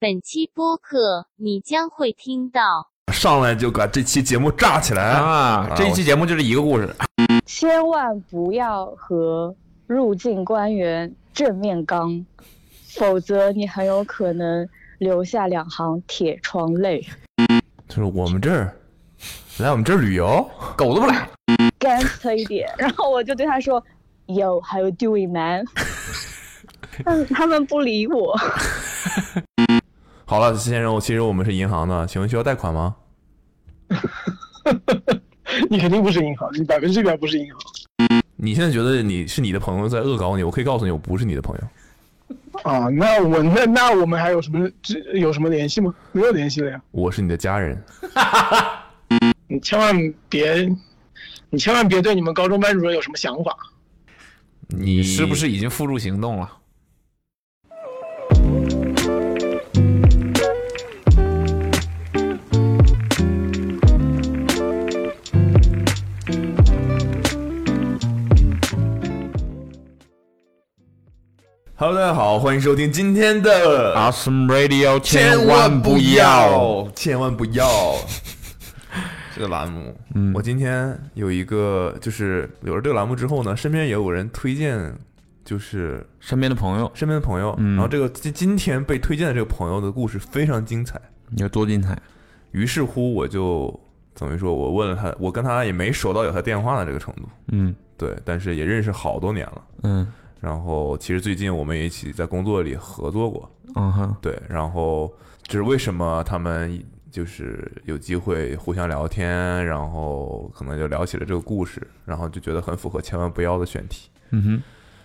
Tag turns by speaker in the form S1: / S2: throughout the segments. S1: 本期播客你将会听到。
S2: 上来就把这期节目炸起来！
S3: 啊，这一期节目就是一个故事。
S4: 千万不要和入境官员正面刚，否则你很有可能留下两行铁窗泪。
S2: 就是我们这儿来我们这儿旅游，
S3: 狗都不来，
S4: 干脆一点。 然后我就对他说，Yo, how you doing, man？但他们不理我。
S2: 好了，先生，我其实我们是银行的，请问需要贷款吗？
S5: 你肯定不是银行，你百分之百不是银行。
S2: 你现在觉得你是你的朋友在恶搞你，我可以告诉你，我不是你的朋友。
S5: 啊，那我那那我们还有什么这有什么联系吗？没有联系了呀。
S2: 我是你的家人。
S5: 你千万别，你千万别对你们高中班主任有什么想法。
S2: 你
S3: 是不是已经付诸行动了？
S2: ？Hello，大家好，欢迎收听今天的
S3: 啊 Awesome Radio，
S2: 千万不要，千万不要 这个栏目。
S3: 嗯
S2: 我今天有一个，就是有了这个栏目之后呢，身边也有人推荐，就是
S3: 身边的朋友
S2: 身边的朋友。
S3: 嗯
S2: 然后这个今今天被推荐的这个朋友的故事非常精彩，
S3: 有多精彩？
S2: 于是乎我就等于说我问了他，我跟他也没熟到有他电话的这个程度，
S3: 嗯
S2: 对，但是也认识好多年了。
S3: 嗯
S2: 然后其实最近我们也一起在工作里合作过，
S3: 嗯哼，
S2: 对，然后这是为什么他们就是有机会互相聊天，然后可能就聊起了这个故事，然后就觉得很符合千万不要的选题，
S3: 嗯哼，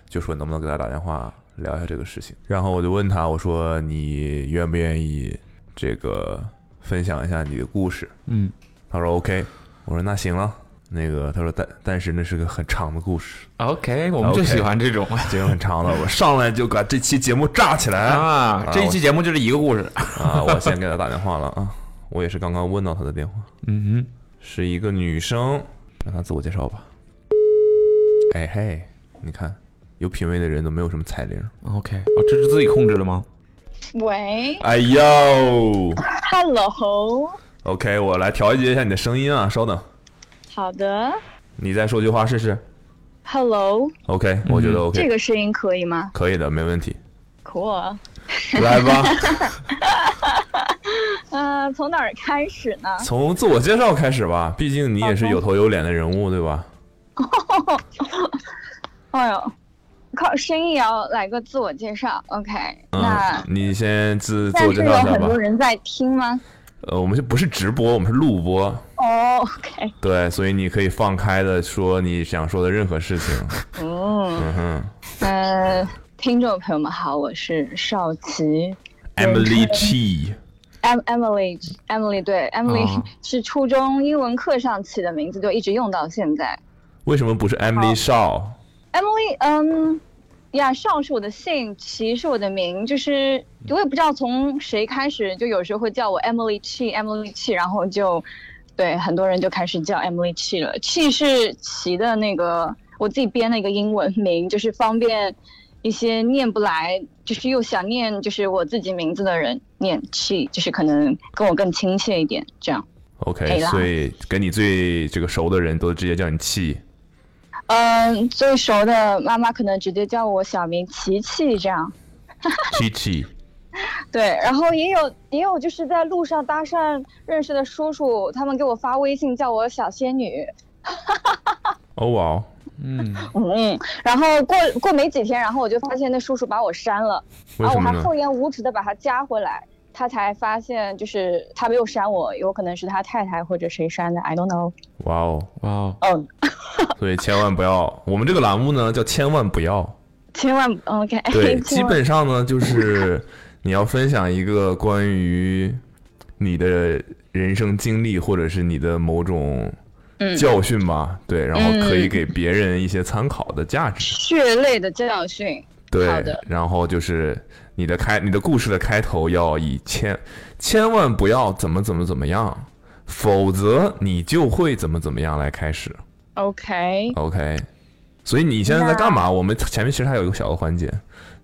S2: 就说能不能给他打电话聊一下这个事情。然后我就问他，我说你愿不愿意这个分享一下你的故事？
S3: 嗯
S2: 他说 OK，我说那行了。那个他说但但是那是个很长的故事，
S3: ，OK，我们就
S2: OK
S3: 喜欢这 种
S2: 节目很长的，我上来就把这期节目炸起来
S3: 啊。这一期节目就是一个故事。
S2: 啊！我先给他打电话了啊，我也是刚刚问到他的电话，
S3: 嗯
S2: 是一个女生，让她自我介绍吧。哎嘿，你看，有品位的人都没有什么彩铃。
S3: 哼，OK，哦，这是自己控制的吗？
S4: 喂
S2: 哎呦
S4: ，Hello，
S2: ，OK，我来调节一下你的声音啊，稍等，
S4: 好的
S2: 你再说句话试试。
S4: ，Hello，
S2: OK，我觉得
S4: 这
S2: OK，
S4: 个声音可以吗？
S2: 可以的，没问题。
S4: 可我啊，
S2: 来 吧，
S4: 呃，从哪儿开始呢？
S2: 从自我介绍开始吧，毕竟你也是有头有脸的人物，对吧？
S4: 哎呦，靠，声音也要来个自我介绍，OK？那
S2: 嗯，你先自自
S4: 但
S2: 我
S4: 是
S2: 介
S4: 有
S2: 绍一下
S4: 很
S2: 吧
S4: 多。人在听吗？
S2: 呃，我们是不是直播？我们是录播。
S4: 哦，OK，
S2: 对，所以你可以放开的说你想说的任何事 情。
S4: 嗯，
S2: 嗯哼
S4: 呃，听众朋友们好，我是少奇
S2: ，Emily T，
S4: ，Em Emily Emily，对，Emily、
S2: 啊
S3: 哦
S4: 是初中英文课上起的名字，就一直用到现在。
S2: 为什么不是 Emily 少？
S4: Emily，嗯，呀，少是我的姓，奇是我的名，就是我也不知道从谁开始，就有时候会叫我 Emily Chi，Emily Chi，然后就对很多人就开始叫 Emily Chi 了。Chi 是奇的那个我自己编的一个英文名，就是方便一些念不来，就是又想念就是我自己名字的人念 Chi，就是可能跟我更亲切一点这样。
S2: OK，
S4: 没了
S2: 所以跟你最这个熟的人都直接叫你气。
S4: 嗯，最熟的妈妈可能直接叫我小名琪琪这样。
S2: 七七，
S4: 对，然后也有也有就是在路上搭讪认识的叔叔，他们给我发微信叫我小仙女，
S2: 哦哇哦，
S3: 嗯，
S4: 嗯，然后过过没几天，然后我就发现那叔叔把我删了，
S2: 为
S4: 然后
S2: 什
S4: 哦我
S2: 么
S4: 还
S2: 呢？
S4: 厚颜无耻的把他加回来，他才发现就是他没有删我，有可能是他太太或者谁删的，I don't know。
S2: 哇哦，
S3: 哇哦，
S4: 哦，
S2: 所以千万不要，我们这个栏目呢叫千万不 要。
S4: 千万 OK，
S2: 对，基
S4: 千万
S2: 本上呢就是你要分享一个关于你的人生经历，或者是你的某种
S4: 嗯
S2: 教训吧，对，然后可以
S4: 嗯
S2: 给别人一些参考的价值，
S4: 血泪的教训。嗯好
S2: 对
S4: 的，
S2: 然后就是你的开你的故事的开头要以千千万不要怎么怎么怎么样，否则你就会怎么怎么样来开始
S4: OK，
S2: ，OK。所以你现在在干嘛？
S4: 那
S2: 我们前面其实还有一个小的环节，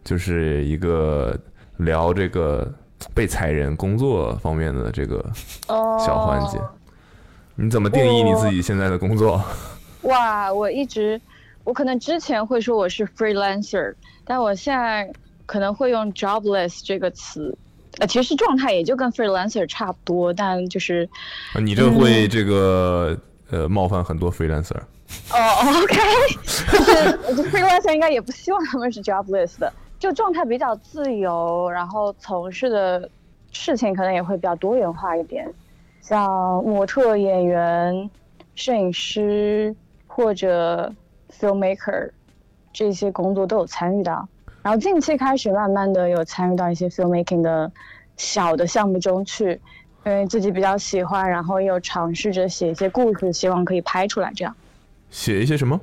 S2: 就是一个聊这个被裁人工作方面的这个
S4: 哦，
S2: 小环节。你怎么定义你自己现在的工作？
S4: 哇，我一直，我可能之前会说我是 freelancer，但我现在可能会用 jobless 这个词。呃，其实状态也就跟 freelancer 差不多，但就是，
S2: 你这会这个呃冒犯很多 freelancer。
S4: 哦哦，OK，就是 我觉得 freelancer 应该也不希望他们是 jobless 的，就状态比较自由，然后从事的事情可能也会比较多元化一点，像模特、演员、摄影师或者 filmmaker 这些工作都有参与到。然后近期开始慢慢的有参与到一些 filmmaking 的小的项目中去，因为自己比较喜欢，然后又尝试着写一些故事，希望可以拍出来这样。
S2: 写一些什么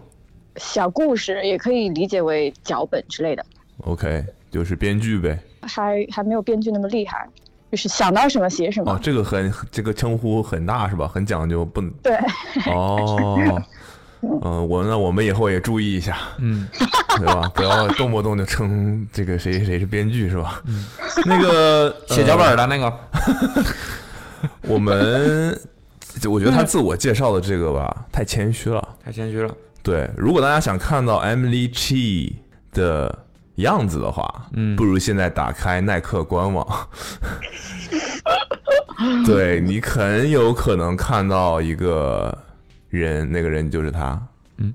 S4: 小故事，也可以理解为脚本之类的，
S2: ？OK，就是编剧呗。
S4: 还还没有编剧那么厉害，就是想到什么写什么。
S2: 哦，这个很这个称呼很大是吧？很讲究，不能
S4: 对，
S2: 哦。嗯、我那我们以后也注意一下，
S3: 嗯，
S2: 对吧？不要动不动就称这个谁谁谁是编剧是吧？ 那个呃
S3: 写脚本的那个，
S2: 我们就我觉得他自我介绍的这个吧，太谦虚了。
S3: 太谦虚了。
S2: 对，如果大家想看到 Emily Chi 的样子的话，
S3: 嗯
S2: 不如现在打开耐克官网， 对你很有可能看到一个人，那个人就是他。
S3: 嗯，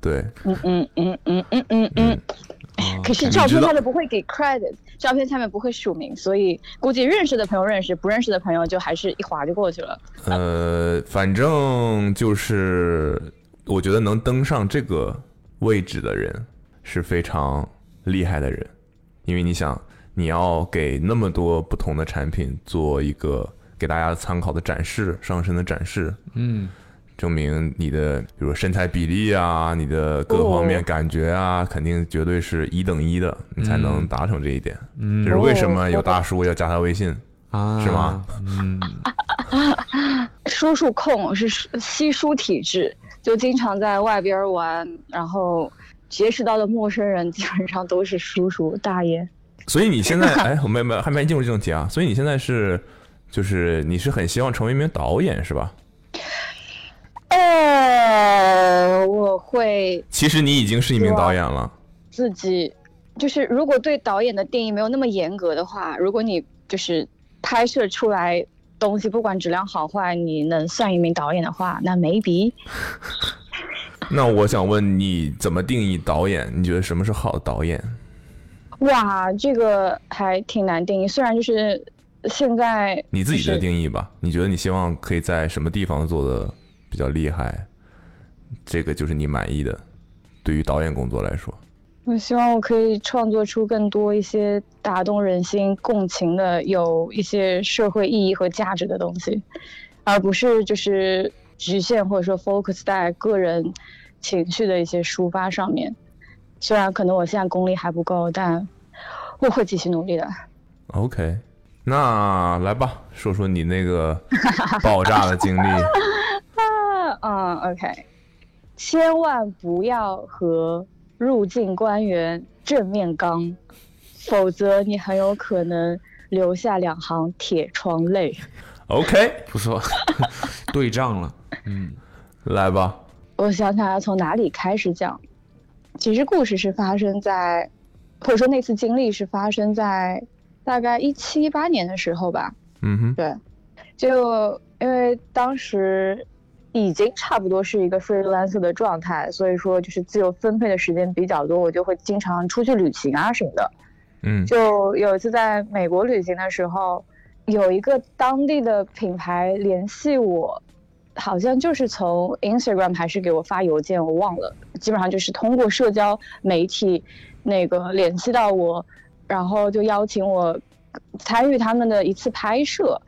S2: 对，
S4: 嗯嗯嗯嗯嗯嗯嗯。 可是照片下面不会给 credit，照片下面不会署名，所以估计认识的朋友认识，不认识的朋友就还是一划就过去了。
S2: 呃，反正就是我觉得能登上这个位置的人是非常厉害的人，因为你想，你要给那么多不同的产品做一个给大家参考的展示，上身的展示，
S3: 嗯，
S2: 证明你的比如说身材比例啊，你的各方面感觉啊，肯定绝对是一等一的，你才能达成这一点。
S3: 嗯
S2: 这是为什么有大叔要加他微信？
S3: 啊，
S2: 是吗？
S3: 嗯，
S4: 叔叔控是稀疏体质，就经常在外边玩，然后结识到的陌生人基本上都是叔叔大爷。
S2: 所以你现在 哎，我没没还没进入正题啊。所以你现在是，就是你是很希望成为一名导演是吧？
S4: 呃，我会
S2: 其实你已经是一名导演了。
S4: 自己，就是如果对导演的定义没有那么严格的话，如果你就是拍摄出来东西，不管质量好坏，你能算一名导演的话，那 maybe
S2: 那我想问你怎么定义导演？你觉得什么是好的导演？
S4: 哇，这个还挺难定义。虽然就是现在
S2: 你自己
S4: 就
S2: 的
S4: 是
S2: 定义吧。你觉得你希望可以在什么地方做的比较厉害？这个就是你满意的。对于导演工作来说，
S4: 我希望我可以创作出更多一些打动人心、共情的，有一些社会意义和价值的东西，而不是就是局限或者说 focus 在个人情绪的一些抒发上面。虽然可能我现在功力还不够，但我会继续努力的。
S2: OK，那来吧，说说你那个爆炸的经历。
S4: 啊 嗯，OK，千万不要和入境官员正面刚，否则你很有可能留下两行铁窗泪。
S2: OK，
S3: 不错， 对仗了。嗯，
S2: 来吧。
S4: 我想想要从哪里开始讲。其实故事是发生在，或者说那次经历是发生在大概一七一八年的时候吧。
S2: 嗯哼。
S4: 对，就因为当时已经差不多是一个 freelancer 的状态，所以说就是自由分配的时间比较多，我就会经常出去旅行啊什么的。
S2: 嗯
S4: 就有一次在美国旅行的时候，有一个当地的品牌联系我，好像就是从 Instagram 还是给我发邮件，我忘了，基本上就是通过社交媒体那个联系到我，然后就邀请我参与他们的一次拍摄。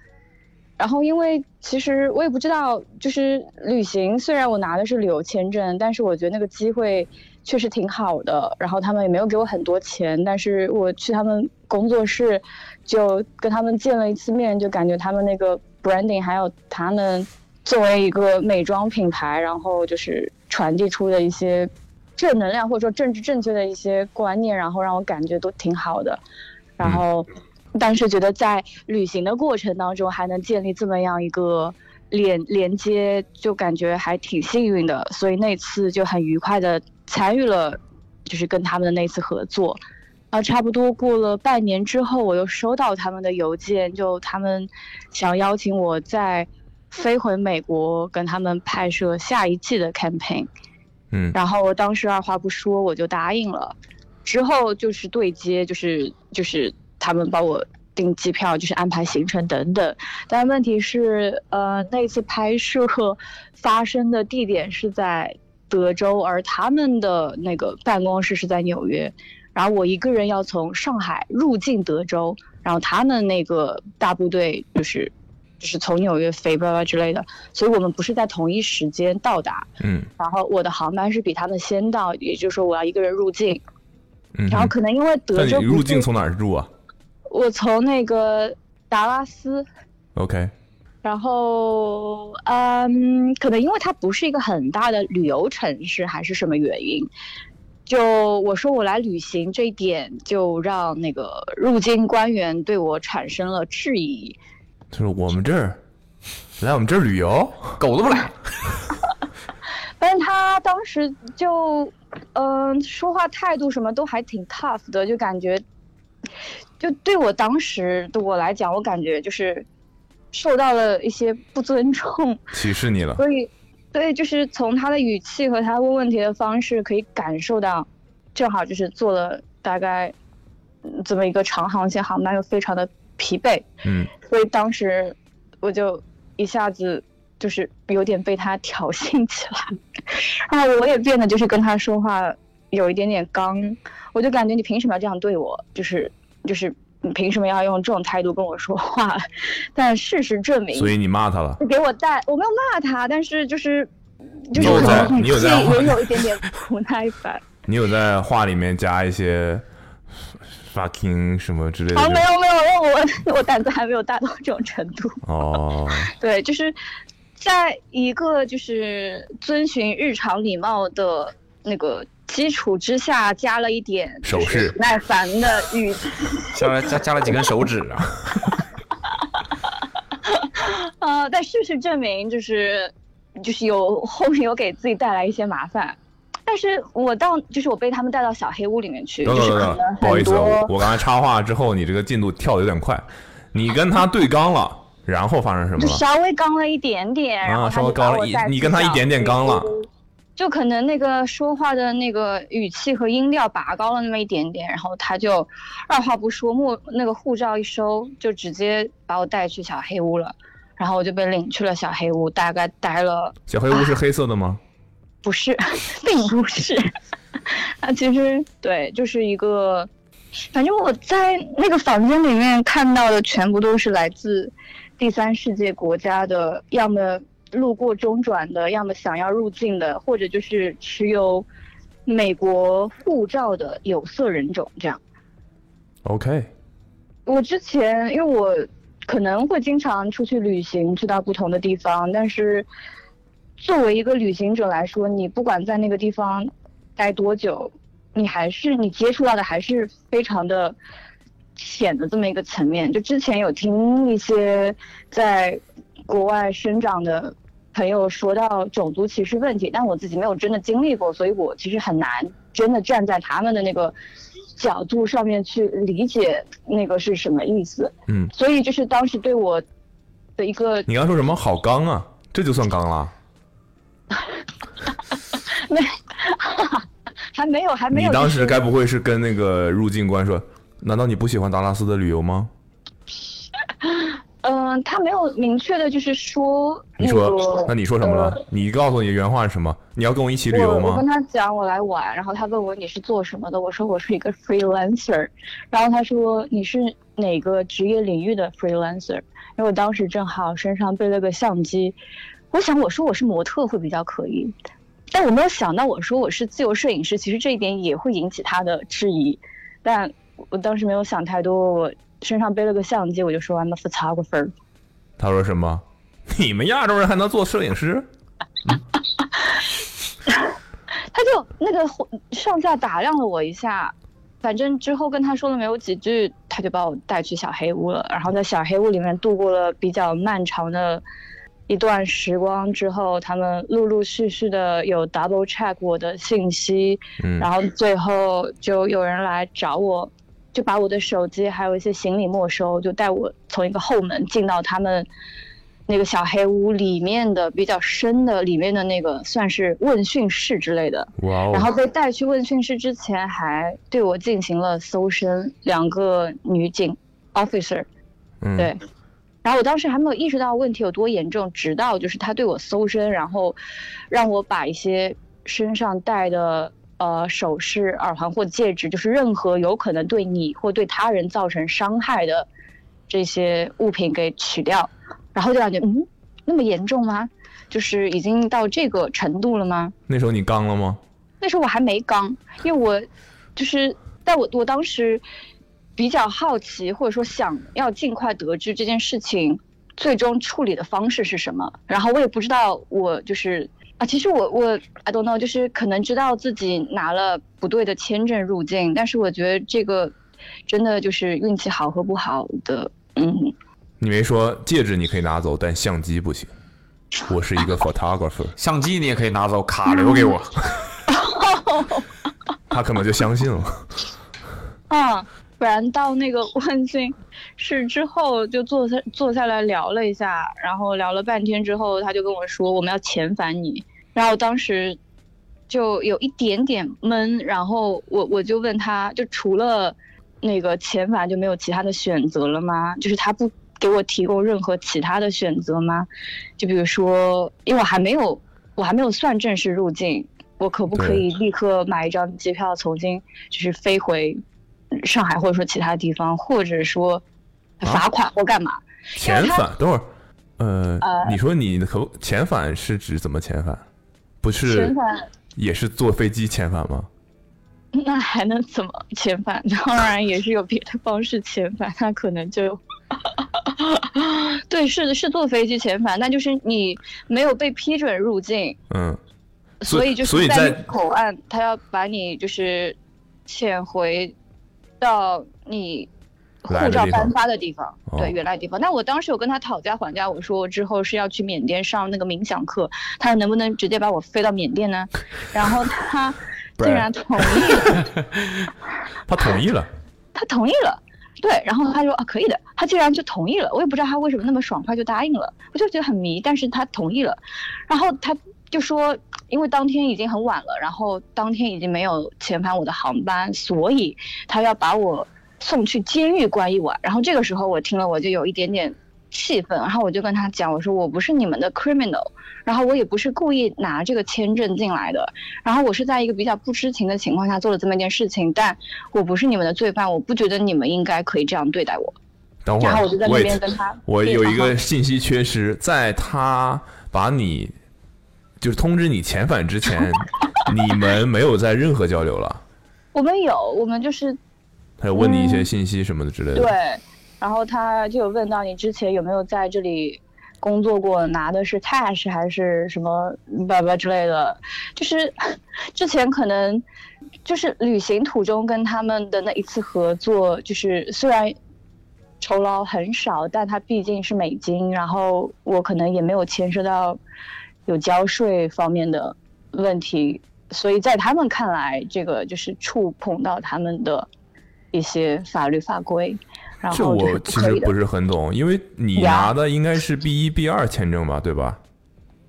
S4: 然后，因为其实我也不知道，就是旅行，虽然我拿的是旅游签证，但是我觉得那个机会确实挺好的。然后他们也没有给我很多钱，但是我去他们工作室，就跟他们见了一次面，就感觉他们那个 branding，还有他们作为一个美妆品牌，然后就是传递出的一些正能量或者说政治正确的一些观念，然后让我感觉都挺好的。然后但是觉得在旅行的过程当中还能建立这么样一个连连接，就感觉还挺幸运的。所以那次就很愉快的参与了，就是跟他们的那次合作。然后差不多过了半年之后，我又收到他们的邮件，就他们想邀请我再飞回美国，跟他们拍摄下一季的 campaign。
S2: 嗯
S4: 然后我当时二话不说，我就答应了。之后就是对接，就是就是他们帮我订机票，就是安排行程等等。但问题是，呃，那次拍摄发生的地点是在德州，而他们的那个办公室是在纽约。然后我一个人要从上海入境德州，然后他们那个大部队就是就是从纽约飞巴拉之类的，所以我们不是在同一时间到达。
S2: 嗯
S4: 然后我的航班是比他们先到，也就是说我要一个人入境。
S2: 嗯哼。
S4: 然后可能因为
S2: 那
S4: 德
S2: 你
S4: 州不
S2: 入
S4: 是
S2: 境从哪儿入啊
S4: 我从那个达拉斯，
S2: ？OK，
S4: 然后嗯，可能因为它不是一个很大的旅游城市，还是什么原因，就我说我来旅行这一点，就让那个入境官员对我产生了质疑。
S2: 就是我们这 儿来我们这儿旅游，
S3: 狗都不来。
S4: 但是他当时就，嗯、说话态度什么都还挺 tough 的，就感觉，就对我当时的我来讲，我感觉就是受到了一些不尊重，
S2: 歧视你了。
S4: 所以，对，就是从他的语气和他问问题的方式，可以感受到，正好就是做了大概嗯这么一个长航线航班，又非常的疲惫，
S2: 嗯
S4: 所以当时我就一下子就是有点被他挑衅起来，啊，我也变得就是跟他说话有一点点刚，我就感觉你凭什么要这样对我？就是就是你凭什么要用这种态度跟我说话？但事实证明，
S2: 所以你骂他了。
S4: 就给我带，我没有骂他，但是就是就是
S2: 你有
S4: 可
S2: 在
S4: 能很
S2: 你有
S4: 气，
S2: 在
S4: 也有一点点不耐 烦。
S2: 你有在话里面加一些 fucking 什么之类的
S4: 啊，
S2: 这种？
S4: 没有没有，我 我胆子还没有大到这种程度。
S2: 哦，
S4: 对，就是在一个就是遵循日常礼貌的那个基础之下，加了一点
S2: 手
S4: 就是
S2: 势
S4: 不耐烦的语气
S3: 下来加加了几根手指啊，
S4: 呃，但事实证明，就是就是有后面有给自己带来一些麻烦。但是我到就是我被他们带到小黑屋里面去，
S2: 等
S4: 就是
S2: 等
S4: 可
S2: 等
S4: 能
S2: 等，不好意
S4: 很
S2: 思，啊
S4: 多
S2: 我我刚才插话之后，你这个进度跳的有点快。你跟他对刚了，然后发生什么
S4: 就
S2: 了？
S4: 稍微刚了一点点，然后
S2: 啊，
S4: 他
S2: 稍微
S4: 就把
S2: 刚
S4: 我
S2: 了一
S4: 带，
S2: 你
S4: 出
S2: 跟他一
S4: 小
S2: 点点
S4: 黑
S2: 刚了
S4: 屋，就可能那个说话的那个语气和音调拔高了那么一点点，然后他就二话不说，默那个护照一收，就直接把我带去小黑屋了，然后我就被领去了小黑屋，大概待了
S2: 小黑屋是黑色的吗？
S4: 不 是，并不是。 啊，其实对，就是一个，反正我在那个房间里面看到的全部都是来自第三世界国家的，要么路过中转的，要么想要入境的，或者就是持有美国护照的有色人种这样。
S2: OK，
S4: 我之前因为我可能会经常出去旅行，去到不同的地方，但是作为一个旅行者来说，你不管在那个地方待多久，你还是你接触到的还是非常的浅的这么一个层面。就之前有听一些在国外生长的朋友说到种族歧视问题，但我自己没有真的经历过，所以我其实很难真的站在他们的那个角度上面去理解那个是什么意思。
S2: 嗯，
S4: 所以就是当时对我的一个
S2: 你刚说什么？好刚啊，这就算刚了？
S4: 没， 还没有还没
S2: 你
S4: 有、
S2: 当时该不会是跟那个入境官说，难道你不喜欢达拉斯的旅游吗？
S4: 嗯、他没有明确的就是说
S2: 你
S4: 那
S2: 说
S4: 个，
S2: 那你说什么
S4: 呃
S2: 了？你告诉你原话是什么？你要跟我一起旅游
S4: 我我
S2: 吗
S4: 跟？他讲我来玩，然后他问我你是做什么的，我说我是一个 freelancer，然后他说你是哪个职业领域的 freelancer？因为我当时正好身上背了个相机，我想我说我是模特会比较可以，但我没有想到我说我是自由摄影师，其实这一点也会引起他的质疑，但我当时没有想太多，我身上背了个相机，我就说 I'm a photographer。
S2: 他说什么？ 你们亚洲人还能做摄影师？
S4: 他就那个上下打量了我一下，反正之后跟他说了没有几句，他就把我带去小黑屋了。然后在小黑屋里面度过了比较漫长的一段时光之后，他们陆陆续续的有 double check 我的信息，
S2: 嗯
S4: 然后最后就有人来找我，就把我的手机还有一些行李没收，就带我从一个后门进到他们那个小黑屋里面的比较深的里面的那个算是问讯室之类的。
S2: 哇
S4: 然后
S2: 哦，
S4: 被带去问讯室之前，还对我进行了搜身，两个女警 officer
S2: 嗯，
S4: 对。然后我当时还没有意识到问题有多严重，直到就是他对我搜身，然后让我把一些身上戴的呃首饰、耳环或戒指，就是任何有可能对你或对他人造成伤害的这些物品给取掉，然后就感觉嗯，那么严重吗？就是已经到这个程度了吗？
S2: 那时候你刚了吗？
S4: 那时候我还没刚，因为我就是，但我我当时比较好奇，或者说想要尽快得知这件事情最终处理的方式是什么。然后我也不知道，我就是啊，其实我我 I don't know，就是可能知道自己拿了不对的签证入境，但是我觉得这个真的就是运气好和不好的，嗯，
S2: 你没说戒指你可以拿走，但相机不行。我是一个 photographer，
S3: 相机你也可以拿走，卡留给
S4: 嗯
S3: 我。
S2: 他可能就相信 了。
S4: 啊，不然到那个问讯室之后，就坐下坐下来聊了一下，然后聊了半天之后，他就跟我说我们要遣返你，然后我当时就有一点点懵，然后我我就问他，就除了那个遣返就没有其他的选择了吗？就是他不给我提供任何其他的选择吗？就比如说，因为我还没有我还没有算正式入境，我可不可
S2: 对
S4: 以立刻买一张机票重新就是飞回上海或者说其他地方，或者说罚款或干嘛？
S2: 遣返，等会儿，呃，
S4: 呃
S2: 你说你可不遣返是指怎么遣返？不是
S4: 遣返
S2: 也是坐飞机遣返吗？
S4: 那还能怎么遣返？ 当然也是有别的方式遣返，那可能就，对，是的，是坐飞机遣返，那就是你没有被批准入境，
S2: 嗯，所
S4: 所
S2: 以
S4: 以就
S2: 所以
S4: 是在
S2: 在
S4: 你口岸，他要把你就是遣回到你
S2: 来
S4: 护
S2: 的
S4: 照
S2: 地方
S4: 颁发的地方，
S2: 哦
S4: 对原来地方。那我当时有跟他讨价还价，我说我之后是要去缅甸上那个冥想课，他能不能直接把我飞到缅甸呢？ 然后他 竟然同意了。
S2: 他同意了。
S4: 他同意了，对，然后他说啊可以的，他竟然就同意了，我也不知道他为什么那么爽快就答应了，我就觉得很迷，但是他同意了，然后他就说，因为当天已经很晚了，然后当天已经没有遣返我的航班，所以他要把我送去监狱关一晚，然后这个时候我听了我就有一点点气愤，然后我就跟他讲，我说我不是你们的 criminal，然后我也不是故意拿这个签证进来的，然后我是在一个比较不知情的情况下做了这么一件事情，但我不是你们的罪犯，我不觉得你们应该可以这样对待我。
S2: 等会
S4: 然
S2: 儿
S4: 后我就在那边
S2: wait，
S4: 跟他，
S2: 我有一
S4: 对
S2: 个信息缺失，在他把你就是通知你遣返之 前，你们没有在任何交流了。
S4: 我们有，我们就是
S2: 他有问你一些信息什么的之类的。
S4: 对，然后他就有问到你之前有没有在这里工作过，拿的是 cash 还是什么叭叭之类的，就是之前可能就是旅行途中跟他们的那一次合作，就是虽然。酬劳很少，但它毕竟是美金，然后我可能也没有牵涉到有交税方面的问题，所以在他们看来，这个就是触碰到他们的一些法律法规，然
S2: 这
S4: 后就
S2: 我
S4: 是不
S2: 其
S4: 可
S2: 实
S4: 以的
S2: 不。是很懂，因为你
S4: 呀
S2: 拿的应该是 B 一 B 二签证吧，对吧？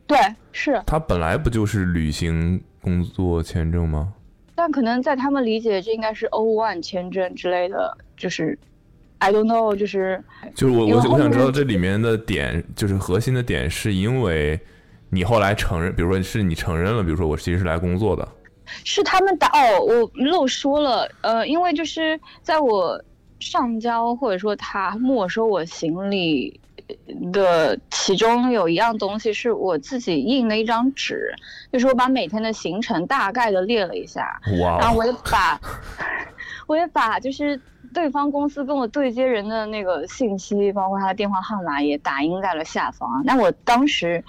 S4: 对，是，
S2: 他本来不就是旅行工作签证吗？
S4: 但可能在他们理解，这应该是 O one 签证之类的，就是 I don't know，就是
S2: 就是我
S4: 因为
S2: 我我
S4: 后
S2: 想知道
S4: 面
S2: 这里面的点，就是核心的点，是因为你后来承认，比如说是你承认了，比如说我其实是来工作的，
S4: 是他们打哦，我漏说了，呃，因为就是在我上交或者说他没收我行李的其中有一样东西是我自己印的一张纸，就是我把每天的行程大概的列了一下，然
S2: 哇
S4: 后
S2: 哦，
S4: 我也把 我也把就是对方公司跟我对接人的那个信息，包括他的电话号码也打印在了下方。那我当时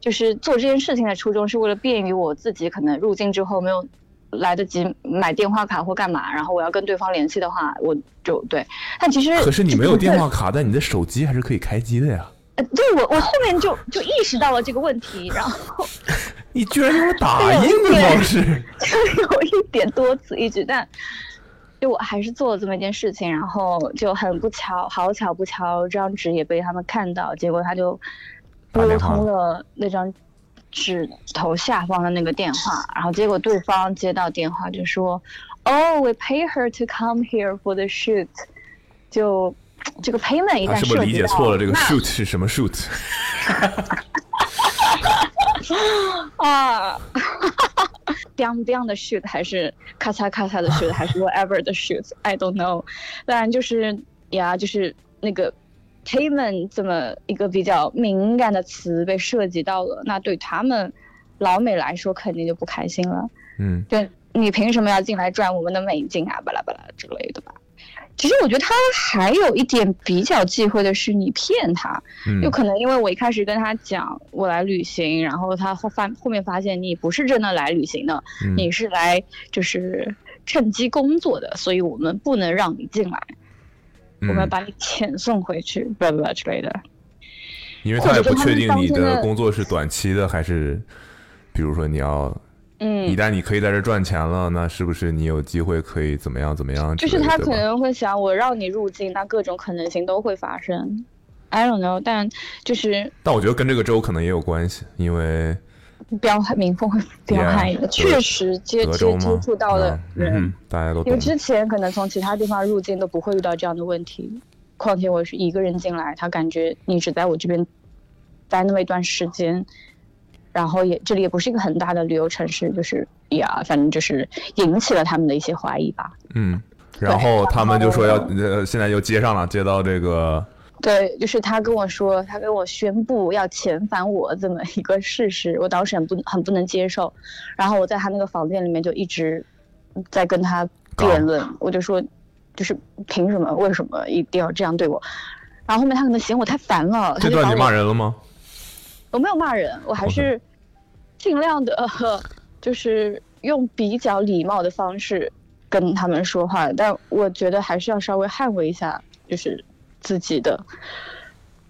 S4: 就是做这件事情的初衷是为了便于我自己可能入境之后没有来得及买电话卡或干嘛，然后我要跟对方联系的话，我就对。但其实
S2: 可是你
S4: 这
S2: 没有
S4: 个
S2: 电话 卡，但你的手机还是可以开机的呀。
S4: 呃对我我后面就就意识到了这个问题，然后
S2: 你居然用
S4: 哎
S2: 打印的方式，
S4: 就 有一点多此一举，但就我还是做了这么一件事情，然后就很不巧，好巧不巧，这张纸也被他们看到，结果他就
S2: 打
S4: 拨
S2: 电话
S4: 通了那张纸头下方的那个电话，然后结果对方接到电话就说：“Oh, we pay her to come here for the shoot。”就这个 payment 一
S2: 他
S4: 旦
S2: 是不是
S4: 涉
S2: 理
S4: 及
S2: 解
S4: 到
S2: 错了这个
S4: 那
S2: shoot 是什么 shoot？
S4: 啊，biang biang 的 shoot 还是咔嚓咔嚓的 shoot 还是 whatever 的 shoot，I don't know。当然就是呀，就是那个 payment 这么一个比较敏感的词被涉及到了，那对他们老美来说肯定就不开心了。
S2: 嗯，
S4: 就你凭什么要进来赚我们的美金啊，巴拉巴拉之类的吧。其实我觉得他还有一点比较忌讳的是，你骗他，
S2: 嗯
S4: 有可能因为我一开始跟他讲我来旅行，然后他后发后面发现你不是真的来旅行的，
S2: 嗯
S4: 你是来就是趁机工作的，所以我们不能让你进来，我们
S2: 嗯，
S4: 把你遣送 回去，blah blah blah 之类的。
S2: 因为
S4: 或
S2: 他
S4: 者
S2: 也不
S4: 说他
S2: 确
S4: 们
S2: 定
S4: 当
S2: 你
S4: 天
S2: 的
S4: 的
S2: 工作是短期的还是，比如说你要一
S4: 嗯，
S2: 旦你可以在这儿赚钱了，那是不是你有机会可以怎么样怎么样之
S4: 就
S2: 类的？
S4: 是他
S2: 对
S4: 可
S2: 吧
S4: 能会想我让你入境，那各种可能性都会发生。I don't know，但就是
S2: 但我觉得跟这个州可能也有关系，因为
S4: 彪悍民风会彪悍一点
S2: Yeah，
S4: 确实接
S2: 德
S4: 接
S2: 州嘛
S4: 接触，到了
S2: 嗯
S4: 人。
S2: 嗯大家都
S4: 因为
S2: 懂。
S4: 之前可能从其他地方入境都不会遇到这样的问题，况且我是一个人进来，他感觉你只在我这边待那么一段时间，然后也这里也不是一个很大的旅游城市，就是呀，反正就是引起了他们的一些怀疑吧。
S2: 嗯，然后他们就说要，呃，现在又接上了，接到这个，
S4: 对，就是他跟我说，他跟我宣布要遣返我这么一个事实，我当时很不很不能接受。然后我在他那个房间里面就一直在跟他辩论，我就说，就是凭什么，为什么一定要这样对我？然后后面他可能嫌我太烦了，他
S2: 这
S4: 就
S2: 段
S4: 把
S2: 你骂
S4: 我
S2: 人了吗？
S4: 我没有骂人，我还
S2: OK
S4: 是尽量的，呃 就是用比较礼貌的方式跟他们说话，但我觉得还是要稍微捍卫一下，就是自己的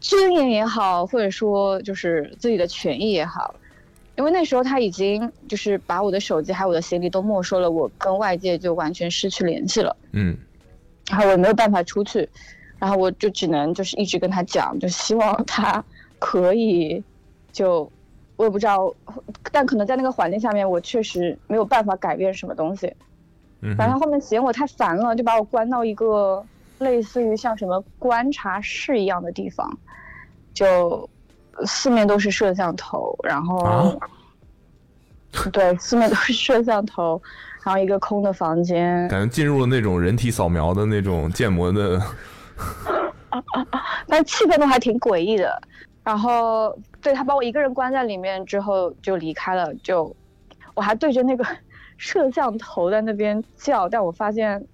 S4: 尊严也好，或者说就是自己的权益也好。因为那时候他已经就是把我的手机还有我的行李都没收了，我跟外界就完全失去联系了。
S2: 嗯，
S4: 然后我也没有办法出去，然后我就只能就是一直跟他讲，就希望他可以就。我也不知道，但可能在那个环境下面，我确实没有办法改变什么东西。
S2: 嗯
S4: 反正
S2: 哼，
S4: 他后面嫌我太烦了，就把我关到一个类似于像什么观察室一样的地方，就四面都是摄像头，然后、
S2: 啊
S4: 对，四面都是摄像头，然后一个空的房间，
S2: 感觉进入了那种人体扫描的那种建模的，
S4: 但气氛都还挺诡异的。然后对他把我一个人关在里面之后就离开了，就我还对着那个 摄像头在那边叫，但我发现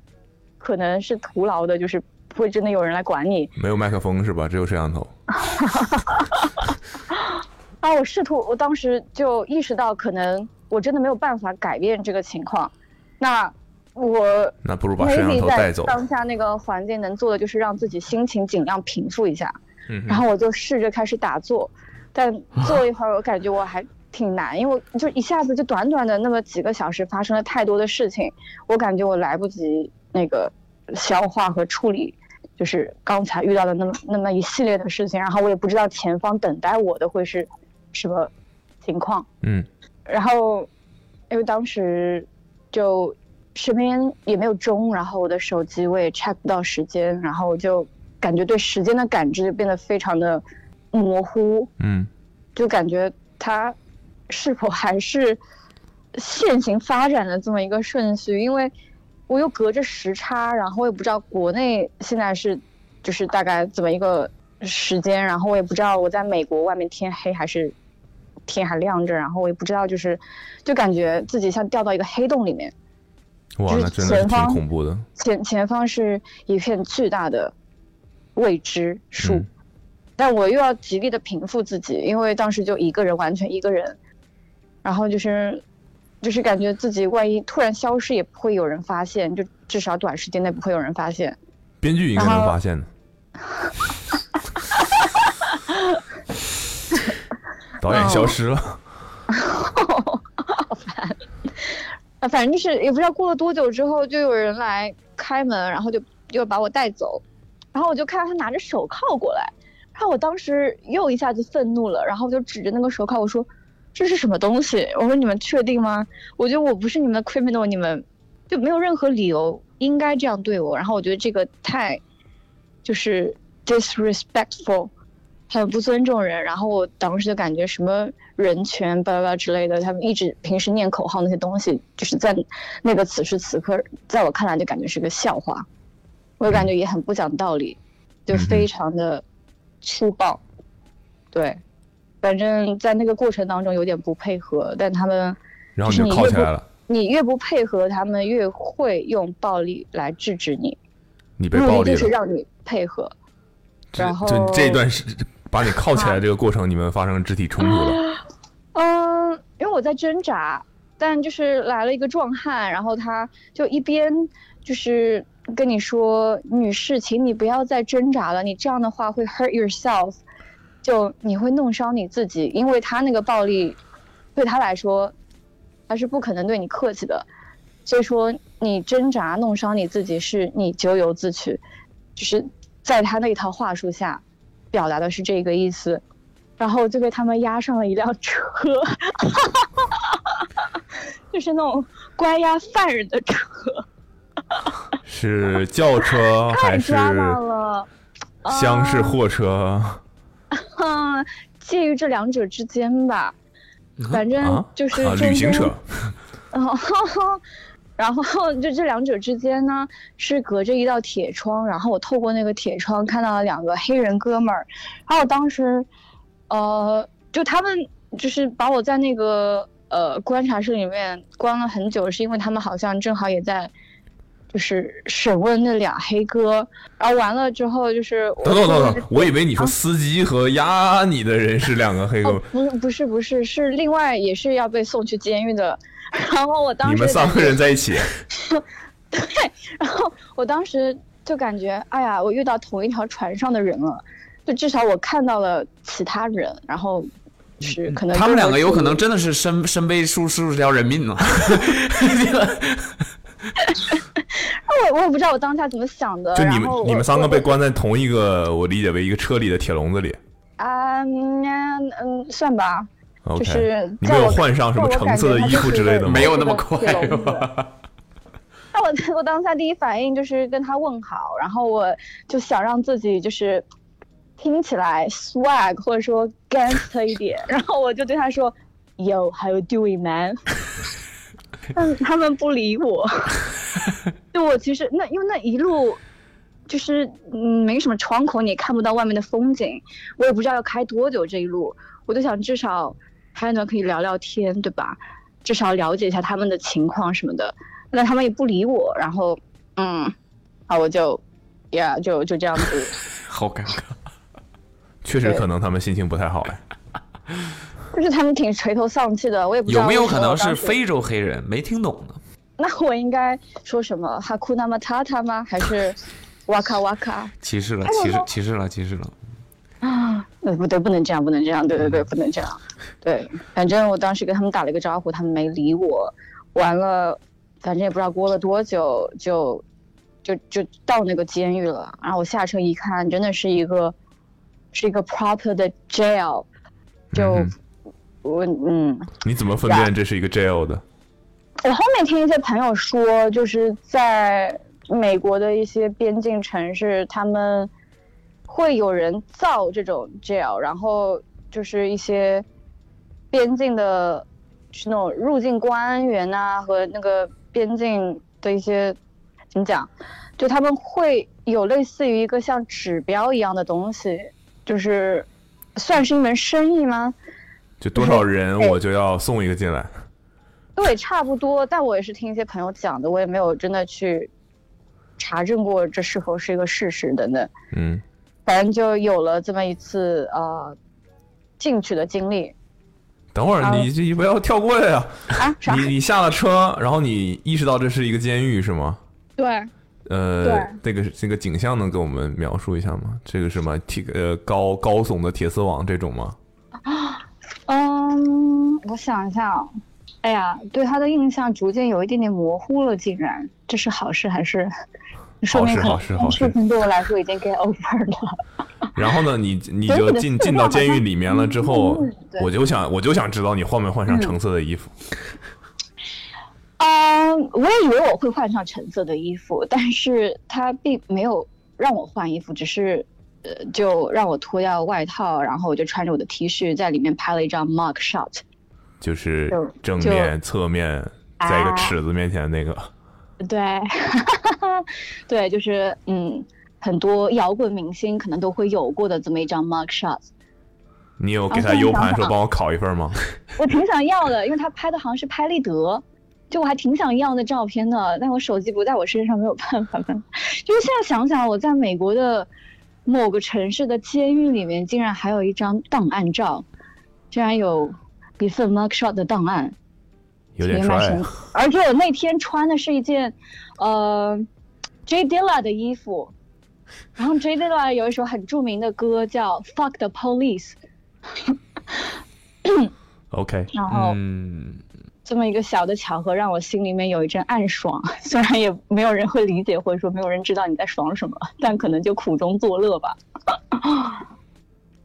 S4: 可能是徒劳的，就是不会真的有人来管你。
S2: 没有麦克风是吧？只有摄像头。
S4: 啊，我试图，我当时就意识到可能我真的没有办法改变这个情况，那我
S2: 那不如把摄像
S4: maybe
S2: 头
S4: 在
S2: 带走。
S4: 当下那个环境能做的就是让自己心情尽量平复一下。
S2: 嗯哼
S4: 然后我就试着开始打坐，但坐了一会儿，我感觉我还挺难，因为我就一下子就短短的那么几个小时发生了太多的事情，我感觉我来不及那个消化和处理，就是刚才遇到的那么那么一系列的事情，然后我也不知道前方等待我的会是什么情况。
S2: 嗯，
S4: 然后因为当时就身边也没有钟，然后我的手机我也 check 不到时间，然后我就感觉对时间的感知就变得非常的模糊，
S2: 嗯，
S4: 就感觉它是否还是线性发展的这么一个顺序，因为我又隔着时差，然后我也不知道国内现在是就是大概怎么一个时间，然后我也不知道我在美国外面天黑还是天还亮着，然后我也不知道就是就感觉自己像掉到一个黑洞里面，
S2: 哇，
S4: 就是
S2: 那真的是
S4: 前
S2: 挺
S4: 方
S2: 恐怖的。
S4: 前前方是一片巨大的未知数，
S2: 嗯
S4: 但我又要极力的平复自己，因为当时就一个人，完全一个人，然后就是就是感觉自己万一突然消失也不会有人发现，就至少短时间内不会有人发现。
S2: 编剧应该能发现的。 导演消失了，
S4: 啊，反正就是也不知道过了多久之后，就有人来开门，然后就又把我带走，然后我就看到他拿着手铐过来，然后我当时又一下子愤怒了，然后我就指着那个手铐我说：“这是什么东西？”我说：“你们确定吗？我觉得我不是你们的 criminal，你们就没有任何理由应该这样对我。”然后我觉得这个太就是 disrespectful，很不尊重人。然后我当时就感觉什么人权巴拉巴拉之类的，他们一直平时念口号那些东西，就是在那个此时此刻，在我看来就感觉是个笑话，我就感觉也很不讲道理，就非常的粗暴。对，反正在那个过程当中有点不配合，但他们
S2: 然后你就铐起来了，
S4: 你越不配合，他们越会用暴力来制止你，
S2: 你被
S4: 目
S2: 暴
S4: 的
S2: 力
S4: 就是
S2: 了。
S4: 让你配合。
S2: 这
S4: 然后
S2: 这这段是把你铐起来这个过程，你们发生肢体冲突 了。
S4: 嗯，因为我在挣扎，但就是来了一个壮汉，然后他就一边就是跟你说：“女士，请你不要再挣扎了，你这样的话会 hurt yourself，就你会弄伤你自己。”因为他那个暴力对他来说，他是不可能对你客气的，所以说你挣扎弄伤你自己是你咎由自取，就是在他那一套话术下表达的是这个意思。然后就被他们押上了一辆车，就是那种关押犯人的车，
S2: 是轿车
S4: 太
S2: 还是
S4: 抓马了。啊
S2: 厢式货车？
S4: 嗯，介于这两者之间吧，反正
S2: 啊，
S4: 就是
S2: 啊，
S4: 中
S2: 旅行
S4: 间
S2: 车。
S4: 哦， 然后就这两者之间呢是隔着一道铁窗，然后我透过那个铁窗看到了两个黑人哥们儿，然后我当时，呃，就他们就是把我在那个呃观察室里面关了很久，是因为他们好像正好也在。就是审问那俩黑哥，然后完了之后就是我
S2: 等等
S4: 透过
S2: 等
S4: 那
S2: 等，我以为你说
S4: 啊
S2: 司机和压你的人是两个黑哥
S4: 哦，，不是不是不是，是另外也是要被送去监狱的。然后我当时
S2: 你们
S4: 就
S2: 三
S4: 感
S2: 个
S4: 觉
S2: 人在一起，
S4: 然后我当时就感觉，哎呀，我遇到同一条船上的人了，就至少我看到了其他人，然后
S2: 嗯
S4: 就是可能
S3: 他们
S4: 跟
S3: 两
S4: 我
S3: 个有
S4: 处
S3: 可
S4: 于
S3: 能真的是身身背数数十条人命呢。
S4: 我我也不知道我当下怎么想的，
S2: 就你
S4: 呃然
S2: 们
S4: 后
S2: 你
S4: 我
S2: 们三个
S4: 我
S2: 被关在同一个，我理解为一个车里的铁笼子里。
S4: 啊嗯嗯算吧，就
S2: OK，
S4: 是
S2: 你
S4: 在
S2: 们有
S4: 我
S2: 换上什么
S4: 在我
S2: 橙
S4: 感
S2: 色
S4: 觉
S2: 的
S4: 它
S2: 衣
S4: 就
S2: 服
S4: 是
S2: 之类的吗？
S3: 没有那么
S4: 这个
S3: 快
S4: 这个笼子那我我当下第一反应就是跟他问好，然后我就想让自己就是听起来 swag 或者说 gangster 一点，然后我就对他说，Yo how you doing man？但他们不 理我，就我其实那因为那一路就是嗯没什么窗口，你也看不到外面的风景，我也不知道要开多久这一路，我就想至少还有呢可以聊聊天，对吧？至少了解一下他们的情况什么的。那他们也不理我，然后嗯，啊我就呀就就这样子，
S3: 好尴尬，
S2: 确实可能他们心情不太好哎。
S4: 就是他们挺垂头丧气的，我也不知道
S3: 有没有
S4: 为什
S3: 可
S4: 么
S3: 能
S4: 我当
S3: 是
S4: 时？
S3: 非洲黑人没听懂呢？
S4: 那我应该说什么哈库纳马塔塔吗？还 是哇卡哇卡？
S3: 歧视了
S4: 哎，我
S3: 歧视
S4: 说，
S3: 歧视了，歧视了。
S4: 呃，不对，不能这样，不能这样，对对对，不能这样。对，反正我当时跟他们打了一个招呼，他们没理我。完了，反正也不知道过了多久，就就就到那个监狱了。然后我下车一看，真的是一个是一个 proper 的 jail，就、
S2: 嗯
S4: 我嗯，
S2: 你怎么分辨这是一个 jail 的？
S4: 我后面听一些朋友说，就是在美国的一些边境城市，他们会有人造这种 jail，然后就是一些边境的，就是那种入境官员呐、和那个边境的一些怎么讲，就他们会有类似于一个像指标一样的东西，就是算是一门生意吗？
S2: 就多少人
S4: 对
S2: 我就要送一个进来？
S4: 对，差不多，但我也是听一些朋友讲的，我也没有真的去查证过这是否是一个事实等等，
S2: 嗯，
S4: 反正就有了这么一次呃进去的经历。
S2: 等会儿你这不要跳过呀、
S4: 啊，啥？
S2: 你你下了车，然后你意识到这是一个监狱是吗？
S4: 对，
S2: 呃那
S4: 对，
S2: 个这个景象能给我们描述一下吗？这个什么铁呃高高耸的铁丝网这种 吗？
S4: 嗯，我想一下哦，哎呀，对他的印象逐渐有一点点模糊了，竟然，这是好事还是？说明可能
S2: 好事好事
S4: 事情对我来说已经 get over 了。
S2: 然后呢，你你
S4: 所以
S2: 就
S4: 我的
S2: 进
S4: 丝
S2: 进到
S4: 袜好
S2: 监狱
S4: 像
S2: 里面了之后
S4: 嗯，对
S2: 我就想我就想知道你换没换上橙色的衣服。
S4: 嗯，我也以为我会换上橙色的衣服，但是他并没有让我换衣服，只是呃，就让我脱掉外套，然后我就穿着我的 T 恤在里面拍了一张 mug shot。
S2: 就是
S4: 就
S2: 正
S4: 就
S2: 面、侧面，
S4: 啊
S2: 在一个尺子面前那个。
S4: 对， 对，就是嗯，很多摇滚明星可能都会有过的这么一张 mug shot。
S2: 你有给
S4: 啊
S2: 他
S4: 这样
S2: U 盘
S4: 想
S2: 说
S4: 法
S2: 帮我拷一份吗？
S4: 我挺想要的，因为他拍的好像是拍立得，就我还挺想要那照片的，但我手机不在我身上，没有办法办。就是现在想想，我在美国的某个城市的监狱里面，竟然还有一张档案照，竟然有一份 mug shot 的档案，
S2: 有点
S4: 也蛮
S2: 帅
S4: 神
S2: 啊
S4: 奇。而且我那天穿的是一件，呃，J Dilla 的衣服，然后 J Dilla 有一首很著名的歌叫《Fuck the Police》，
S2: OK，
S4: 然后。
S3: 嗯，
S4: 这么一个小的巧合，让我心里面有一阵暗爽。 虽然也没有人会理解，或者说没有人知道你在爽什么，但可能就苦中作乐吧。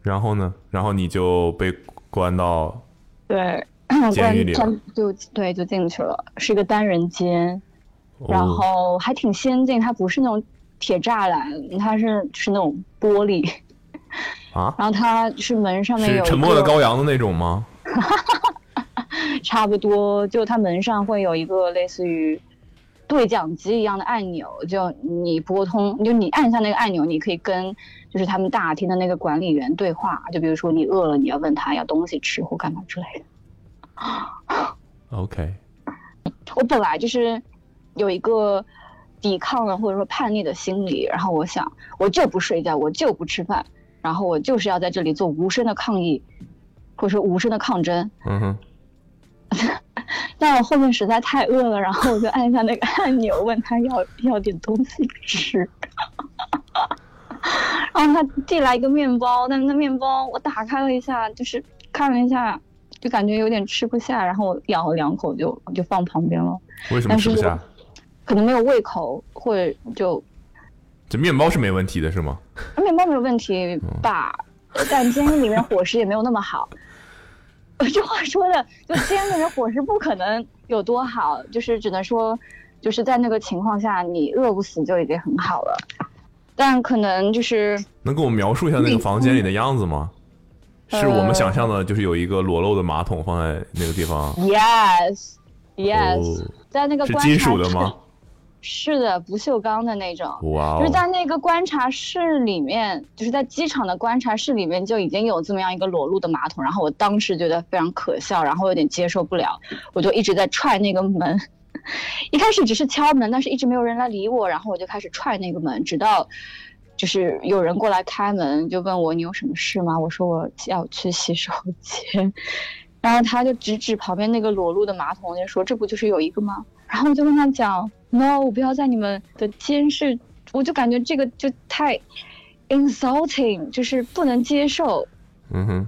S2: 然后呢？然后你就被关到
S4: 对，
S2: 监狱里了
S4: 关就对就进去了，是个单人间，
S2: 哦
S4: 然后还挺先进，它不是那种铁栅栏，它是是那种玻璃，
S2: 啊，
S4: 然后它是门上面
S2: 是
S4: 有一
S2: 沉默的
S4: 个
S2: 羔羊的那种吗？
S4: 差不多，就它门上会有一个类似于对讲机一样的按钮，就你拨通，就你按下那个按钮，你可以跟就是他们大厅的那个管理员对话，就比如说你饿了，你要问他要东西吃或干嘛之类的。
S2: OK，
S4: 我本来就是有一个抵抗了或者说叛逆的心理，然后我想我就不睡觉，我就不吃饭，然后我就是要在这里做无声的抗议，或者说无声的抗争。
S2: 嗯哼，
S4: 但我后面实在太饿了，然后我就按下那个按钮，问他要要点东西吃。然后他递来一个面包，但那面包我打开了一下，就是看了一下，就感觉有点吃不下，然后我咬了两口就就放旁边了，
S2: 为什么吃不
S4: 但
S2: 下
S4: 是？可能没有胃口，或者就
S2: 这面包是没问题的，是吗？
S4: 面包没有问题
S2: 嗯
S4: 吧，呃但监狱里面伙食也没有那么好。 这话说的，就监狱里面伙食不可能有多好，就是只能说，就是在那个情况下，你饿不死就已经很好了。但可能就是
S2: 能给我们描述一下那个房
S4: 嗯
S2: 间里的样子吗？是我们想象
S4: 呃
S2: 的，就是有一个裸露的马桶放在那个地方，啊
S4: yes yes，、
S2: 哦
S4: 在那个
S2: 是
S4: 观察
S2: 金属的吗？
S4: 室？是的，不锈钢的那种。
S2: 哇
S4: 就是在
S2: 哦，
S4: 那个观察室里面，就是在机场的观察室里面就已经有这么样一个裸露的马桶，然后我当时觉得非常可笑，然后有点接受不了，我就一直在踹那个门。 一开始只是敲门，但是一直没有人来理我，然后我就开始踹那个门，直到就是有人过来开门，就问我你有什么事吗？我说我要去洗手间， 然后他就指指旁边那个裸露的马桶，就说这不就是有一个吗？然后我就跟他讲，no，我不要在你们的监视，我就感觉这个就太 insulting，就是不能接受，
S2: 嗯哼，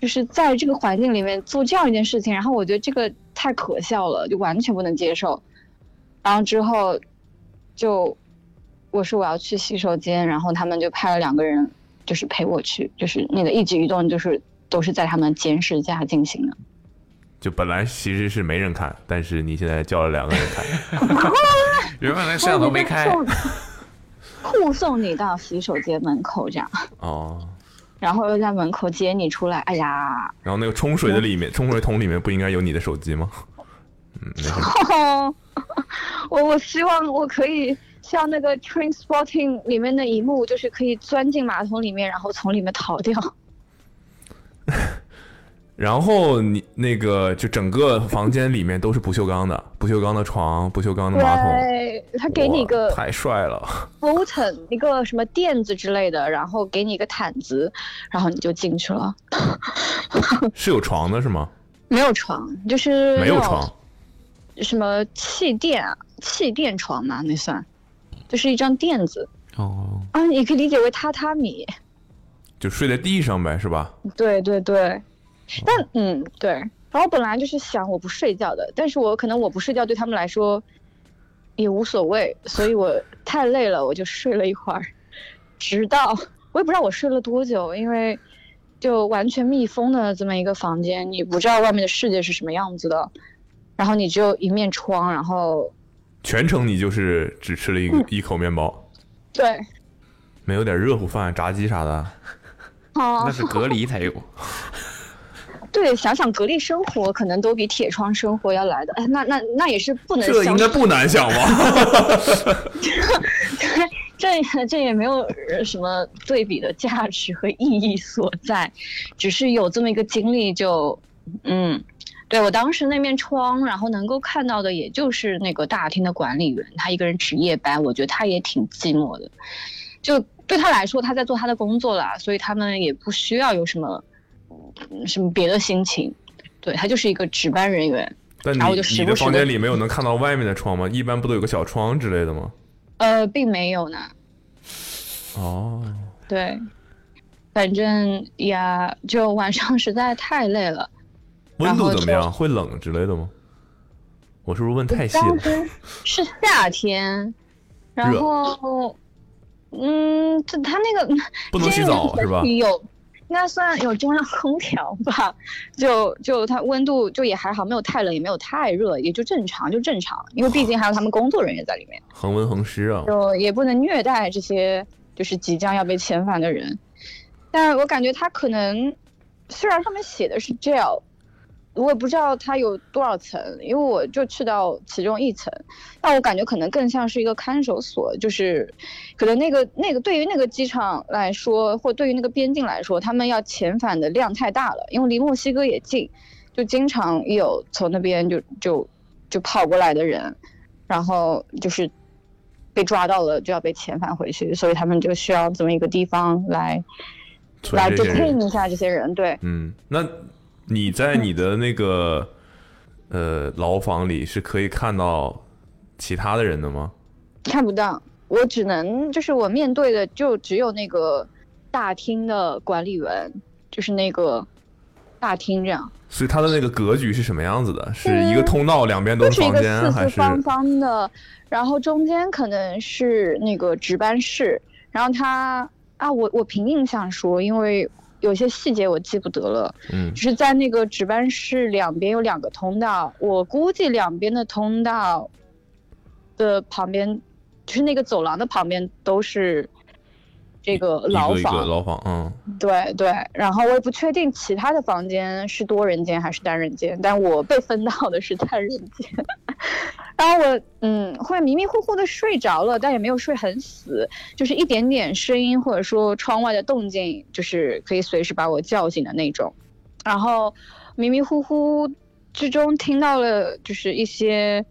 S4: 就是在这个环境里面做这样一件事情，然后我觉得这个太可笑了，就完全不能接受。然后之后就我说我要去洗手间，然后他们就派了两个人，就是陪我去，就是你的一举一动就是都是在他们监视下进行的。
S2: 就本来其实是没人看，但是你现在叫了两个人看，
S3: 原本那个摄像头没开，
S4: 护送你到洗手间门口这样，
S2: 哦。
S4: 然后又在门口接你出来。哎呀，
S2: 然后那个冲水的里面，冲水桶里面不应该有你的手机吗？嗯，没事。
S4: 哦，我我希望我可以像那个《Train Spotting》里面的一幕，就是可以钻进马桶里面，然后从里面逃掉。
S2: 然后你那个就整个房间里面都是不锈钢的，不锈钢的床，不锈钢的嗯马桶。
S4: 对，他给你一
S2: 哇
S4: 个
S2: 太帅了，
S4: button，一个什么垫子之类的，然后给你一个毯子，然后你就进去了。
S2: 是有床的是吗？
S4: 没有床，就是
S2: 没有床，
S4: 什么气垫啊，气垫床嘛，那算，就是一张垫子
S3: 哦，
S4: 啊，你可以理解为榻榻米。
S2: 就睡在地上呗，是吧？
S4: 对对
S2: 哦
S4: 对，但嗯对，然后本来就是想我不睡觉的，但是我可能我不睡觉对他们来说也无所谓，所以我太累了，我就睡了一会儿，直到我也不知道我睡了多久，因为就完全密封的这么一个房间，你不知道外面的世界是什么样子的，然后你只有一面窗，然后
S2: 全程你就是只吃了
S4: 嗯
S2: 一个、一口面包，
S4: 对，
S2: 没有点热乎饭、炸鸡啥的。
S4: 哦
S3: 那，是隔离才有。
S4: 对，想想隔离生活可能都比铁窗生活要来的，哎，那那那也是不能
S2: 这应
S4: 相
S2: 该
S4: 信
S2: 不难想 吧？
S4: 这这也没有呃什么对比的价值和意义所在，只是有这么一个经历就，嗯，对我当时那面窗，然后能够看到的也就是那个大厅的管理员，他一个人值夜班，我觉得他也挺寂寞的，就对他来说他在做他的工作啦，所以他们也不需要有什么嗯什么别的心情，对他就是一个值班人员，
S2: 但
S4: 然后我
S2: 你
S4: 就时
S2: 你
S4: 不
S2: 的
S4: 时
S2: 房
S4: 地
S2: 间里没有能看到外面的窗吗？一般不都有个小窗之类的吗？
S4: 呃，并没有呢，
S2: 哦，
S4: 对，反正呀，就晚上实在太累了。
S2: 温度
S4: 然后
S2: 怎么
S4: 就
S2: 样？会冷之类的吗？我 是不是问太细
S4: 当
S2: 了？
S4: 时是夏 天，然
S2: 热
S4: 后，嗯，这他那个
S2: 不能洗澡是吧？
S4: 有，应该算有中央空调吧，就就它温度就也还好，没有太冷，也没有太热，也就正常，就正常，因为毕竟还有他们工作人员在里面，
S2: 恒温恒湿啊，
S4: 就也不能虐待这些就是即将要被遣返的人。但我感觉他可能，虽然上面写的是 jail，我也不知道它有多少层，因为我就去到其中一层，但我感觉可能更像是一个看守所，就是可能那个那个对于那个机场来说，或对于那个边境来说，他们要遣返的量太大了，因为离墨西哥也近，就经常有从那边就就就跑过来的人，然后就是被抓到了就要被遣返回去，所以他们就需要这么一个地方来来
S2: 存这些人
S4: detain。一下这些人，对。
S2: 嗯，那你在你的那个呃牢房里是可以看到其他的人的吗？
S4: 看不到，我只能就是我面对的就只有那个大厅的管理员，就是那个大厅这样，
S2: 所以它的那个格局是什么样子的？是一个通道，两边都
S4: 嗯就是是一
S2: 房
S4: 个
S2: 间，
S4: 四
S2: 还
S4: 四
S2: 是
S4: 方方的，然后中间可能是那个值班室，然后他啊，我我凭印象说，因为有些细节我记不得了，
S2: 嗯
S4: 就是在那个值班室两边有两个通道，我估计两边的通道的旁边，就是那个走廊的旁边都是这个
S2: 一
S4: 牢
S2: 个一个
S4: 房，
S2: 牢房？嗯，
S4: 对对。然后我也不确定其他的房间是多人间还是单人间，但我被分到的是单人间。 然后我嗯会迷迷糊糊的睡着了，但也没有睡很死，就是一点点声音或者说窗外的动静，就是可以随时把我叫醒的那种。然后迷迷糊糊之中听到了就是一些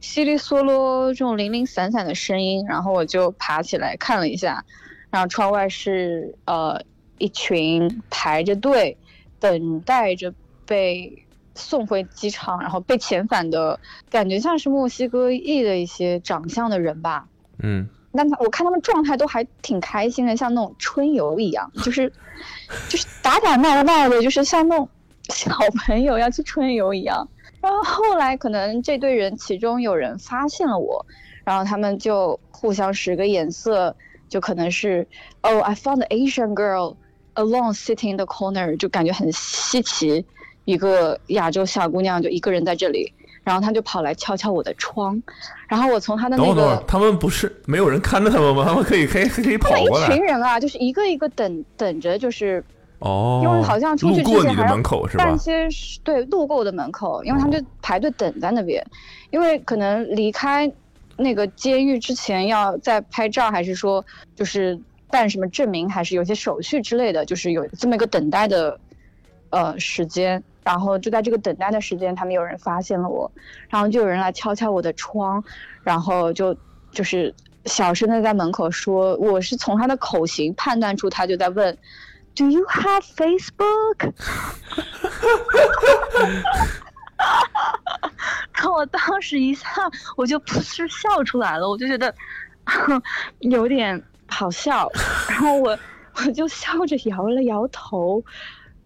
S4: 稀里嗦啰这种零零散散的声音，然后我就爬起来看了一下，然后窗外是呃一群排着队等待着被送回机场，然后被遣返的感觉像是墨西哥裔的一些长相的人吧。
S2: 嗯，
S4: 但他我看他们状态都还挺开心的，像那种春游一样，就是就是打打闹闹的，就是像那种小朋友要去春游一样。然后后来可能这队人其中有人发现了我，然后他们就互相使个眼色，就可能是 Oh, I found the Asian girl alone sitting in the corner，就感觉很稀奇，一个亚洲小姑娘就一个人在这里。然后他就跑来敲敲我的窗，然后我从他的
S2: 等
S4: 那
S2: 会儿
S4: 个
S2: 等会儿，他们不是没有人看着他们吗？他们 可以可以可以跑过
S4: 一
S2: 来
S4: 群人啊，就是一个一个等等着，就是
S2: 哦，
S4: 因为好像出
S2: 路
S4: 去之
S2: 过
S4: 前
S2: 你的
S4: 还要
S2: 门口是吧哦
S4: 办？些事对路过我的门口，因为他们就排队等在那边，因为可能离开那个监狱之前要再拍照，还是说就是办什么证明，还是有些手续之类的，就是有这么一个等待的呃时间。然后就在这个等待的时间，他们有人发现了我，然后就有人来敲敲我的窗，然后就就是小声的在门口说，我是从他的口型判断出他就在问，Do you have Facebook？然后我当时一下我就噗嗤笑出来了，我就觉得 有点好笑，然后我我就笑着摇了摇头，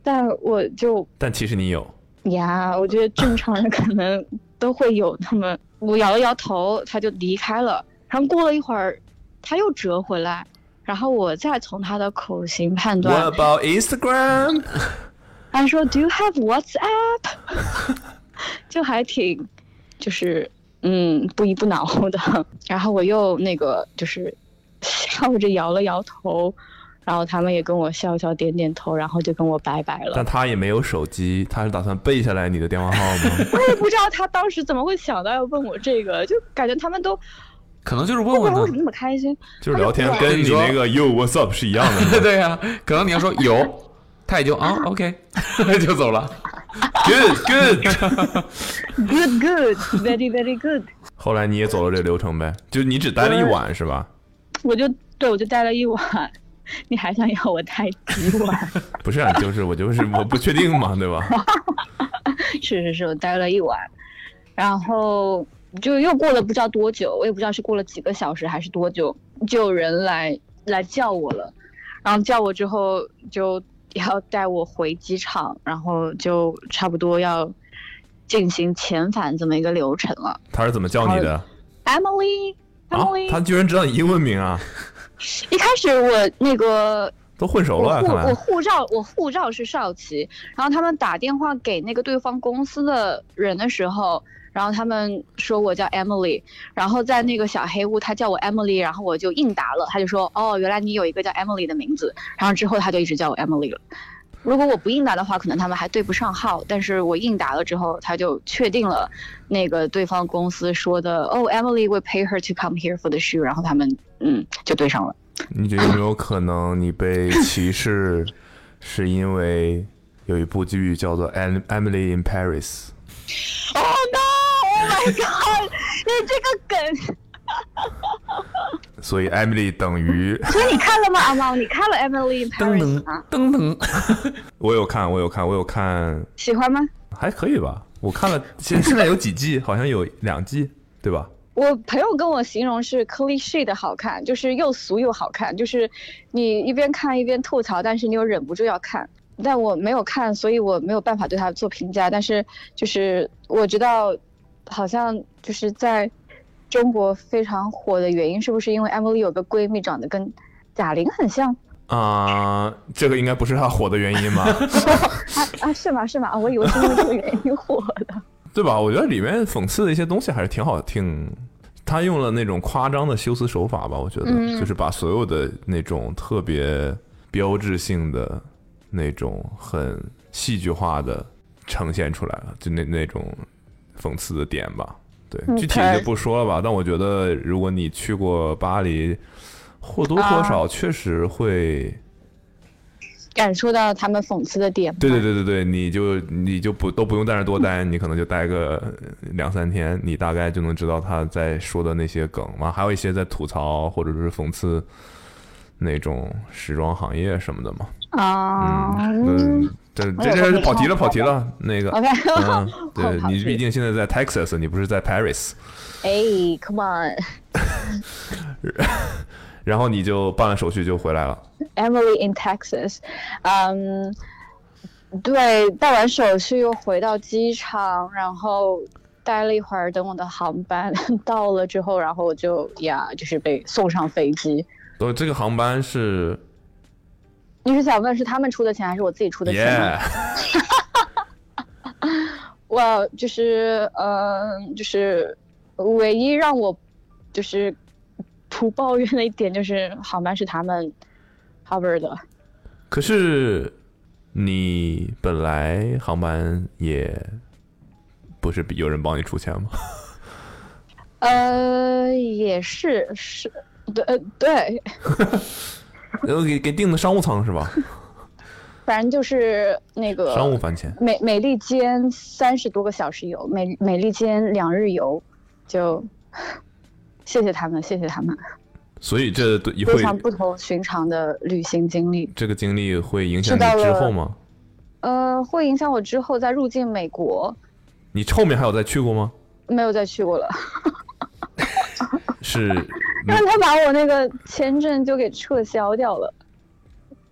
S4: 但我就
S2: 但其实你有，
S4: 呀，我觉得正常人可能都会有那么，我摇了摇头，他就离开了。然后过了一会儿，他又折回来，然后我再从他的口型判断
S2: What，about Instagram？
S4: 他说 Do you have WhatsApp？就 还挺，就是嗯不依不挠的。 然后我又那个就是笑着摇了摇头，然后他们也跟我笑笑点点头，然后就跟我拜拜了
S2: 但。他也没有手机，他是打算背下来你的电话号吗？
S4: 我也不知道他当时怎么会想到要问我这个，就感觉他们都哎
S3: 可能就是问
S4: 不知
S3: 问
S4: 道为什么
S3: 呢。
S4: 那么开心。
S2: 就是聊天跟你那个 Yo What's Up 是一样的吗
S3: 对呀、可能你要说有，他也就啊 OK 就走了。
S2: ，Good Good。
S4: Good, good, very, very good。
S2: 后来你也走了这流程呗，就你只待了一晚是吧？
S4: 我就对我就待了一晚， 你还想要我待几晚？
S2: 不是、啊，就是我就是我不确定嘛，对吧？
S4: 是是是，我待了一晚，然后就又过了不知道多久，我也不知道是过了几个小时还是多久，就有人来来叫我了，然后叫我之后就要带我回机场，然后就差不多要进行遣返这么一个流程了。
S2: 他是怎么叫你的？
S4: Emily。
S2: 啊
S4: Emily，、，
S2: 他居然知道你英文名啊，
S4: 一开始我那个
S2: 都混熟了、
S4: 我
S2: 啊，
S4: 护
S2: 看来
S4: 我。护照我护照是少奇，然后他们打电话给那个对方公司的人的时候，然后他们说我叫 Emily，然后在那个小黑屋他叫我 Emily，然后我就应答了，他就说哦，原来你有一个叫 Emily 的名字，然后之后他就一直叫我 Emily 了。如果我不应答的话，可能他们还对不上号。但是我应答了之后，他就确定了那个对方公司说的哦、e m i l y will pay her to come here for the shoe，然后他们嗯就对上了。
S2: 你觉得有没有可能你被歧视，是因为有一部剧叫做《Em- Emily in Paris》？
S4: Oh no! Oh my god！你这个梗，
S2: 所以 Emily 等于
S4: 所以你看了吗？阿猫，你看了《Emily in
S3: 噔噔》
S4: Paris 吗？
S3: 噔噔，
S2: 我有看，我有看，我有看，
S4: 喜欢吗？
S2: 还可以吧。我看了，现现在有几季？好像有两季，对吧？
S4: 我朋友跟我形容是 cliche 的好看，就是又俗又好看，就是你一边看一边吐槽，但是你又忍不住要看。但我没有看，所以我没有办法对它做评价。但是就是我知道，好像就是在中国非常火的原因，是不是因为 Emily 有个闺蜜长得跟贾玲很像？
S2: 啊、这个应该不是他火的原因吧？
S4: 啊啊，是吗？是吗？啊，我以为是因为这个原因火的。
S2: 对吧？我觉得里面讽刺的一些东西还是挺好，挺他用了那种夸张的修辞手法吧，我觉得、
S4: 嗯
S2: 就是把所有的那种特别标志性的那种很戏剧化的呈现出来了，就那那种讽刺的点吧。对，具体就
S4: OK
S2: 不说了吧。但我觉得，如果你去过巴黎，或多或少确实会，
S4: 感受到他们讽刺的点。
S2: 对对，对对对，你就你就不都不用在那儿多待，你可能就待个呃两三天，你大概就能知道他在说的那些梗嘛，还有一些在吐槽或者是讽刺那种时装行业什么的嘛。
S4: 啊，
S2: 嗯，嗯这这
S4: 我
S2: 这
S4: 有
S2: 是
S4: 个
S2: 跑题了，
S4: 好
S2: 跑题
S4: 的
S2: 了。那个
S4: OK
S2: 嗯，
S4: 好
S2: 对
S4: 跑
S2: 你
S4: 题
S2: 毕竟现在在 Texas，你不是在 Paris，
S4: 哎，Come on，Emily
S2: 然后你就办了手续就回来了。
S4: in Texas，嗯、对，办完手续又回到机场，然后待了一会儿，等我的航班 到了之后，然后我就呀，就是被送上飞机。
S2: 都这个航班是
S4: 你是想问是他们出的钱还是我自己出的钱吗？
S2: 耶，
S4: 我就是嗯、呃就是唯一让我就是不抱怨的一点就是航班是他们 cover 的，
S2: 可是你本来航班也不是有人帮你出钱 吗？
S4: 呃，也是是。对，呃，对，
S2: 然后呃给给订的商务舱是吧？
S4: 反正就是那 个
S2: 商务返钱。
S4: 美美利坚三十多个小时游，美美利坚两日游，就 谢谢他们，谢谢他们，
S2: 所以这对
S4: 非
S2: 会
S4: 常不同寻常的旅行经历。
S2: 这个经历会影响你
S4: 知道
S2: 之
S4: 了
S2: 后吗？
S4: 呃，会影响我之后再入境美国，
S2: 你后面还有再去过 吗？
S4: 没有再去过了。
S2: 是没
S4: 但他把我那个签证就给撤销掉了，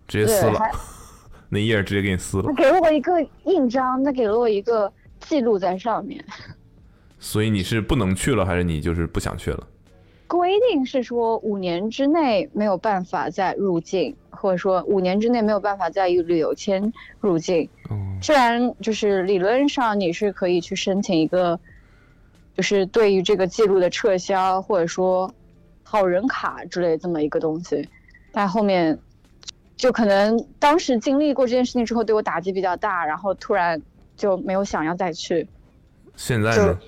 S2: 直接撕
S4: 对
S2: 了
S4: 还，
S2: 那一页直接给你撕了
S4: 他。给了我一个印章，他给了我一个记录在上面。
S2: 所以你是不能去了，还是你就是不想去了？
S4: 规定是说五年之内没有办法再入境，或者说五年之内没有办法再以旅游签入境。
S2: 嗯，
S4: 虽然就是理论上你是可以去申请一个，就是对于这个记录的撤销，或者说好人卡之类这么一个东西，但后面就可能当时经历过这件事情之后，对我打击比较大，然后突然就没有想要再去。
S2: 现在呢？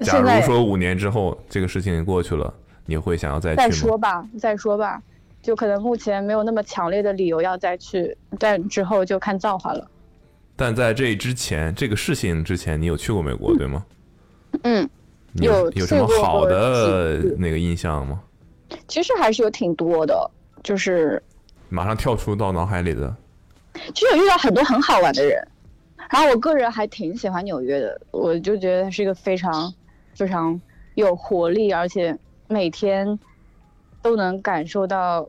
S2: 假
S4: 现在
S2: 如说五年之后这个事情过去了，你会想要再
S4: 再
S2: 去吗
S4: 说？吧，再说吧，就可能目前没有那么强烈的理由要再去，但之后就看造化了。
S2: 但在这之前，这个事情之前，你有去过美国对吗？
S4: 嗯，
S2: 你有
S4: 有
S2: 有什么
S4: 去过
S2: 好的
S4: 几次
S2: 那个印象吗？
S4: 其实还是有挺多的，就是
S2: 马上跳出到脑海里的，
S4: 其实有遇到很多很好玩的人，然后我个人还挺喜欢纽约的，我就觉得它是一个非常非常有活力，而且每天都能感受到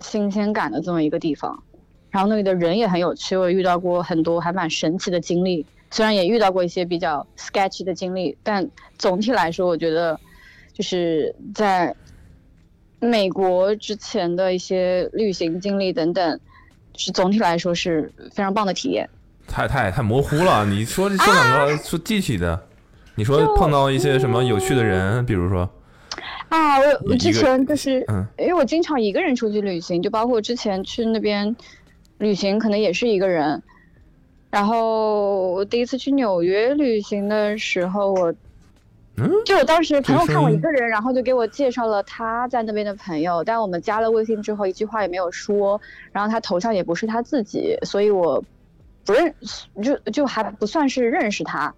S4: 新鲜感的这么一个地方。然后那里的人也很有趣，我也遇到过很多还蛮神奇的经历，虽然也遇到过一些比较 sketchy 的经历，但总体来说，我觉得就是在美国之前的一些旅行经历等等，是总体来说是非常棒的体验。
S2: 太太太模糊了。你 说这这
S4: 啊
S2: 两个说具体的，你说碰到一些什么有趣的人，比如说，
S4: 啊，我
S2: 一
S4: 我之
S2: 个
S4: 前就是，
S2: 嗯
S4: 因为我经常一个人出去旅行，就包括之前去那边旅行，可能也是一个人。然后我第一次去纽约旅行的时候，我
S2: 嗯，
S4: 就我当时朋友
S2: 这声
S4: 看我一
S2: 音
S4: 个人，然后就给我介绍了他在那边的朋友，但我们加了微信之后一句话也没有说，然后他头像也不是他自己，所以我不认就就还不算是认识他。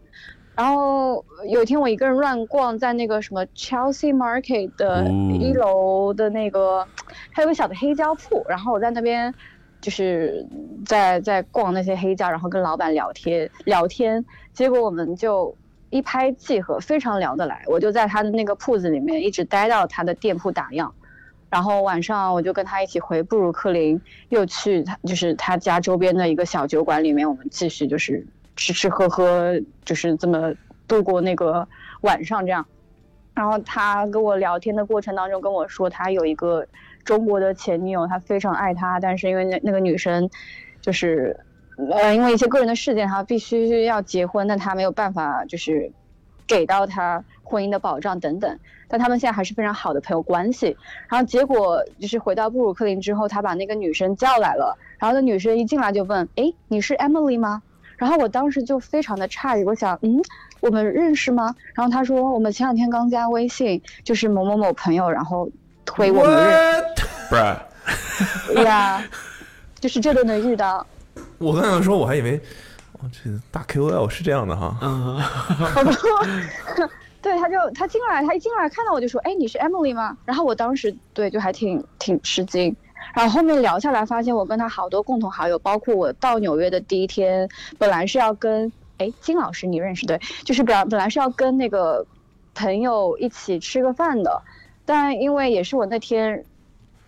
S4: 然后有一天我一个人乱逛，在那个什么 Chelsea Market 的
S2: 哦
S4: 一楼的那个，它有个小的黑胶铺，然后我在那边就是在在逛那些黑胶，然后跟老板聊天聊天，结果我们就一拍即合，非常聊得来。我就在他的那个铺子里面一直待到他的店铺打烊，然后晚上我就跟他一起回布鲁克林，又去他就是他家周边的一个小酒馆里面，我们继续就是吃吃喝喝，就是这么度过那个晚上这样。然后他跟我聊天的过程当中跟我说，他有一个中国的前女友，他非常爱她，但是因为那那个女生就是呃，因为一些个人的事件，他必须要结婚，但他没有办法就是给到他婚姻的保障等等。但他们现在还是非常好的朋友关系。然后结果就是回到布鲁克林之后，他把那个女生叫来了，然后那女生一进来就问：“诶，你是 Emily 吗？”然后我当时就非常的诧异，我想，嗯，我们认识吗？然后他说，我们前两天刚加微信，就是某某某朋友，然后推我们认
S3: 不是，
S4: 识呀，就是这都能遇到。
S2: 我刚想说，我还以为，哦，这个大 KOL 是这样的哈。
S3: 嗯，
S4: 对，他就他进来，他一进来看到我就说：“哎，你是 Emily 吗？”然后我当时对就还挺挺吃惊，然后后面聊下来发现我跟他好多共同好友，包括我到纽约的第一天，本来是要跟哎金老师你认识对，就是本来本来是要跟那个朋友一起吃个饭的，但因为也是我那天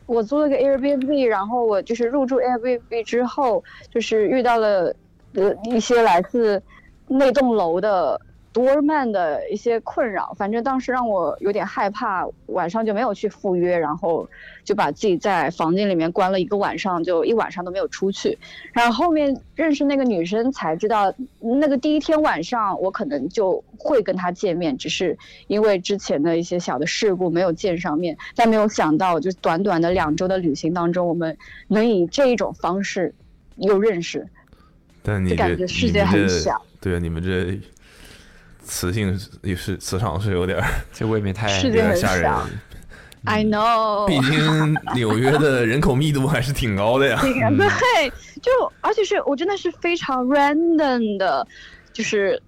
S4: 我租了个 Airbnb，然后我就是入住 Airbnb 之后，就是遇到了呃一些来自那栋楼的 doorman 的一些困扰，反正当时让我有点害怕，晚上就没有去赴约，然后就把自己在房间里面关了一个晚上，就一晚上都没有出去。然后后面认识那个女生才知道，那个第一天晚上我可能就会跟她见面，只是因为之前的一些小的事故没有见上面。但没有想到，就是短短的两周的旅行当中，我们能以这一种方式又认识。
S2: 但你
S4: 就感
S2: 这
S4: 觉世
S2: 你
S4: 界
S2: 们
S4: 很
S2: 这
S4: 小
S2: 对，啊你们这磁性是也是磁场是有点儿
S3: 这未免太
S4: 世
S2: 有
S4: 界
S2: 点
S4: 很
S2: 吓人。
S4: 小I know，
S2: 毕竟纽约的人口密度还是挺高的呀。
S4: 对，就而且是我真的是非常 random 的，就是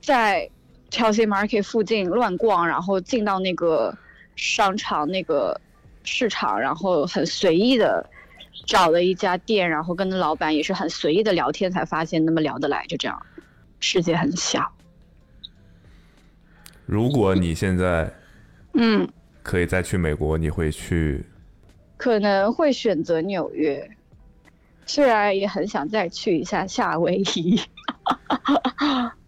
S4: 在 Chelsea Market 附近乱逛，然后进到那个商场那个市场，然后很随意的找了一家店，然后跟老板也是很随意的聊天，才发现那么聊得来，就这样，世界很小。
S2: 如果你现在
S4: 嗯，
S2: 可以再去美国，你会去？
S4: 可能会选择纽约，虽然也很想再去一下夏威夷。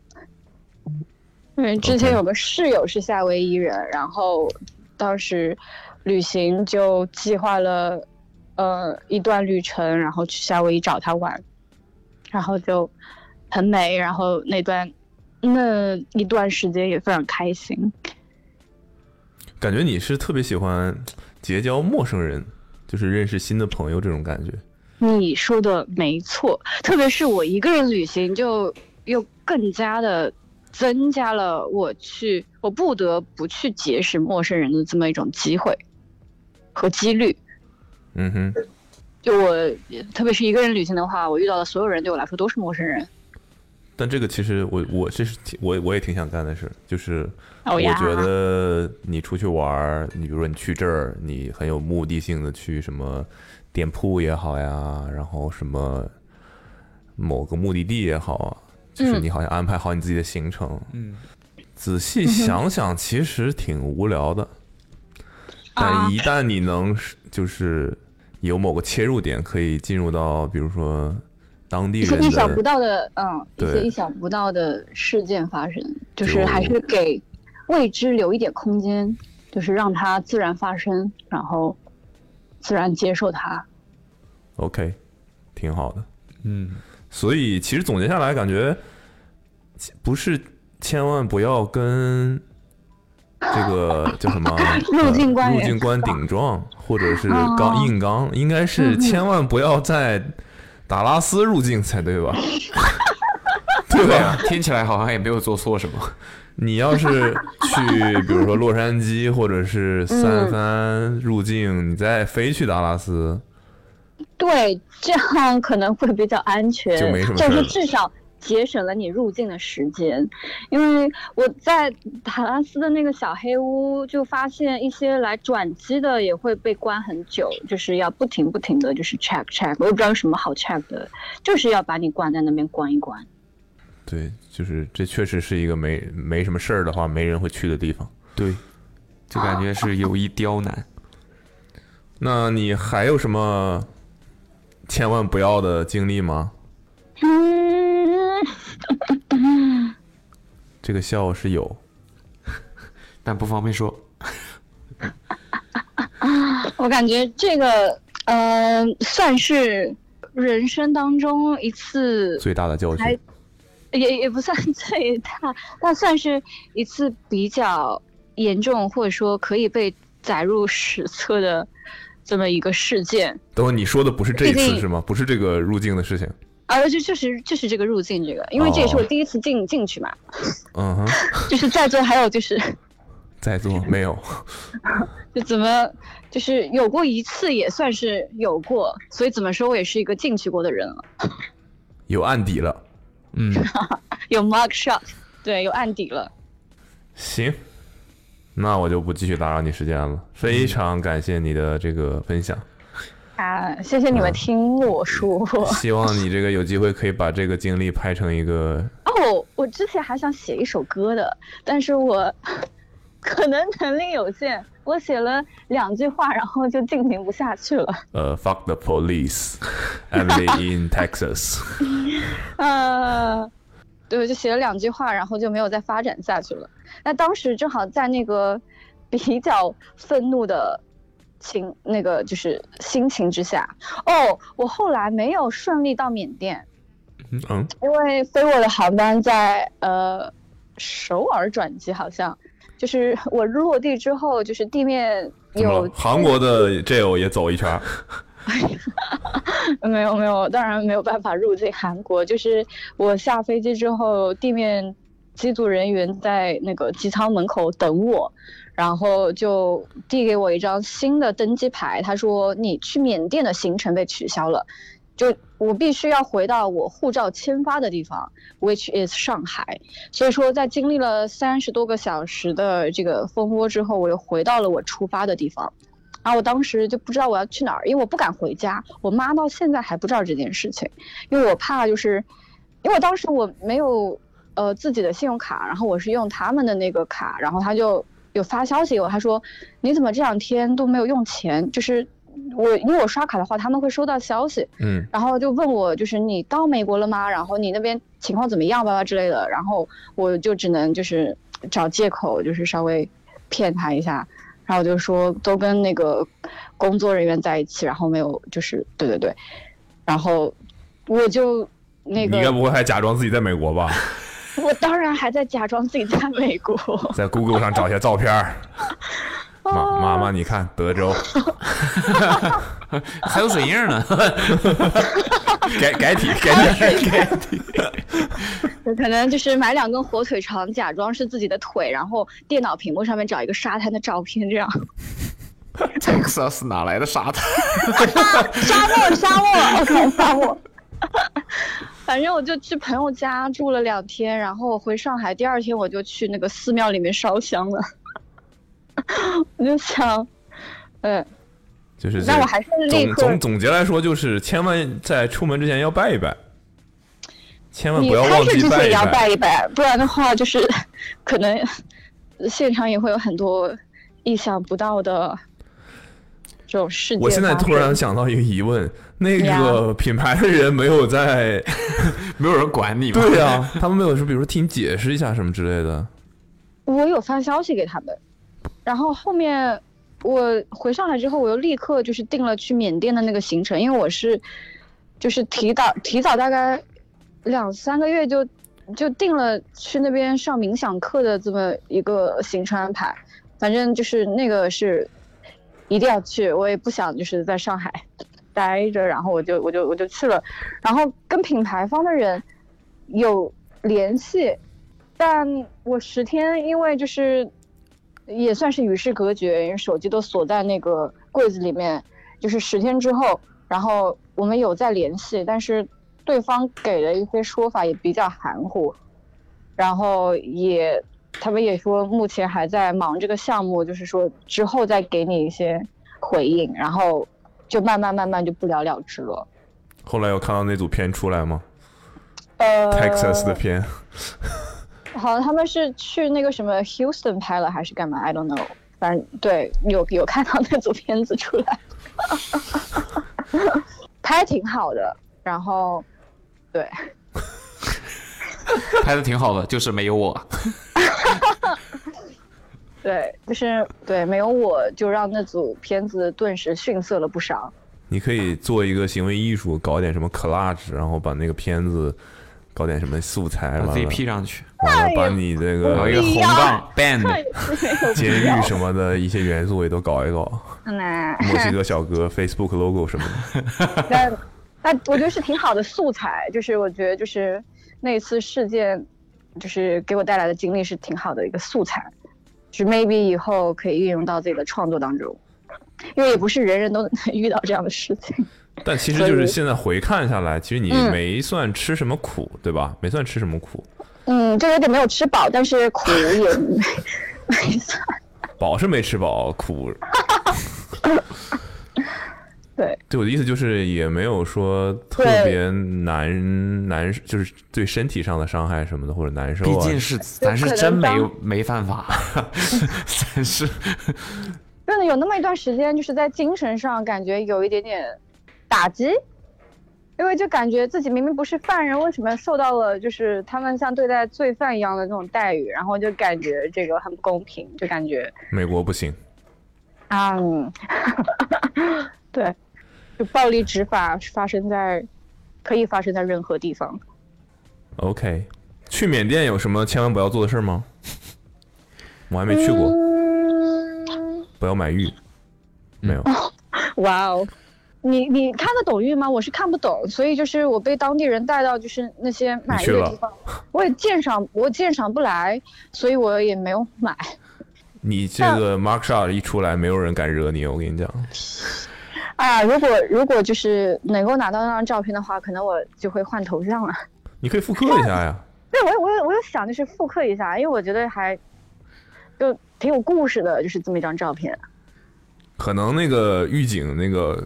S4: 嗯，之前
S2: OK
S4: 有个室友是夏威夷人，然后当时旅行就计划了呃一段旅程，然后去夏威夷找他玩，然后就很美，然后那段那一段时间也非常开心。
S2: 感觉你是特别喜欢结交陌生人，就是认识新的朋友这种感觉。
S4: 你说的没错，特别是我一个人旅行，就又更加的增加了我去，我不得不去结识陌生人的这么一种机会和几率。
S2: 嗯哼，
S4: 就我，特别是一个人旅行的话，我遇到的所有人对我来说都是陌生人。
S2: 但这个其实我我这是挺我我也挺想干的事，就是
S4: 哦
S2: 我
S4: 呀
S2: 觉得你出去玩儿，你比如说你去这儿，你很有目的性的去什么店铺也好呀，然后什么某个目的地也好啊，就是
S4: 嗯
S2: 你好像安排好你自己的行程。
S3: 嗯，
S2: 仔细想想，其实挺无聊的。
S4: 啊
S2: 但一旦你能是就是有某个切入点，可以进入到比如说当地
S4: 一些
S2: 人
S4: 意想不
S2: 的，
S4: 到的，嗯，一些
S2: 对
S4: 意想不到的事件发生，就是
S2: 就
S4: 还是给未知留一点空间，就是让它自然发生，然后自然接受它。
S2: OK，挺好的。
S3: 嗯，
S2: 所以其实总结下来，感觉不是千万不要跟这个叫什么
S4: 入境官
S2: 呃入
S4: 也
S2: 境
S4: 是
S2: 官顶撞，或者是刚
S4: 哦嗯
S2: 硬刚，应该是千万不要在达拉斯入境才对吧？对
S3: 对
S2: 吧？
S3: 啊，听起来好像也没有做错什么。
S2: 你要是去，比如说洛杉矶或者是三藩入境，你再飞去达拉斯，
S4: 对， 这样可能会比较安全，
S2: 就没什么事儿
S4: 但
S2: 了
S4: 是至少节省了你入境的时间。因为我在达拉斯的那个小黑屋就发现一些来转机的也会被关很久，就是要不停不停的就是 check check，我也不知道有什么好 check 的，就是要把你关在那边关一关。
S2: 对，就是这确实是一个没没什么事儿的话，没人会去的地方。
S3: 对，就感觉是有意刁难。
S2: 那你还有什么千万不要的经历吗？
S4: 嗯，
S2: 这个笑是有，
S3: 但不方便说。
S4: 我感觉这个，呃，算是人生当中一次
S2: 最大的教训
S4: 还也也不算 最大，但算是一次比较严重或者说可以被载入史册的这么一个事件。
S2: 等会你说的不是这一
S4: 毕
S2: 次
S4: 竟
S2: 是吗？不是这个入境的事情。
S4: 啊，就就是就是这个入境这个，因为这也是我
S2: 哦
S4: 第一次进、进去嘛，
S2: 嗯哼，
S4: 就是在座还有就是
S2: 在座没有，
S4: 就怎么就是有过一次也算是有过，所以怎么说我也是一个进去过的人了，
S2: 有案底了。
S3: 嗯，
S4: 有 mark shot，对，有案底了。
S2: 行，那我就不继续打扰你时间了。非常感谢你的这个分享。
S4: 啊，谢谢你们听我说。
S2: 希望你这个有机会可以把这个经历拍成一个，
S4: 哦，我之前还想写一首歌的，但是我 可能能力有限，我写了两句话，然后就进行不下去了。
S2: 呃，fuck the police，Emily in Texas。
S4: 呃，对，就写了两句话，然后就没有再发展下去了。那当时正好在那个比较愤怒的情，那个就是心情之下，哦，我后来没有顺利到缅甸，
S2: 嗯，
S4: 因为飞我的航班在呃首尔转机，好像就是我落地之后，就是地面
S2: 怎么
S4: 有
S2: 了？韩国的 jail 也走一圈儿，
S4: 没有没有，当然没有办法入境韩国。就是我下飞机之后，地面机组人员在那个机舱门口等我，然后就递给我一张新的登机牌，他说你去缅甸的行程被取消了，就我必须要回到我护照签发的地方，which is 上海。所以说，在经历了三十多个小时的这个风波之后，我又回到了我出发的地方。然后我当时就不知道我要去哪儿，因为我不敢回家，我妈到现在还不知道这件事情，因为我怕就是，因为我当时我没有呃自己的信用卡，然后我是用他们的那个卡，然后他就有发消息给我，他说你怎么这两天都没有用钱，就是。我因为我刷卡的话，他们会收到消息，
S2: 嗯，
S4: 然后就问我，就是你到美国了吗？然后你那边情况怎么样，爸爸之类的。然后我就只能就是找借口，就是稍微骗他一下。然后我就说都跟那个工作人员在一起，然后没有就是对对对，然后我就那
S2: 你该
S4: 个，
S2: 不会还假装自己在美国 吧？
S4: 我当然还在假装自己在美国。
S2: 在 Google 上找一下照片儿，
S4: 哦
S2: 妈妈妈，你看德 州，
S3: 还有水印呢。
S2: 改改体
S4: 哦
S2: 改体改体，
S4: 可能就是买两根火腿肠，假装是自己的腿，然后电脑屏幕上面找一个沙滩的照片，这样
S3: Texas 哪来的沙滩？
S4: 沙漠沙 漠，OK 沙漠。反正我就去朋友家住了两天，然后回上海，第二天我就去那个寺庙里面烧香了。 我就想，嗯，
S2: 就是这
S4: 但我还是立
S2: 总
S4: 刻
S2: 总总结来说，就是千万在出门之前要拜一拜，千万
S4: 你
S2: 不要
S4: 开
S2: 忘
S4: 始
S2: 记
S4: 之前
S2: 拜
S4: 也
S2: 一
S4: 要
S2: 拜。
S4: 拜一拜，不然的话就是 可能现场也会有很多意想不到的这种事件发
S2: 我现
S4: 生。
S2: 在突然想到一个疑问，那个
S4: 呀
S2: 品牌的人没有 在？
S3: 没有人管你吗？
S2: 对呀、他们没有说，比如说替你解释一下什么之类的。
S4: 我有发消息给他们，然后后面我回上海之后，我又立刻就是定了去缅甸的那个行程，因为我是就是提早提早大概两三个月就就定了去那边上冥想课的这么一个行程安排，反正就是那个是一定要去，我也不想就是在上海 待着，然后我就我就我就去了，然后跟品牌方的人有联系，但我十天因为就是也算是与世隔绝，因为手机都锁在那个柜子里面，就是十天之后，然后我们有在联系，但是对方给的一些说法也比较含糊，然后也他们也说目前还在忙这个项目，就是说之后再给你一些回应，然后就慢慢慢慢就不了了之了。
S2: 后来有看到那组片出来吗、
S4: 呃
S2: t e x a s 的片，
S4: 好像他们是去那个什么 Houston 拍了还是干嘛？I don't know。反正对，有有看到那组片子出来， 拍挺好的。然后，对，
S3: 拍的挺好的，就是没有我。
S4: 对，就是对，没有我就让那组片子顿时逊色了不少。
S2: 你可以做一个行为艺术，搞点什么 collage，然后把那个片子搞点什么素材，
S3: 把
S2: 完
S3: 自己
S2: 了
S3: P 上去，
S2: 完了把你这
S3: 搞一个
S2: 个
S3: 红
S4: 不要
S3: 杠 band，
S2: 监狱什么的一些元素也都搞一 搞。
S4: 那
S2: 墨西哥小哥 Facebook logo 什么的，
S4: 但但我觉得是挺好的素材，就是我觉得就是那次事件，就是给我带来的经历是挺好的一个素材，就是 maybe 以后可以运用到自己的创作当中，因为也不是人人都能 遇到这样的事情。
S2: 但其实就是现在回看下来，其实你没算吃什么苦，对吧？没算吃什么苦，
S4: 嗯，就有点没有吃饱，但是苦也 没没算
S2: 饱是没吃饱，苦
S4: 对。
S2: 对我的意思就是也没有说特别难难，就是对身体上的伤害什么的或者难受
S3: 毕
S2: 啊。
S3: 竟是咱是真没没犯法， 咱 是
S4: 真的有那么一段时间，就是在精神上感觉有一点点打击，因为就感觉自己明明不是犯人，为什么受到了就是他们像对待罪犯一样的那种待遇，然后就感觉这个很不公平，就感觉
S2: 美国不行，
S4: 啊嗯， 对，就暴力执法发生在可以发生在任何地方。
S2: OK，去缅甸有什么千万不要做的事儿吗？我还没去过，
S4: 嗯，
S2: 不要买玉，没有。
S4: 哇哦。你你看得懂玉吗？我是看不懂，所以就是我被当地人带到就是那些买玉
S2: 你去
S4: 的
S2: 了
S4: 地方，我也鉴赏我鉴赏不来，所以我也没有买。
S2: 你这个 Mark Shot 一出来，没有人敢惹你，我跟你讲。
S4: 啊，如果如果就是能够拿到那张照片的话，可能我就会换头像了。
S2: 你可以复刻一下呀。
S4: 对，我有我有我有想就是复刻一下，因为我觉得还就挺有故事的，就是这么一张照片。
S2: 可能那个预警那个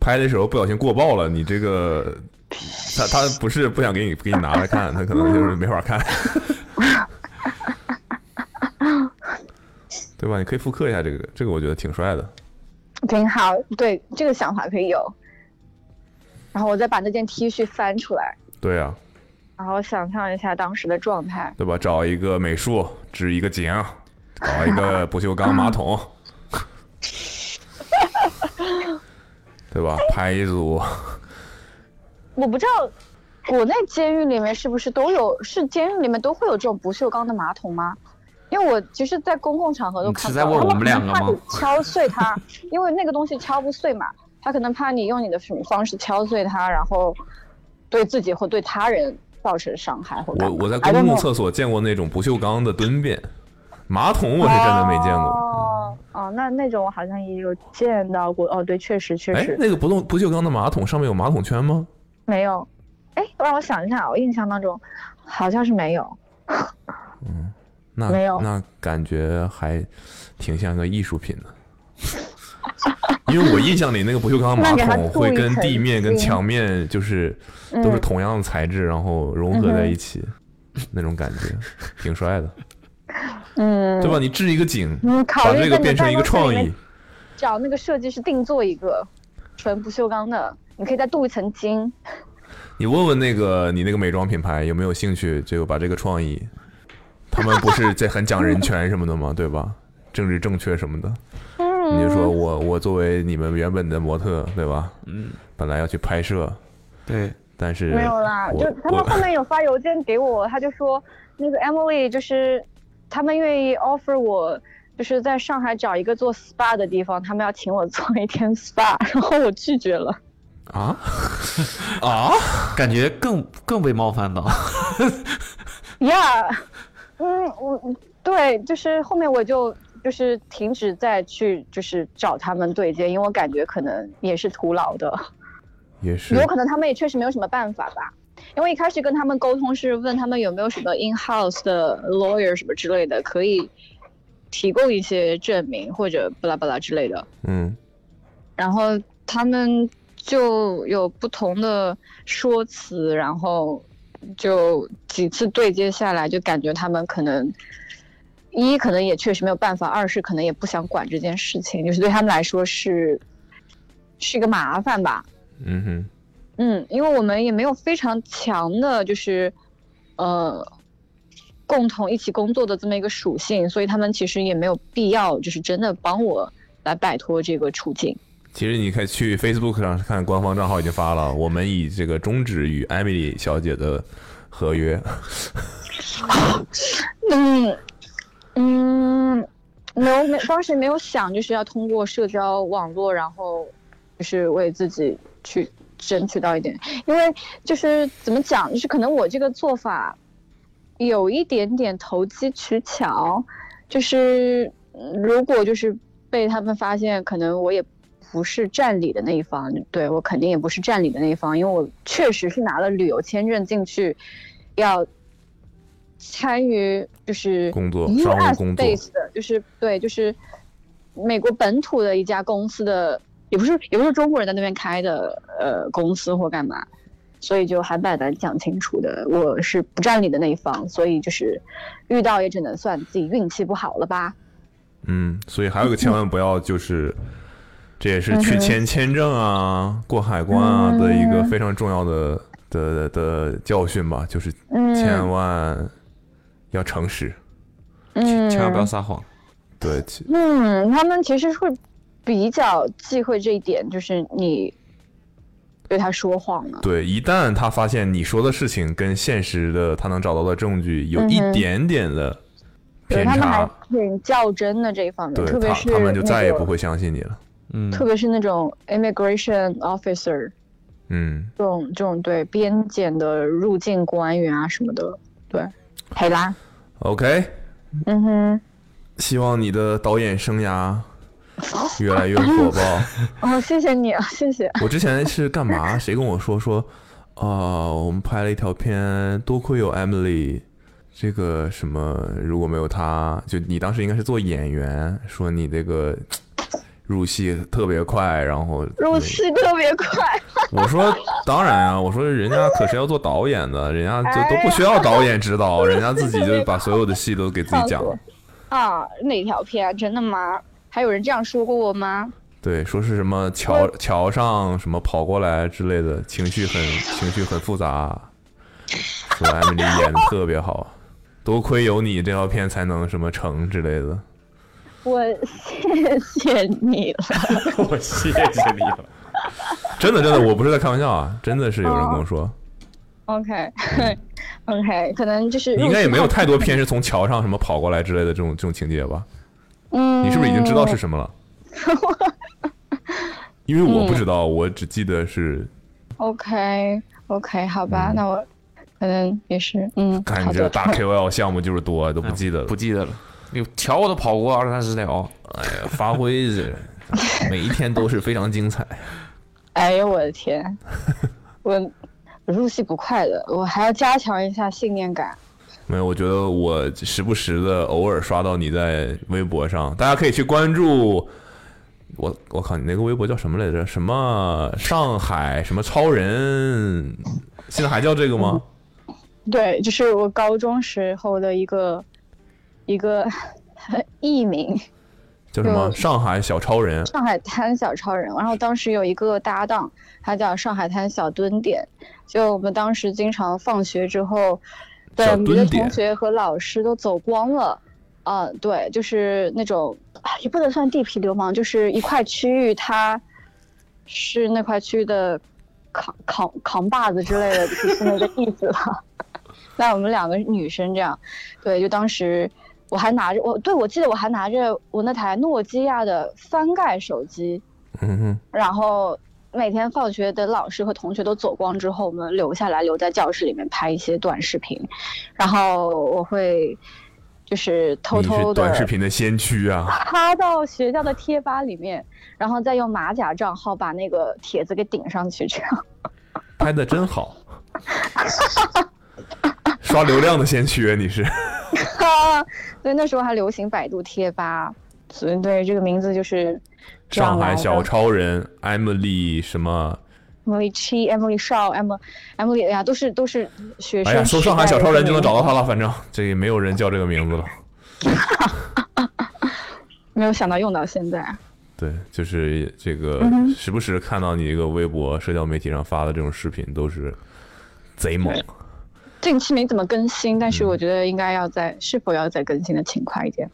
S2: 拍的时候不小心过曝了，你这个他他不是不想给你给你拿来看，他可能就是没法看，对吧？你可以复刻一下这个，这个我觉得挺帅的。
S4: 挺好，对这个想法可以有。然后我再把那件 T 恤翻出来，
S2: 对啊，
S4: 然后想象一下当时的状态。
S2: 对吧？找一个美术，支一个井，搞一 个不锈钢马桶，对吧？拍一组，
S4: 我不知道国内监狱里面是不是都有，是监狱里面都会有这种不锈钢的马桶吗？因为我其实，在公共场合都
S3: 你
S4: 看
S3: 是
S4: 到
S3: 在问
S4: 了
S3: 我们两个
S4: 他
S3: 吗
S4: 怕你敲碎它，因为那个东西敲不碎嘛，他可能怕你用你的什么方式敲碎它，然后对自己或对他人造成伤害或干
S2: 我
S4: 嘛
S2: 我在
S4: I don't
S2: 公共
S4: know
S2: 厕所见过那种不锈钢的蹲便，马桶我是真的没见过。
S4: 哦，哦，那那种我好像也有见到过。哦，对，确实确
S2: 哎
S4: 实、，
S2: 那个不动不锈钢的马桶上面有马桶圈吗？
S4: 没有。哎，让我想一下，我印象当中好像是没有。
S2: 那
S4: 没有
S2: 那感觉还挺像个艺术品的。因为我印象里那个不锈钢马
S4: 那给它
S2: 桶
S4: 镀
S2: 会
S4: 一
S2: 跟
S4: 层
S2: 地面跟
S4: 金
S2: 墙面就是都是
S4: 嗯
S2: 同样的材质，然后融合在一起，那种感觉挺帅的，
S4: 嗯，
S2: 对吧？你制一个井，
S4: 嗯考
S2: 把这
S4: 虑在
S2: 个
S4: 你
S2: 变
S4: 的
S2: 成
S4: 办
S2: 一个
S4: 公室
S2: 创
S4: 里面
S2: 意，
S4: 找那个设计师定做一个纯不锈钢的，你可以再镀一层金。
S2: 你问问那个你那个美妆品牌有没有兴趣，就把这个创意，他们不是在很讲人权什么的吗？对吧？政治正确什么的，
S4: 嗯
S2: 你就说我我作为你们原本的模特，对吧？
S3: 嗯，
S2: 本来要去拍摄，
S3: 对，
S2: 但是
S4: 没有啦，
S2: 我
S4: 就他们
S2: 我
S4: 后面有发邮件给我，他就说那个 Emily 就是他们愿意 offer 我。就是在上海找一个做 SPA 的地方，他们要请我做一天 SPA，然后我拒绝了。
S2: 啊啊，
S3: 感觉更更被冒犯到。
S4: 呀， 嗯，我对，就是后面我就就是停止再去就是找他们对接，因为我感觉可能也是徒劳的，
S2: 也是
S4: 有可能他们也确实没有什么办法吧。因为一开始跟他们沟通是问他们有没有什么 in house 的 lawyer 什么之类的，可以提供一些证明或者巴拉巴拉之类的。
S2: 嗯，
S4: 然后他们就有不同的说辞，然后就几次对接下来，就感觉他们可能一可能也确实没有办法，二是可能也不想管这件事情，就是对他们来说是是一个麻烦吧。
S2: 嗯哼，
S4: 嗯，因为我们也没有非常强的，就是呃，共同一起工作的这么一个属性，所以他们其实也没有必要，就是真的帮我来摆脱这个处境。
S2: 其实你可以去 Facebook 上看官方账号已经发了，我们以这个终止与艾米丽小姐的合约。
S4: 嗯，嗯，没有没当时没有想，就是要通过社交网络，然后就是为自己去争取到一点，因为就是怎么讲，就是可能我这个做法有一点点投机取巧，就是嗯如果就是被他们发现，可能我也。不是占理的那一方，对我肯定也不是占理的那一方，因为我确实是拿了旅游签证进去，要参与就是
S2: 工作商务
S4: US
S2: 工作
S4: base 的，就是对，就是美国本土的一家公司的，也不是也不是中国人在那边开的呃公司或干嘛，所以就还蛮难讲清楚的。我是不占理的那一方，所以就是遇到也只能算自己运气不好了吧。
S2: 嗯，所以还有一个千万不要就是，这也是去签签证啊、过海关啊的一个非常重要的的的的教训吧，就是千
S4: 嗯
S2: 万要诚实。
S4: 嗯，
S3: 千万不要撒谎。
S2: 对，其
S4: 嗯，他们其实会比较忌讳这一点，就是你对他说谎啊了。
S2: 对，一旦他发现你说的事情跟现实的他能找到的证据有一
S4: 嗯哼
S2: 点点的
S4: 对
S2: 偏
S4: 他们还
S2: 差，
S4: 挺较真的这一方面，
S2: 对
S4: 特别
S2: 他
S4: 是
S2: 他们就
S4: 那
S2: 再也
S4: 个
S2: 不会相信你了。
S3: 嗯，
S4: 特别是那种 immigration officer
S2: 嗯，
S4: 这种这种对边检的入境官员啊什么的，对，黑啦，
S2: OK，
S4: 嗯哼，
S2: 希望你的导演生涯越来越火 爆。
S4: 哦，谢谢你啊，谢谢，
S2: 我之前是干嘛？谁跟我说说，啊、我们拍了一条片，多亏有 Emily，这个什么，如果没有她，就你当时应该是做演员，说你这个，入戏特别快，然后
S4: 入戏特别快，
S2: 我说当然啊，我说人家可是要做导演的，人家就都不需要导演指导，人家自己就把所有的戏都给自己讲了。
S4: 啊，哪条片？真的吗？还有人这样说过我吗？
S2: 对，说是什么桥桥上什么跑过来之类的，情绪很情绪很复杂。说艾米丽 演的特别好，多亏有你这条片才能什么成之类的。
S4: 我 谢谢你了。
S3: 我谢谢你了。
S2: 真的真的，我不是在开玩笑啊，真的是有人跟我
S4: 哦
S2: 说，
S4: OK，OK，可能就是
S2: 嗯你应该也没有太多
S4: 偏，
S2: 片是从桥上什么跑过来之类的这种这种情节吧？
S4: 嗯，
S2: 你是不是已经知道是什么了？
S4: 哦
S2: 因为
S4: 嗯
S2: 我不知道，我只记得是
S4: OK OK，好吧，
S2: 嗯
S4: 那我可能也是，嗯，
S2: 看
S4: 好
S2: 这
S4: 的，
S2: 大 KOL 项目就是多，都不记得了
S3: 不。记得了。你桥我都跑过二三十条，
S2: 哎呀，发挥 是每一天都是非常精彩。
S4: 哎呦我的天，我入戏不快的，我还要加强一下信念感。
S2: 没有，我觉得我时不时的偶尔刷到你在微博上，大家可以去关注。我我靠，你那个微博叫什么来着？什么上海什么超人？现在还叫这个吗？
S4: 对，就是我高中时候的一个一个艺名，
S2: 叫什么
S4: 就
S2: 上海小超人？
S4: 上海滩小超人，然后当时有一个搭档，他叫上海滩小蹲点，就我们当时经常放学之后，对
S2: 小
S4: 我们
S2: 蹲
S4: 的
S2: 点
S4: 同学和老师都走光了，啊、对，就是那种啊也不能算地痞流氓，就是一块区域他是那块区域的扛扛扛把子之类的，就是那个意思吧。 那我们两个女生这样，对，就当时我还拿着我对我记得我还拿着我那台诺基亚的翻盖手机，
S2: 嗯哼，
S4: 然后每天放学等老师和同学都走光之后，我们留下来留在教室里面拍一些短视频，然后我会就是偷
S2: 你是
S4: 偷的
S2: 短 视频的先驱啊！
S4: 趴到学校的贴吧里面，然后再用马甲账号把那个帖子给顶上去，这样。
S2: 拍的真好， 刷流量的先驱你是。
S4: 哈，对，那时候还流行百度贴吧，所以对这个名字就是这样啊
S2: 上海
S4: 来的
S2: 小超人 Emily 什么？
S4: Emily Chi、Emily Shaw、Emily Emily，哎呀，都是都是学生。
S2: 哎呀，搜上海小超人就能找。到他了，反正这也没有人叫这个名字了。
S4: 没有想到用到现在，
S2: 对，就是这个，
S4: 嗯
S2: 时不时看到你这个微博、社交媒体上发的这种视频，都是贼猛。
S4: 近期没怎么更新，但
S2: 嗯
S4: 是我觉得应该要在是否要再更新的勤快一点。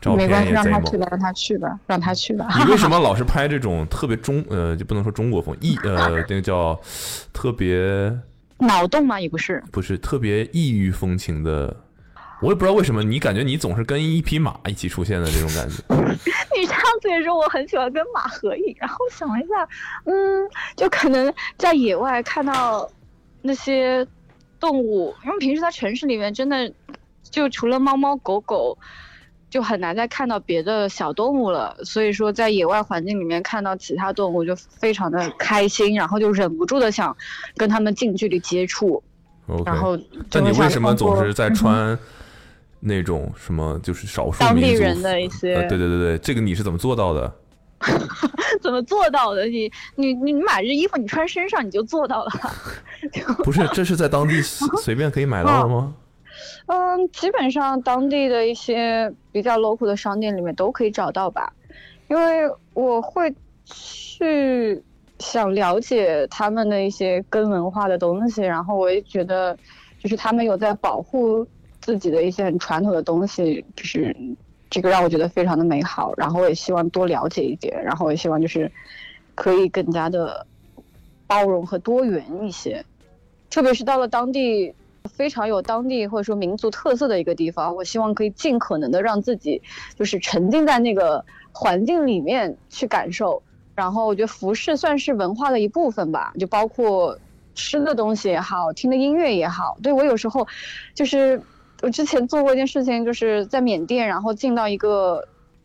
S2: 照
S4: 没
S2: 片
S4: 关系，
S2: 也
S4: 让
S2: 贼
S4: 他
S2: 猛。
S4: 去吧，让他去吧，让他去吧。
S2: 你为什么老是拍这种特别中呃，就不能说中国风，异呃，那个叫特别
S4: 脑洞嘛也不是，
S2: 不是特别异域风情的？我也不知道为什么，你感觉你总是跟一匹马一起出现的这种感觉。
S4: 你上次也说我很喜欢跟马合影，然后想了一下，嗯，就可能在野外看到那些动物，因为平时在城市里面真的就除了猫猫狗狗，就很难再看到别的小动物了。所以说，在野外环境里面看到其他动物，就非常的开心，然后就忍不住的想跟它们近距离接触，
S2: OK，
S4: 然后就
S2: 但你
S4: 会
S2: 为
S4: 想
S2: 什么
S4: 通
S2: 总
S4: 过
S2: 是在穿那种什么就是少数
S4: 嗯当
S2: 民
S4: 地
S2: 族
S4: 人的一些
S2: 呃对对对对，这个你是怎么做到的？
S4: 怎么做到的？你你你买这衣服，你穿身上你就做到了。
S2: 不是，这是在当地随随便可以买到的吗？
S4: 嗯，基本上当地的一些比较 local 的商店里面都可以找到吧，因为我会去想了解他们的一些根文化的东西，然后我也觉得就是他们有在保护自己的一些很传统的东西，就是这个让我觉得非常的美好，然后我也希望多了解一点，然后我也希望就是可以更加的包容和多元一些。特别是到了当地非常有当地或者说民族特色的一个地方，我希望可以尽可能的让自己就是沉浸在那个环境里面去感受。然后我觉得服饰算是文化的一部分吧，就包括吃的东西也好，听的音乐也好。对我有时候就是我之前做过一件事情，就是在缅甸，然后进到一个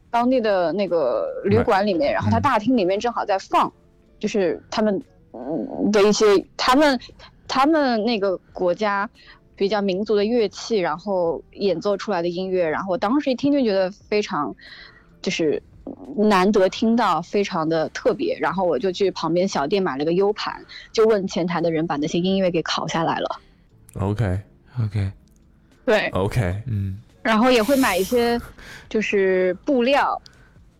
S4: 当地的那个旅馆里面，然后它大厅里面正好在放。就是他们嗯的一些他们他们那个国家比较民族的乐器，然后演奏出来的音乐，然后我当时一听就觉得非常就是难得听到，非常的特别。然后我就去旁边小店买了个 U 盘，就问前台的人把那些音乐给拷下来了。啊
S2: OK
S3: OK，
S4: 对，
S2: OK，
S3: 嗯，
S4: 然后也会买一些就是布料，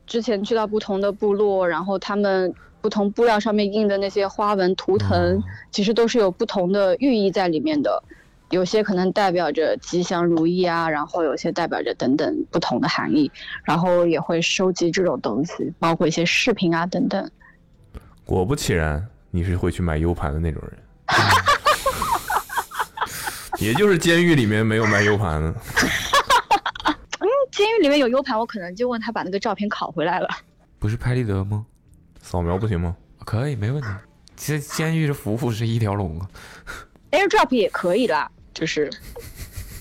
S4: 之前去到不同的部落，然后他们不同布料上面印的那些花纹图腾，其实都是有不同的寓意在里面的。有些可能代表着吉祥如意啊，然后有些代表着等等不同的含义，然后也会收集这种东西，包括一些饰品啊等等。
S2: 果不其然，你是会去买 U 盘的那种 人。也就是监狱里面没有卖 U 盘的。
S4: 监狱里面有 U 盘，我可能就问他把那个照片拷回来了。
S3: 不是拍立得吗？
S2: 扫描不行吗？
S3: 可以，没问题。其实 监狱的服务是一条龙啊。
S4: AirDrop 也可以啦，就是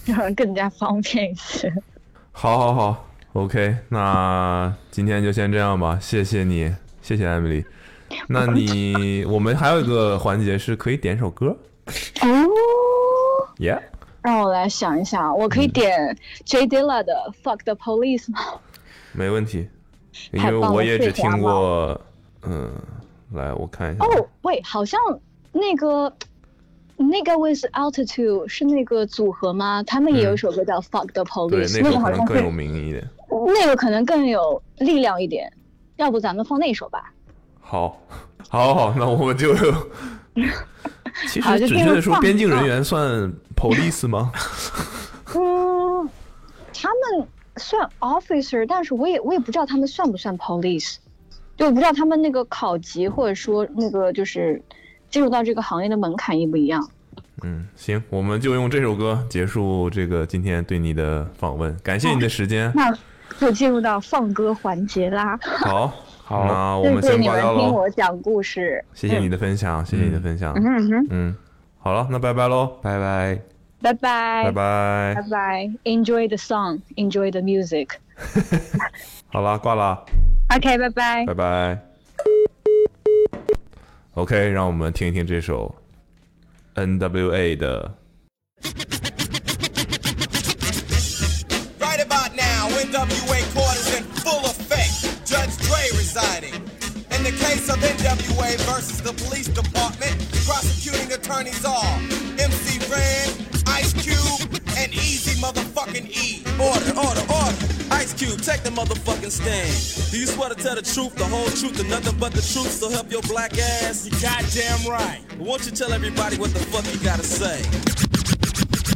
S4: 让更加方便一些。
S2: 好，好，好，OK，那今天就先这样吧，谢谢你，谢谢艾米丽。那 你，我们还有一个环节是可以点首歌
S4: 哦。
S2: ，Yeah，
S4: 让我来想一想，我
S2: 嗯
S4: 可以点 J Dilla 的《Fuck the Police》吗？
S2: 没问题，因
S4: 太
S2: 为
S4: 棒了
S2: 我也只
S4: 谢谢啊
S2: 听过，嗯，来我看一下，
S4: 哦，喂，好像那个那个 With Altitude 是那个组合吗？他们也有一首歌叫《Fuck the
S2: 嗯对
S4: Police》，，
S2: 那
S4: 个
S2: 首可
S4: 好
S2: 能
S4: 像
S2: 更有
S4: 是
S2: 名一点。
S4: 那个可能更有力量一点。要不咱们放那首吧？
S2: 好， 好，好，那我们 就，其
S4: 好
S2: 实
S4: 就
S2: 准
S4: 进
S2: 确
S4: 入
S2: 的说，
S4: 放
S2: 边境人
S4: 放
S2: 员算 police 吗？
S4: 嗯，他们算 officer，但是我也我也不知道他们算不算 police，就我不知道他们那个考级或者说那个就是进入到这个行业的门槛一不一样。
S2: 嗯，行，我们就用这首歌结束这个今天对你的访问，感谢你的时间。
S4: 那就进入到放歌环节啦。
S2: 好，
S4: 哦
S3: 好
S2: 那我
S4: 谢
S2: 们
S4: 谢
S2: 先
S4: 你
S2: 挂
S4: 们
S2: 掉
S4: 听
S2: 喽。
S4: 我讲故事。
S2: 谢谢你的分享，谢谢你的分享。
S4: 嗯哼，
S2: 嗯，好了，那拜拜喽，
S3: 拜拜。
S4: 拜拜，
S2: 拜拜
S4: 拜。拜，Enjoy the song, enjoy the music。
S2: 好了，挂了，
S4: OK，拜拜。
S2: 拜拜。OK，让我们听一听这首 NWA 的
S6: Right about now, NWA court is in full effect. Judge Dre residing. In the case of NWA versus the police department, prosecuting attorneys are MC Ren, Ice Cube, and Easy Motherfucking E.
S7: Order, order, order. Ice Cube, take the motherfucking stand. Do you swear to tell the truth, the whole truth, and nothing but the truth? So help your black ass. You goddamn right. Won't you tell everybody what the fuck you gotta say?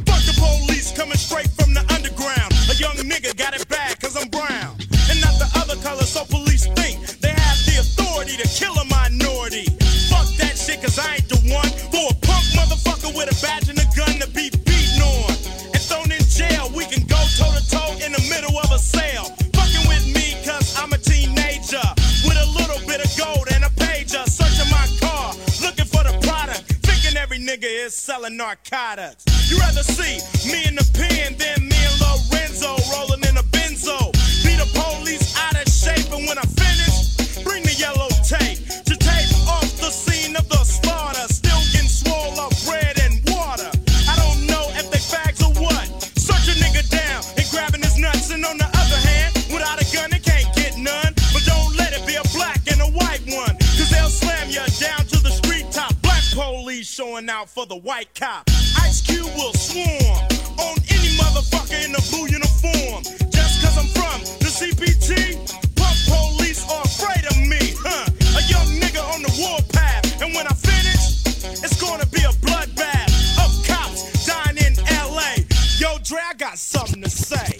S6: Fuck the police coming straight from the underground. A young nigga got it bad cause I'm brown. And not the other color, so police think they have the authority to kill a minority. Fuck that shit cause I ain't the one for a punk motherfucker with a badge and a gun to be beaten on. And thrown in jail, we can go toe to toe in the middle of a sale. Fucking with me cause I'm a teenager with a little bit of gold and a pager. Searching my car, looking for the product. Thinking every nigga is selling narcotics. You rather see me in the pen than me and Lorenzo rolling in a benzo. Be the police out of shape, and when I finish, bring the yellow tape to tape off the scene of the slaughter. Still getting swole up bread and water. I don't know if they fags or what. Search a nigga down and grabbing his nuts, and on the other hand, without a gun, it can't get none. But don't let it be a black and a white one, cause they'll slam you down to the street top. Black police showing out for the white cop. Ice Cube will swarm on any motherfucker in a blue uniform. Just cause I'm from the CPT, punk police are afraid of me, huh? A young nigga on the warpath, and when I finish, it's gonna be a bloodbath of cops dying in LA. Yo, Dre, I got something to say.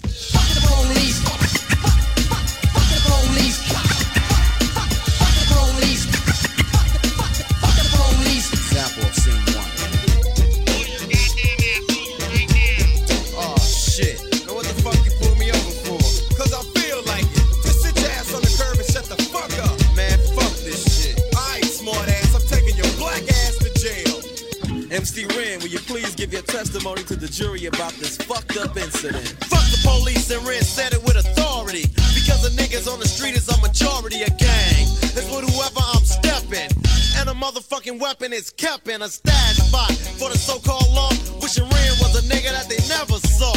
S7: Example of scene one. Oh shit.
S6: Know what the fuck you pulled me over for? Cause I feel like it. Just sit your ass on the curb and shut the fuck up. Man, fuck this shit. Alright, smart ass, I'm taking your black ass to jail.
S7: MC Ren, will you please give your testimony to the jury about this fucked up incident?
S6: Fuck the police and Ren said it with authority. Because the niggas on the street is a majority of gang. It's with whoever I'm stepping. And a motherfucking weapon is kept in a stash spot for the so-called law. Wishing Ren was a nigga that they never saw.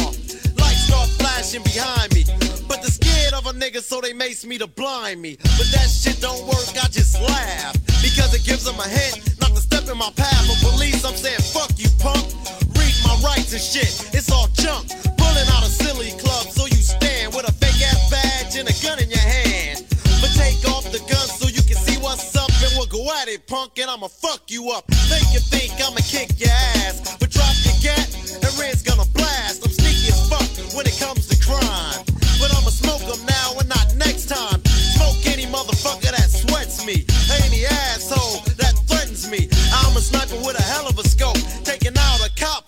S6: Lights start flashing behind me. But the scared of a
S8: niggas, so they mace me to blind me. But that shit don't work, I just laugh. Because it gives them a hint not to step in my path. But police, I'm saying, fuck you, punk. Read my rights and shit, it's all junk. Pulling out a silly club, so you stand with a fake ass badge and a gun in your hand. But take off the gun so you can see what's up and we'll go at it, punk, and I'ma fuck you up. Make you think I'ma kick your ass. But drop your gat, and red's gonna blast. I'm sneaky as fuck when it comes to crime. But I'ma smoke 'em now and not next time. Smoke any motherfucker that sweats me. Any asshole that threatens me. I'm a sniper with a hell of a scope. Taking out a cop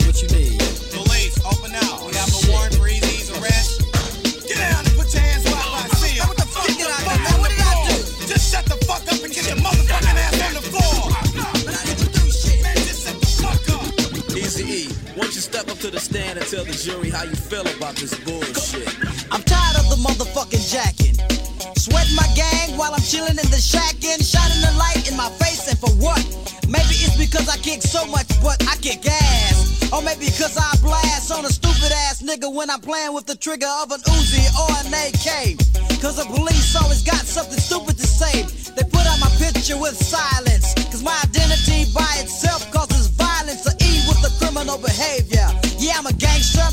S6: Police, open up. We have a warrant for Easy's arrest. Get down and put your hands up while I see him. What the fuck did I do? What did I do? Just shut the fuck up and get your motherfucking ass on the floor. Man, just shut the fuck up.
S7: Easy E, once you step up to the stand and tell the jury how you feel about this bullshit.
S9: I'm tired of the motherfucking jacking. Sweating my gang while I'm chilling in the shack and shining the light in my face, and for what? Maybe it's because I kick so much, but I kick ass. Or maybe because I blast on a stupid ass nigga when I'm playing with the trigger of an Uzi or an AK. Cause the police always got something stupid to say. They put out my picture with silence. Cause my identity by itself causes violence to E with the criminal behavior. Yeah, I'm a gangster,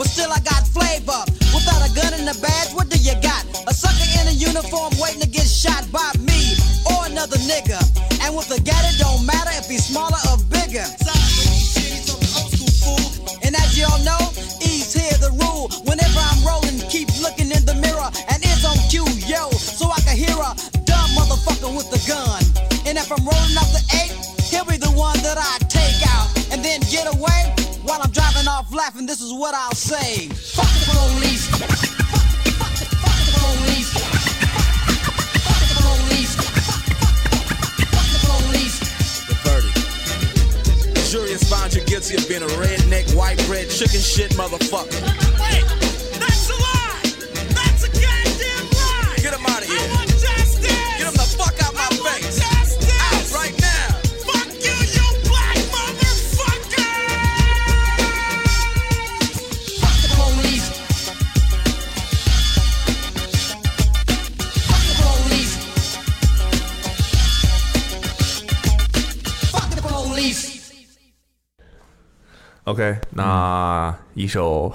S9: but still I got flavor. Without a gun and a badge, what do you got? A sucker in a uniform waiting to get shot by me or another nigga. And with a gat, it don't matter if he's smaller or bigger. And as y'all know, E's here the rule. Whenever I'm rolling, keep looking in the mirror, and it's on cue, yo, so I can hear a dumb motherfucker with the gun. And if I'm rolling off the eight, he'll be the one that I take out, and then get away while I'm driving off laughing. This is what I'll say: Fuck the police. Fuck the- fuck the- fuck the police. Fuck the police. Fuck the police.
S7: The verdict. The jury has found you guilty of being a redneck, white bread, chicken shit motherfucker.
S6: Wait, that's a lie. That's a goddamn lie.
S7: Get him out of
S6: I
S7: here.
S6: want justice.
S7: Get him the fuck out my
S6: I want
S7: face.
S6: justice.
S7: Out right now.
S6: Fuck you, you black motherfucker.
S2: OK，那一首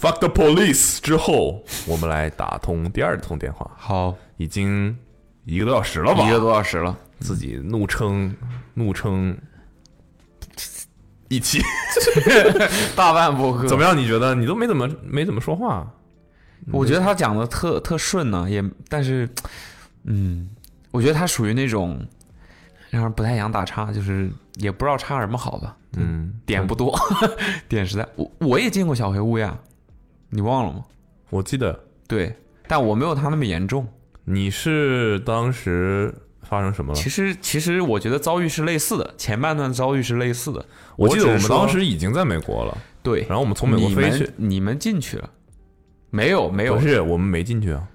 S2: Fuck the Police 之后，我们来打通第二通电话。
S3: 好，
S2: 已经一个多小时了吧？
S3: 一个多小时了，
S2: 自己怒称怒称一期，
S3: 大半播客
S2: 怎么？样？你觉得你都没怎么没怎么说话，
S3: 我觉得他讲的特特顺呢、也但是，嗯，我觉得他属于那种让人不太想打岔，就是也不知道插什么好吧，
S2: 嗯，
S3: 点不多， 点实在。我我也进过小黑屋呀，你忘了吗？
S2: 我记得
S3: 对，但我没有他那么严重。
S2: 你是当时发生什么了
S3: 其？实其实我觉得遭遇是类似的，前半段遭遇是类似的。
S2: 我记得
S3: 只
S2: 我们
S3: 是说
S2: 当时已经在美国了，
S3: 对，
S2: 然后我们从美国飞去，
S3: 你们，你们进去了。没有没有
S2: 不，是我们没进去 啊？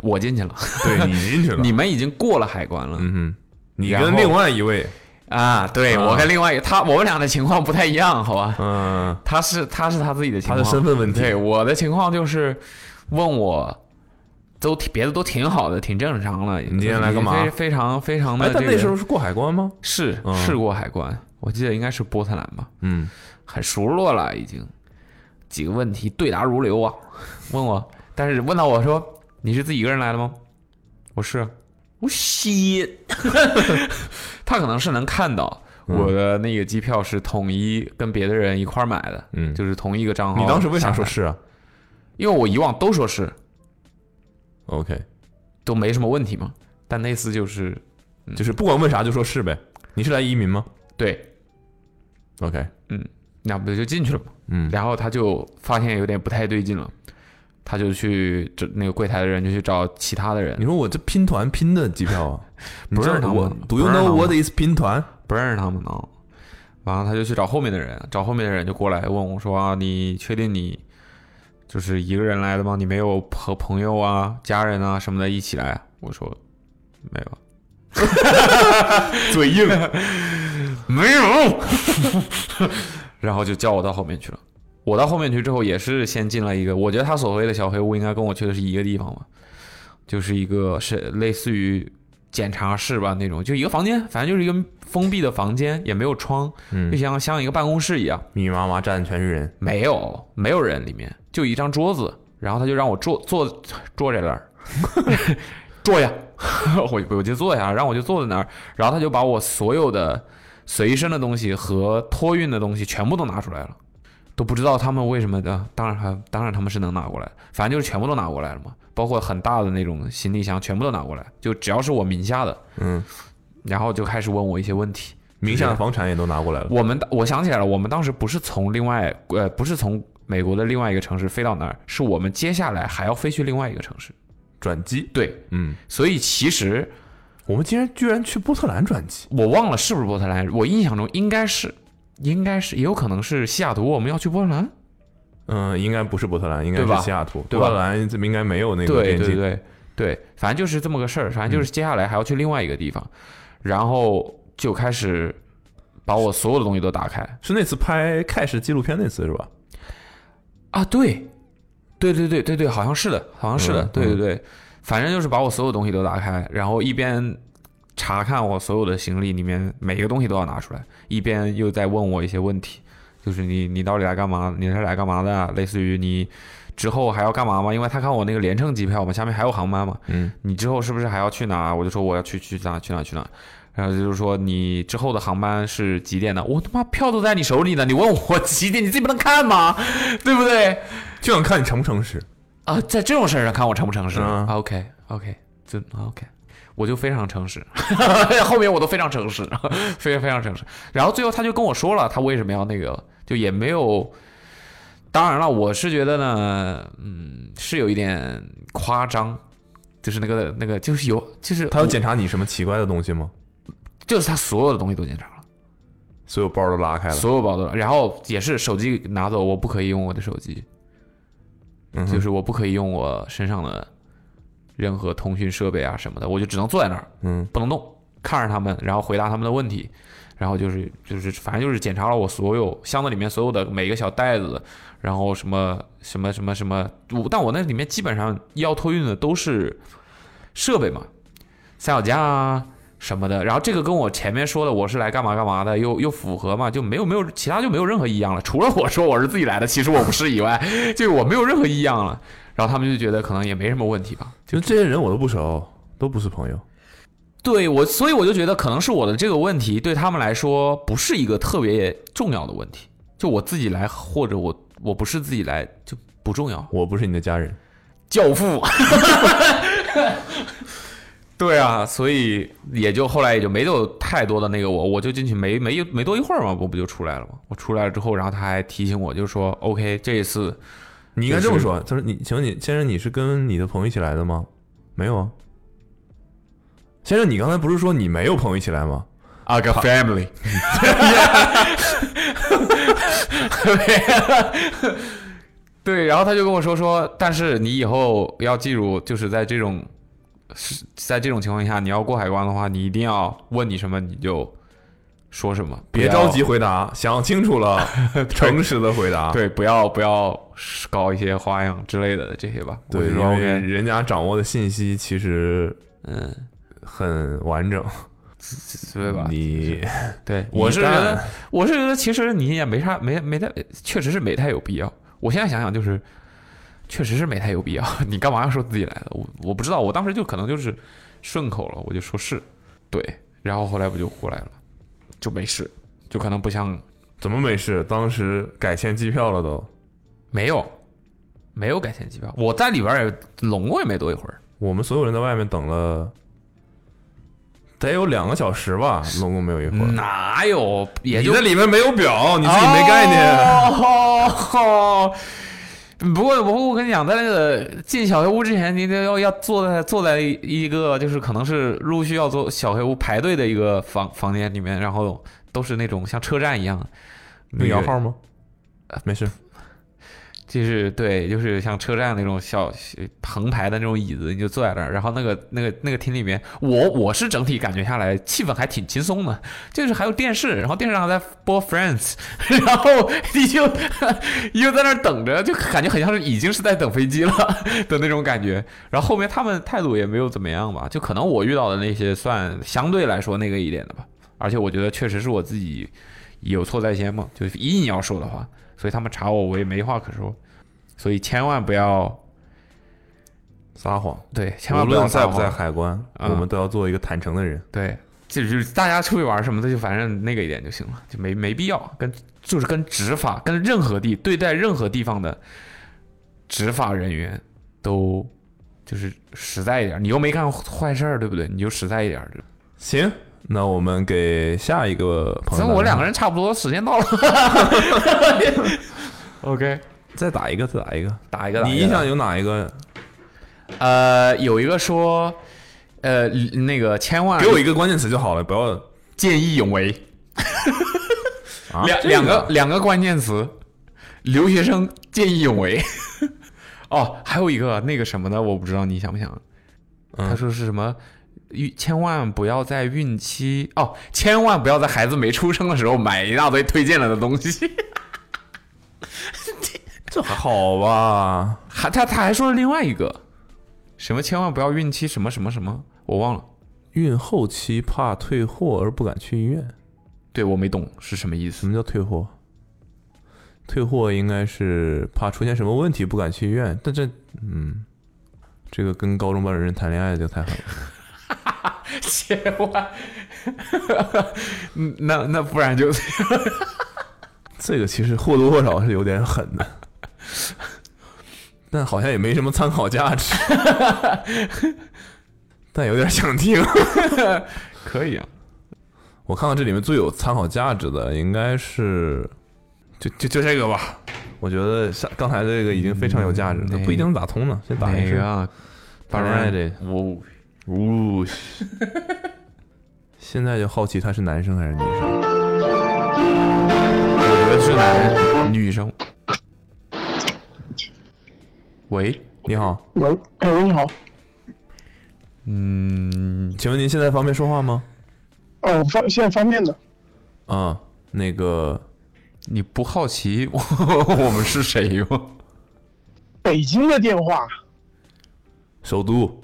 S3: 我进去了，
S2: 对你进去了，
S3: 你们已经过了海关了。
S2: 嗯哼，你
S3: 然
S2: 跟
S3: 后
S2: 另外一位，
S3: 啊，对，
S2: 啊
S3: 我跟另外一个他，我们俩的情况不太一样，好吧？
S2: 嗯，
S3: 他是他是他自己的情况，
S2: 他的身份问题
S3: 对，我的情况就是问我，都挺别的都挺好的，挺正常了。你
S2: 今天来干嘛
S3: 非非常非常的、
S2: 哎，
S3: 这个。
S2: 但那时候是过海关吗？
S3: 是
S2: 嗯
S3: 试过海关，我记得应该是波特兰吧，
S2: 嗯，
S3: 很熟络了已经。几个问题对答如流啊，问我，但是问到我说你是自己一个人来的吗？我是，啊我西， 他可能是能看到
S2: 嗯
S3: 我的那个机票是统一跟别的人一块儿买的，
S2: 嗯
S3: 就是同一个账号。
S2: 你当时为啥说？是啊
S3: 因为我以往都说是，
S2: ？OK，
S3: 都没什么问题嘛。但那次就是
S2: 就是不管问啥就说是呗。你是来移民吗
S3: 对，
S2: ？OK，
S3: 那不就进去了吗？
S2: 嗯，
S3: 然后他就发现有点不太对劲了，他就去这那个柜台的人就去找其他的人
S2: 你，说我这拼团拼的机票啊， 你
S3: 不
S2: 知道
S3: 是他们
S2: 我
S3: 不
S2: ，Do you
S3: 是他
S2: know
S3: 们
S2: what is 拼团？
S3: 不认识他们呢。完了，他就去找后面的人，找后面的人就过来问我说啊，你确定你就是一个人来的吗？你没有和朋友啊、家人啊什么的一起来啊？我说没有。
S2: 嘴硬，
S3: 没有。 然后就叫我到后面去了。我到后面去之后，也是先进了一个，我觉得他所谓的小黑屋应该跟我去的是一个地方吧，就是一个是类似于检查室吧那种，就一个房间，反正就是一个封闭的房间，也没有窗，就
S2: 嗯，
S3: 像像一个办公室一样，
S2: 密密麻麻站的全是人，
S3: 没有没有人，里面就一张桌子，然后他就让我坐坐坐在那儿， 坐下， 我我就坐下，让我就坐在那儿，然后他就把我所有的随身的东西和托运的东西全部都拿出来了，都不知道他们为什么的，当然他当然他们是能拿过来，反正就是全部都拿过来了嘛，包括很大的那种行李箱全部都拿过来，就只要是我名下的，
S2: 嗯，
S3: 然后就开始问我一些问题，
S2: 名下的房产也都拿过来了。
S3: 我们当我想起来了，我们当时不是从另外呃不是从美国的另外一个城市飞到那儿，是我们接下来还要飞去另外一个城市。
S2: 转机，
S3: 对，
S2: 嗯，
S3: 所以其实
S2: 我们竟然居然去波特兰转机，
S3: 我忘了是不是波特兰，我印象中应该是，应该是也有可能是西雅图，我们要去波特兰。
S2: 嗯，应该不是波特兰，应该
S3: 对吧
S2: 是西雅图，
S3: 对
S2: 波
S3: 吧
S2: 特兰这边应该没有那个
S3: 对
S2: 电
S3: 对
S2: 竞，
S3: 对对，反正就是这么个事儿，反正就是接下来还要去另外一个地方，然后就开始把我所有的东西都打开
S2: 是那次拍 Cash 纪录片那次是吧？
S3: 啊，对，对对对对对，好像是的，好像是的，
S2: 嗯
S3: 对对
S2: 嗯
S3: 对，反正就是把我所有东西都打开，然后一边查看我所有的行李里面每个东西都要拿出来，一边又在问我一些问题，就是你你到底来干嘛？你是来干嘛的啊、类似于你之后还要干嘛吗？因为他看我那个联乘机票嘛，下面还有航班嘛，
S2: 嗯，
S3: 你之后是不是还要去哪？啊我就说我要去去哪去哪去哪。然后就是说你之后的航班是几点的？我他妈票都在你手里呢，你问我 几点，你自己不能看吗？对不对？
S2: 就想看你诚不诚实。
S3: 啊，在这种事儿上看我诚不诚实、
S2: 嗯
S3: o k OK，这 OK，我就非常诚 实，后面我都非常诚实，非常非常诚实。然后最后他就跟我说了，他为什么要那个，就也没有。当然了，我是觉得呢，嗯，是有一点夸张，就是那个那个，就是有，就是
S2: 他要
S3: 我
S2: 检查你什么奇怪的东西吗？
S3: 就是他所有的东西都检查了。
S2: 所有包都拉开了，
S3: 所有包都，然后也是手机拿走，我不可以用我的手机，
S2: 嗯哼
S3: 就是我不可以用我身上的任何通讯设备啊什么的，我就只能坐在那儿
S2: 嗯，
S3: 不能动，看着他们，然后回答他们的问题，然后就是就是反正就是检查了我所有箱子里面所有的每个小袋子，然后什么什么什么什么，我但我那里面基本上要托运的都是设备嘛，三脚架啊什么的。然后这个跟我前面说的我是来干嘛干嘛的又又符合嘛，就没有没有其他就没有任何异样了，除了我说我是自己来的，其实我不是以外，就是我没有任何异样了。然后他们就觉得可能也没什么问题吧。
S2: 就这些人我都不熟，都不是朋友。
S3: 对我，所以我就觉得可能是我的这个问题对他们来说不是一个特别重要的问题，就我自己来或者我我不是自己来就不重要。
S2: 我不是你的家人，
S3: 教 父，对啊，所以也就后来也就没有太多的那个我，我就进去没没没多一会儿嘛，我不就出来了嘛。我出来了之后，然后他还提醒我，就说 OK，这一次
S2: 你应该这么
S3: 就是
S2: 说。他说：“你，请问你先生，你是跟你的朋友一起来的吗？没有啊。先生，你刚才不是说你没有朋友一起来吗？
S3: I got family，对，然后他就跟我说说，但是你以后要记住，就是在这种是在这种情况下，你要过海关的话，你一定要问你什么你就说什么，
S2: 别
S3: 不
S2: 着
S3: 要
S2: 急回答，想清楚 了，诚实的回答。
S3: 对，不要不要搞一些花样之类的这些吧。
S2: 对，
S3: 我就
S2: 因
S3: 说
S2: 为
S3: OK，
S2: 人家掌握的信息其实
S3: 嗯，
S2: 很完整。
S3: 对吧？
S2: 你
S3: 对，
S2: 一
S3: 我是觉得
S2: 旦，
S3: 我是觉得，其实你也没啥，没没太，确实是没太有必要。我现在想想，就是确实是没太有必要。 你干嘛要说自己来的？我我不知道，我当时就可能就是顺口了，我就说是，对。然后后来不就过来了，就没事，就可能不像
S2: 怎么没事？当时改签机票了都。
S3: 没有没有改签机票，我在里边儿也拢过也没多一会儿。
S2: 我们所有人在外面等了，得有两个小时吧，拢共没有一会儿。
S3: 哪有？
S2: 嗯
S3: 也
S2: 你
S3: 就哦
S2: 在里面没有表，你自己没概念。
S3: 哦，不过，不过我跟你讲，在那个进小黑屋之前，你得要要坐在坐在一个就是可能是陆续要做小黑屋排队的一个房房间里面，然后都是那种像车站一样的。
S2: 用摇号吗？呃没事，
S3: 就是对，就是像车站那种小横排的那种椅子，你就坐在那儿。然后那个那个那个厅里面，我我是整体感觉下来气氛还挺轻松的，就是还有电视，然后电视上还在播 Friends，然 后你就你就在那儿等着，就感觉很像是已经是在等飞机了的那种感觉。然后后面他们态度也没有怎么样吧，就可能我遇到的那些算相对来说那个一点的吧。而且我觉得确实是我自己有错在先嘛，就是硬要说的话，所以他们查我，我也没话可说，所以千万不要
S2: 撒谎。
S3: 对，千万
S2: 无
S3: 不要
S2: 论在
S3: 撒
S2: 不在
S3: 谎。
S2: 海关，
S3: 嗯
S2: 我们都要做一个坦诚的人。
S3: 对，就是大家出去玩什么的，就反正那个一点就行了，就没没必要跟就是跟执法跟任何地对待任何地方的执法人员都就是实在一点，你又没干坏事儿，对不对？你就实在一点儿。
S2: 行，那我们给下一个朋
S3: 所
S2: 友，
S3: 以我两个人差不多，时间到了。OK，
S2: 再打一个，再打一个。
S3: 打一个，打
S2: 你
S3: 一个
S2: 印象有哪一个？
S3: 呃，有一个说，呃，那个千万
S2: 给我一个关键词就好了，不要
S3: 见义勇为，
S2: 啊
S3: 两
S2: 这
S3: 两个两个关键词，留学生见义勇为。 哦，还有一个那个什么的，我不知道你想不想。
S2: 嗯
S3: 他说是什么？孕千万不要在孕期哦，千万不要在孩子没出生的时候买一大堆推荐了的东西。
S2: 这还好吧？
S3: 还他他还说了另外一个，什么千万不要孕期什么什么什么，我忘了。
S2: 孕后期怕退货而不敢去医院，
S3: 对我没懂是什么意
S2: 什
S3: 思。
S2: 么叫退货？退货应该是怕出现什么问题不敢去医院，但这嗯，这个跟高中班的人谈恋爱就太狠了。
S3: 千万， 嗯那那不然就
S2: 这个其实或多或少是有点狠的， 但好像也没什么参考价值， 但有点想听。
S3: 可以啊。
S2: 我看看这里面最有参考价值的应该是，就就就这个吧。我觉得上刚才这个已经非常有价值了，
S3: 嗯
S2: 不一定能打通呢。先打一
S3: 个
S2: 个，
S3: 啊？
S2: 打完这个。
S3: 我
S2: 呜，现在就好奇他是男生还是女生。
S3: 我觉得是男女生。喂，
S2: 你好，
S5: 喂，哎喂，你好，
S3: 嗯，
S2: 请问您现在方便说话吗？
S5: 哦，方现在方便的，
S2: 啊、那个
S3: 你不好奇我 我们是谁吗？
S5: 北京的电话，
S2: 首都。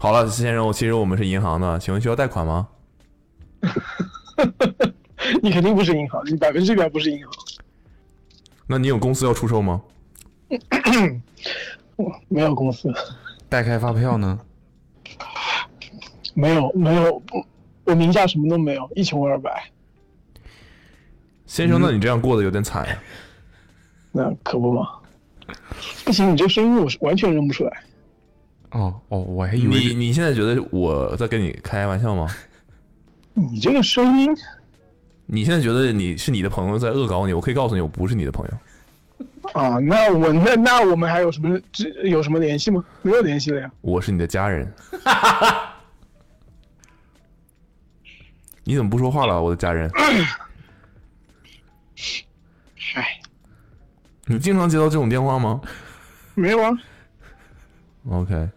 S2: 好了，先生，我其实我们是银行的，请问需要贷款吗？
S5: 你肯定不是银行，你百分之百不是银行，
S2: 那你有公司要出售吗？
S5: 没有公司，
S3: 代开发票呢？
S5: 没有没有，我名下什么都没有，一穷二白，
S2: 先生，那你这样过得有点惨呀。
S5: 那可不嘛。不行，你这声音我是完全认不出来。
S3: 哦哦，我还以为
S2: 你你现在觉得我在跟你开玩笑吗？
S5: 你这个声音，
S2: 你现在觉得你是你的朋友在恶搞你？我可以告诉你，我不是你的朋友。
S5: 啊，那我那那我们还有什么这有什么联系吗？没有联系了呀。
S2: 我是你的家人。你怎么不说话了，我的家人？
S5: 唉，
S2: 你经常接到这种电话吗
S5: 没有啊，
S2: ？OK，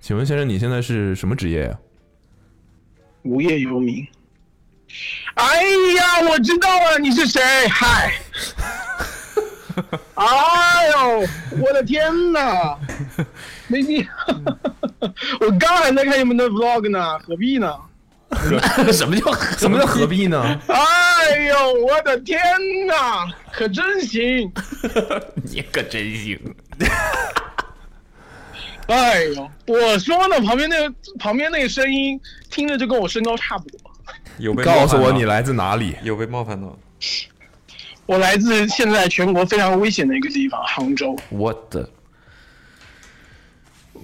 S2: 请问先生，你现在是什么职业呀、
S5: 无业游民。哎呀，我知道了，你是谁？嗨，哎呦，我的天哪，没必要， 我刚还在看你们的 vlog 呢，何必呢？
S3: 什么叫
S2: 什么叫何必呢？
S5: 哎呦，我的天哪，可真行！
S3: 你可真行。
S5: 哎呦，我说呢，旁边那个旁边那个声音听着就跟我身高差不多。
S3: 有被
S2: 告诉我你来自哪里？
S3: 有被冒犯到
S5: 我来自现在全国非常危险的一个地方——杭州。
S3: 我的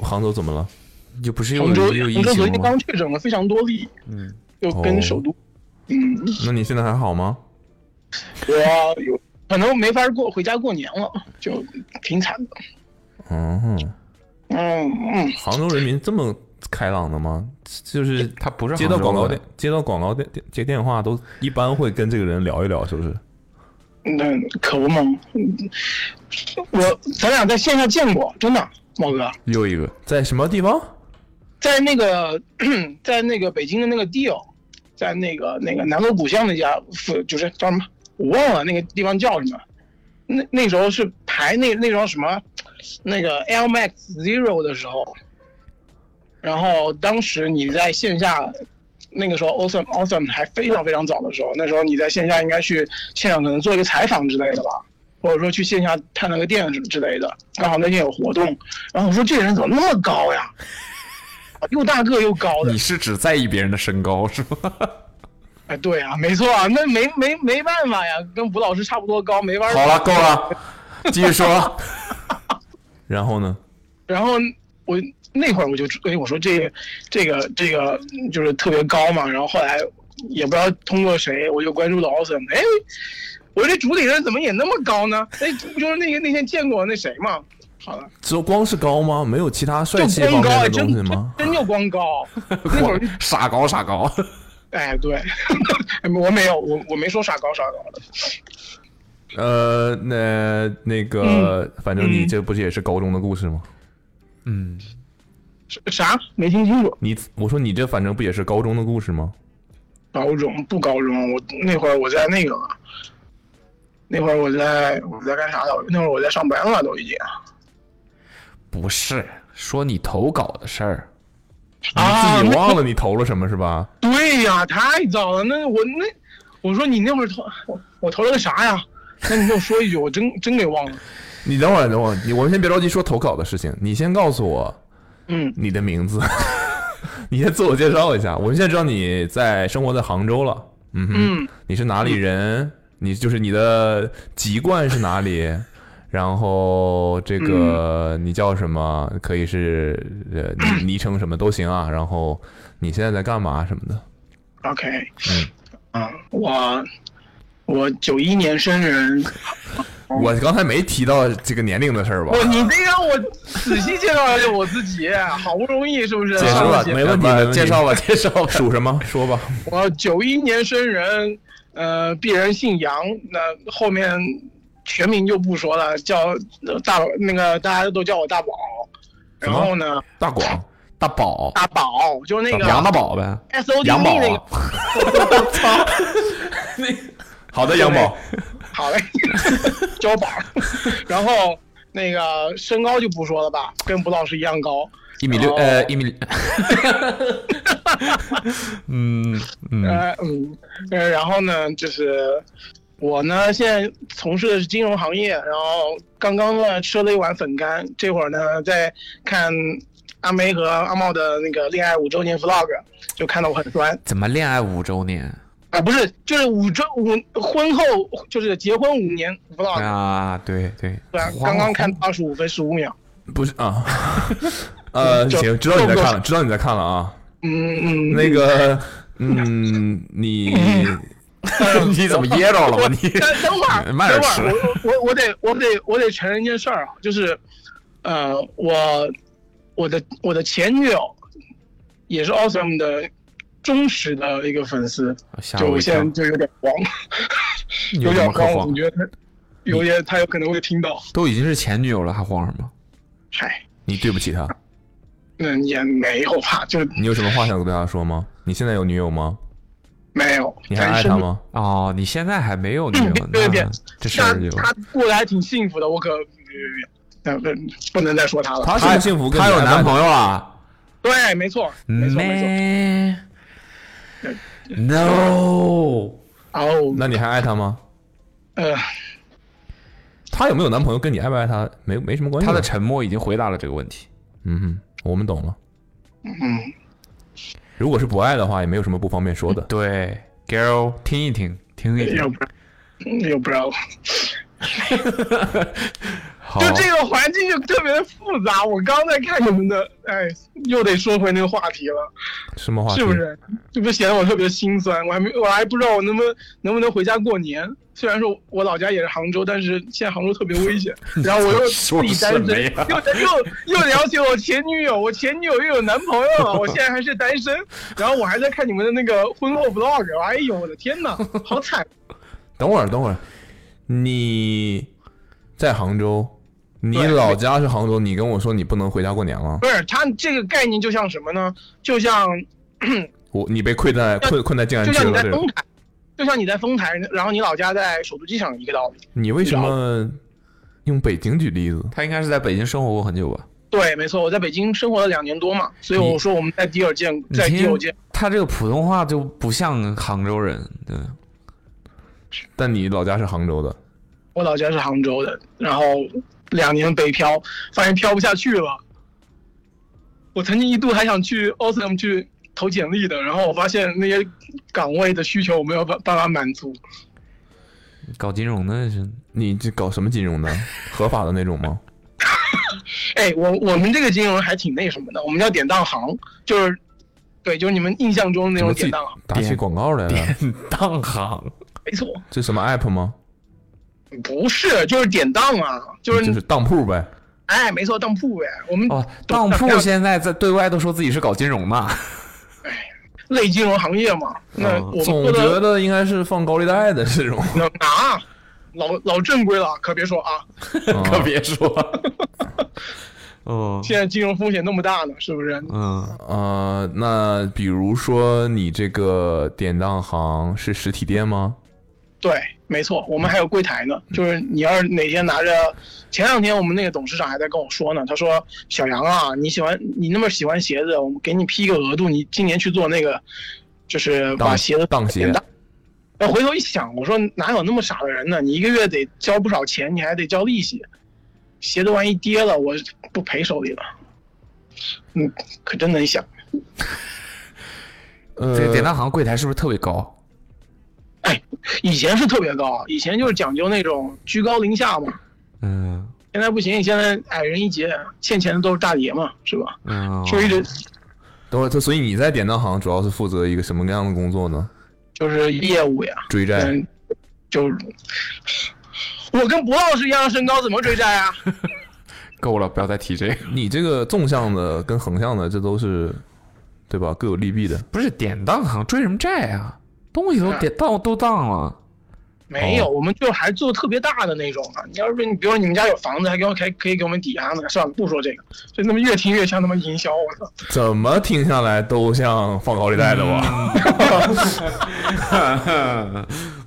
S2: 杭州怎么了？
S3: 就不是有
S5: 杭州，
S3: 有疫
S5: 杭州昨
S3: 情
S5: 天
S3: 吗
S5: 刚？确诊了非常多例，嗯，就
S2: 哦
S5: 跟首都，
S2: 那你现在还好吗？
S5: 我有可能没法过回家过年了，就挺惨的。
S2: 嗯，
S5: 嗯嗯，
S2: 杭州人民这么开朗的吗？就是
S3: 他不是
S2: 接到
S3: 杭州
S2: 广告
S3: 人
S2: 电，接到广告电电接电话都一般会跟这个人聊一聊，是不是？
S5: 那可不嘛，嗯我咱俩在线下见过，真的，猫哥，
S2: 又一个在什么地方？
S5: 在那个 在那个北京的那个哦 deal，在那个那个南锣鼓巷那家附，就是叫什么，我忘了那个地方叫什么。那那时候是排那那双什么，那个 L Max Zero 的时候，然后当时你在线下，那个时候 Awesome Awesome 还非常非常早的时候，那时候你在线下应该去现场可能做一个采访之类的吧，或者说去线下探了个店之之类的。刚好那天有活动，然后我说这个人怎么那么高呀？ 又大个又高的
S3: 你，是只在意别人的身高是吗？
S5: 哎，对啊，没错啊，那没没没办法呀，跟吴老师差不多高，没法。
S3: 好了，够。 了，继续说。
S2: 然后呢？
S5: 然后我那会儿我就哎，我说这这个这个就是特别高嘛，然后后来也不知道通过谁，我就关注了 Awesome，哎，我说这主理人怎么也那么高呢？哎，这不就是那个那天见过那谁嘛？好了，
S2: 只有光是高吗？没有其他帅
S5: 就
S2: 气方
S5: 光高
S2: 面
S5: 哎，
S2: 的东
S5: 真
S2: 西
S5: 真
S2: 吗？
S5: 真就 光高。那会儿
S3: 傻高傻高，
S5: 哎，对， 我没有，我我没说傻高傻高的。
S2: 呃，那那个，反正
S5: 嗯
S2: 你这不是也是高中的故事吗？
S3: 嗯，
S5: 啥？没听清楚。
S2: 你我说你这反正不也是高中的故事吗？
S5: 高中不高中，我那会儿我在那个，那会儿我在我在干啥的？那会儿我在上班了，都已经。
S3: 不是说你投稿的事儿，
S5: 啊
S2: 你自己忘了你投了什么是吧？
S5: 对呀、太早了。那我那我说你那会儿投我我投了个啥呀？那你跟我说一句，我真真给忘了。
S2: 你等会儿，等会儿，你我们先别着急说投稿的事情，你先告诉我
S5: 嗯，
S2: 你的名字， 你先自我介绍一下。我们现在知道你在生活在杭州了，嗯哼，
S5: 嗯
S2: 你是哪里人？你就是你的籍贯是哪里？ 然后这
S5: 嗯
S2: 个你叫什么？可以是呃昵昵称什么都行啊。然后你现在在干嘛什么的？
S5: ，OK，嗯，啊，我我九一年生人。
S2: 啊我刚才没提到这个年龄的事儿吧？
S5: 嗯我哦你得让我仔细介绍一下我自己，好不容易是不是？
S2: 解释
S5: 上
S2: 吧
S5: 了节，目
S2: 没问题，
S3: 呃
S2: 没问题
S3: 介绍吧，介绍 吧。
S2: 属什么？说吧。
S5: 我呃九一年生人，呃，鄙人姓杨，那后面全名就不说了，叫呃大那个大家都叫我大宝。然后呢，
S2: 大广，
S3: 大宝，
S5: 大宝就是那个
S3: 杨大宝呗，
S5: S O D
S3: 杨宝啊
S5: D 那
S2: 啊
S5: 个，。
S2: 好的，杨宝，
S5: 好嘞， 交宝。 然后那个身高就不说了吧，跟吴老师一样高。
S3: 一米六，
S5: 哦
S3: 呃，一米，嗯嗯，
S5: 呃嗯，呃，然后呢，就是我呢现在从事的是金融行业，然后刚刚呢吃了一碗粉干，这会儿呢在看阿梅和阿茂的那个恋爱五周年 vlog，就看到我很酸啊、
S3: 怎么恋爱五周年
S5: 不是，就是五周五婚后就是结婚五年 vlog，、
S3: 啊？对对，
S5: 对啊，
S3: 黄
S5: 刚刚看二十五分十五秒，
S2: 不是啊， 呃，
S5: 就
S2: 行，知道你在
S5: 就
S2: 看了，知道你在看了啊。
S5: 嗯嗯，
S2: 那 个，嗯， 你
S3: 你怎么噎着了吧
S5: 我
S3: 你？
S5: 等等会儿，等
S3: 慢点
S5: 会儿
S3: 吃，
S5: 我我我得我得我得承认一件事儿啊，就是，呃，我我的我的前女友也是 Awesome 的忠实的一个粉丝，
S3: 吓
S5: 就
S3: 我
S5: 我
S3: 一
S5: 现
S3: 跳
S5: 在，就有点慌，有
S3: 有 什
S5: 点
S3: 么可
S5: 慌，我
S3: 慌
S5: 总？觉得他有点他有可能会听到，
S3: 都已经是前女友了，还慌什么？
S5: 嗨，
S2: 你对不起他，
S5: 那也没有吧，就
S2: 你有什么话想对他说吗？你现在有女友吗？
S5: 没有，
S2: 你还
S5: 单
S2: 爱
S5: 身
S2: 他？吗？
S3: 哦，你现在还没有女友
S5: 别
S3: 呢
S5: 别别，
S3: 这事
S5: 他
S3: 儿就
S5: 他过得还挺幸福的，我可别别别，别别不能再说他了。
S2: 他幸不幸福？
S3: 他有男啊朋友了。
S5: 对，没错，啊没错，没错。
S3: Man, no，
S5: 哦，
S2: 那你还爱他吗？
S5: 呃，
S2: 他有没有男朋友跟你爱不爱他没没什么关系啊
S3: 他
S2: 吧。
S3: 的沉默已经回答了这个问题。
S2: 嗯哼，我们懂了。嗯，如果是不爱的话，也没有什么不方便说的。
S3: 嗯对，girl，听一听，听一
S5: 要
S3: 听。
S5: 不然，要不然，
S3: 好，
S5: 就这个环境就特别的复杂。我刚在看你们的，哎，又得说回那个话题了，
S2: 什么话题？
S5: 是不是？这不显得我特别心酸？我还没，我还不知道我能不能能不能回家过年。虽然说我老家也是杭州，但是现在杭州特别 危险。然后我又自己单
S3: 说什么
S5: 身，
S3: 呀
S5: 又又又聊起我前女友，我前女友又有男朋友了，我现在还是单身。然后我还在看你们的那个婚后 vlog，哎呦我的天呐，好惨！
S2: 等会儿，等会儿，你在杭州，你
S5: 对
S2: 老家是杭州，你跟我说你不能回家过年了，
S5: 不是他这个概念就像什么呢？就像
S2: 我你被困在困困在静安
S5: 就
S2: 区
S5: 像你
S2: 了，
S5: 在
S2: 对吧
S5: 丰台，就像你在丰台，然后你老家在首都机场一个道理。
S2: 你为什么用北京举例子？
S3: 他应该是在北京生活过很久吧？
S5: 对，没错，我在北京生活了两年多嘛，所以我说我们在第二见，
S3: 你
S5: 在第
S3: 听
S5: 二见，
S3: 他这个普通话就不像杭州人，对，
S2: 但你老家是杭州的，
S5: 我老家是杭州的，然后两年北漂，发现漂不下去了。我曾经一度还想去 Awesome 去投简历的，然后我发现那些岗位的需求我没有办办法满足，
S3: 搞金融的是
S2: 你这搞什么金融 的？合法的那种吗？
S5: 哎，我我们这个金融还挺那什么的，我们叫典当行，就是，对，就是你们印象中的那
S2: 怎么
S5: 种
S2: 自己
S5: 典当行，
S2: 打起广告来了？
S3: 当行，
S5: 没错，
S2: 这什么 app 吗？
S5: 不是，就是典当啊，就是
S2: 就是当铺呗。
S5: 哎，没错，当铺呗，我们
S3: 哦，当铺现在在对外都说自己是搞金融的，
S5: 类金融行业嘛，那我们
S2: 总
S5: 做
S2: 觉
S5: 的
S2: 得应该是放高利贷的这种，
S5: 能拿。老老正规了，可别说啊！
S3: 可
S2: 啊
S3: 别说。哦，
S5: 现在金融风险那么大呢，是不是？
S3: 嗯，
S2: 呃，那比如说你这个典当行是实体店吗？
S5: 对，没错，我们还有柜台呢。就是你要是哪天拿着，前两天我们那个董事长还在跟我说呢，他说：“小杨啊，你喜欢你那么喜欢鞋子，我们给你批一个额度，你今年去做那个，就是把
S2: 当
S5: 鞋子
S2: 当鞋
S5: 变大。”我呃回头一想，我说哪有那么傻的人呢？你一个月得交不少钱，你还得交利息，鞋子万一跌了，我不赔手里了。嗯，可真能想。
S2: 呃，
S3: 这个典当行柜台是不是特别高？
S5: 哎，以前是特别高，啊以前就是讲究那种居高临下嘛。
S3: 嗯
S5: 现在不行，现在矮人一截，欠钱的都是大爷嘛，是吧？
S3: 嗯，
S2: 哦
S5: 就一直
S2: 等会儿，他所以你在典当行主要是负责一个什么样的工作呢？
S5: 就是业务呀，
S2: 追债。
S5: 嗯，就是我跟博老师一样身高，怎么 追债啊？
S3: 够了，不要再提这个。
S2: 你这个纵向的跟横向的，这都是对吧？各有利弊的。
S3: 不是典当行追什么债啊？东西都典当都当了，
S5: 没
S2: 哦
S5: 有，我们就还做特别大的那种啊。你要是你，比如说你们家有房子，还给我还可以给我们抵押呢。算了，不说这个，就他妈越听越像他妈营销，我操！
S2: 怎么听下来都像放高利贷的吧？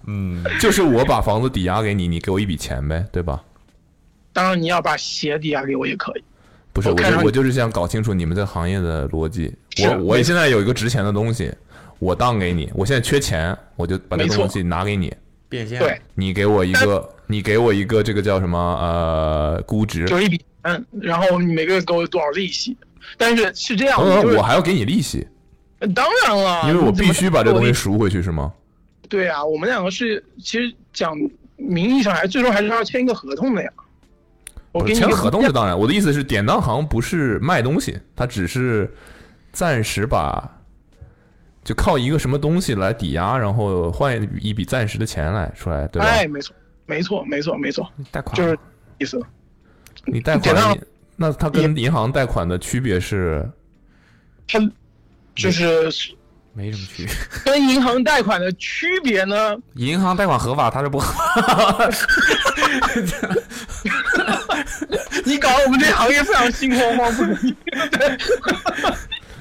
S3: 嗯，
S2: 就是我把房子抵押给你，你给我一笔钱呗，对吧？
S5: 当然你要把鞋抵押给我也可以。
S2: 不是，
S5: 我
S2: 我
S5: 看
S2: 就
S5: 上
S2: 我就是想搞清楚你们这行业的逻辑。
S5: 是
S2: 我我现在有一个值钱的东西，我当给你，我现在缺钱，我就把这
S5: 没
S2: 个
S5: 错
S2: 东西拿给你，
S3: 变现
S5: 对，
S2: 你给我一个，你给我一个这个叫什么呃估值，
S5: 就是一笔钱，然后你每个月给我多少利息？但是是这样
S2: 等，等
S5: 就是
S2: 呃
S5: 啊
S2: 我还要给你利息，
S5: 当然了，
S2: 因为我必须把这个东西
S5: 西。
S2: 赎回去，是吗？
S5: 对啊，我们两个是其实讲名义上还最终还是要签一个合同的呀。我
S2: 不
S5: 给
S2: 是
S5: 你
S2: 哦签
S5: 一个
S2: 合同是当然，我的意思是典当行不是卖东西，它只是暂时把就靠一个什么东西来抵押，然后换一笔暂时的钱来出来，对吧？啊
S5: 哎，没错，没错，没错，没错，
S3: 贷款
S5: 就是意思。
S2: 你贷
S5: 典当
S2: 款，那它跟银行贷款的区别是，
S5: 它就是
S3: 没什么区别。
S5: 跟银行贷款的区别呢？
S3: 银行贷款合法，它是不 合法。
S5: 你搞得我们这行业非常心慌慌不已。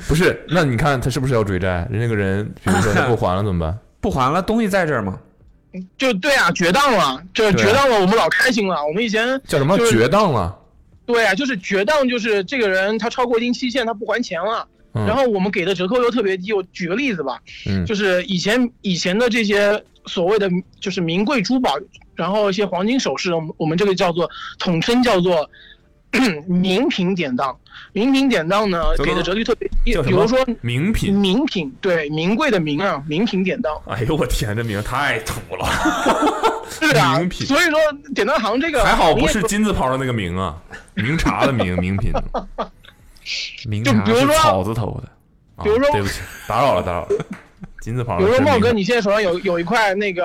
S2: 不是？那你看他是不是要追债？那个人，比如说他不还 了怎么办？
S3: 不还了，东西在这儿吗？
S5: 就对啊，绝当了，这
S2: 对啊
S5: 绝当了，我们老开心了。我们以前
S2: 叫什么
S5: 就是
S2: 绝当了？
S5: 对啊，就是绝当，就是这个人他超过一定期限他不还钱了，
S2: 嗯
S5: 然后我们给的折扣又特别低。我举个例子吧，
S2: 嗯
S5: 就是以前以前的这些所谓的就是名贵珠宝，然后一些黄金首饰，我们我们这个叫做统称叫做 名品典当。名品典当呢，
S2: 等等
S5: 给的折率特别低，
S2: 叫什
S5: 比
S2: 么
S5: 如说
S2: 名品。
S5: 名品，对，名贵的名啊，名品典当，
S2: 哎呦我天，这名太土 了，
S5: 对啊
S2: 名，品
S5: 所以说典当行这个
S2: 还好不
S5: 行业
S2: 是金字旁的那个名啊，明察的明，名 品。
S3: 明
S5: 就
S3: 察
S5: 比如
S3: 是
S5: 说
S3: 草字头的，
S2: 啊
S5: 比如说
S2: 对不起，打扰了，打扰了，金字旁。
S5: 比如说茂哥，你现在手上有有一块那个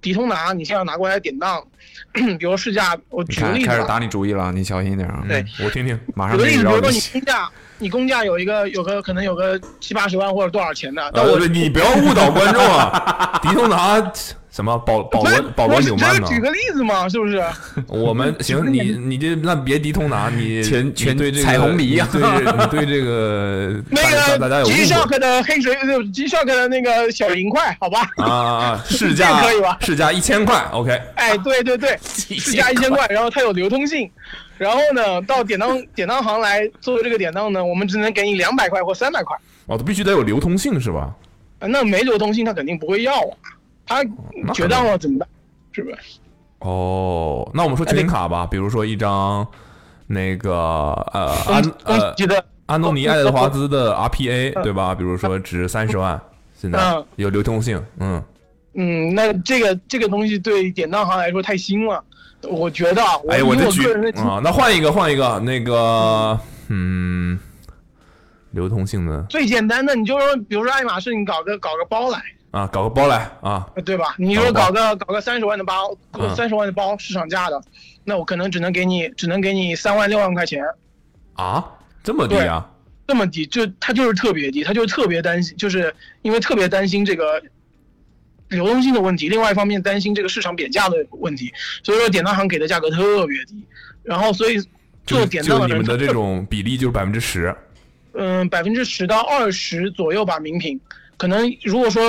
S5: 迪通达，你现在拿过来典当， 比如说市价，我
S3: 你
S5: 举个
S3: 看
S5: 例子
S3: 开始
S5: 啊，
S3: 打你主意了，你小心一点啊！
S5: 对
S3: 嗯，我 听听，马
S5: 举
S3: 上
S5: 个
S3: 给你绕
S5: 例子，比如说
S3: 进
S5: 你
S3: 去。
S5: 工价，你工价有一个有个可能有个七八十万或者多少钱的，但
S2: 呃
S5: 我
S2: 不你不要误导观众啊！迪通达什么 保保
S5: 不是
S2: 罗保罗
S5: 我是
S2: 纽曼
S5: 只
S2: 呢
S5: 是？举个例子嘛，是 不是？
S2: 我们行，你你这那别迪通达，你
S3: 全
S2: 你
S3: 全
S2: 对这个
S3: 彩虹梨啊
S2: 你对你对这个
S5: 那
S2: 大大家
S5: 个
S2: 有误
S5: G
S2: 会
S5: Shock 的黑水，G Shock 的那个小银块，好 吧？
S2: 啊啊啊！市
S5: 这
S2: 价
S5: 个可以吧
S2: 市价一千块，OK，
S5: 哎，对对对，市价一千块，然后它有流通性。然后呢，到典当典当行来作为这个典当呢，我们只能给你两百块或三百块。
S2: 哦，必须得有流通性是吧？
S5: 啊那没流通性，他肯定不会要啊。他
S2: 那
S5: 绝当了怎么办？是不是？
S2: 哦，那我们说确定卡
S5: 哎
S2: 吧，比如说一张那个呃安
S5: 恭
S2: 呃
S5: 喜的，
S2: 安东尼·爱德华兹的 RPA 对吧？比如说值三十万，现在
S5: 嗯
S2: 有流通性，嗯，
S5: 嗯，那这个这个东西对典当行来说太新了，我觉得啊，我
S2: 哎，
S5: 以
S2: 我
S5: 我
S2: 这举
S5: 个人的经
S2: 啊，那换一个，换一个，那个，嗯，流通性的
S5: 最简单的，你就说，比如说爱马仕，你搞个搞个包来，
S2: 啊，搞个包来啊，
S5: 对吧？你说
S2: 搞
S5: 搞个搞个三十万的包
S2: 嗯，
S5: 三十万的包市场价的，那我可能只能给你只能给你三万六万块钱，
S2: 啊，这么低啊？
S5: 这么低，就他就是特别低，他就是特别担心，就是因为特别担心这个流动性的问题，另外一方面担心这个市场贬价的问题，所以说典当行给的价格特别低，然后所以
S2: 就
S5: 做典
S2: 就
S5: 当的
S2: 你
S5: 人
S2: 们的这种比例就是百分之十，
S5: 嗯，百分之十到二十左右吧，名品。可能如果说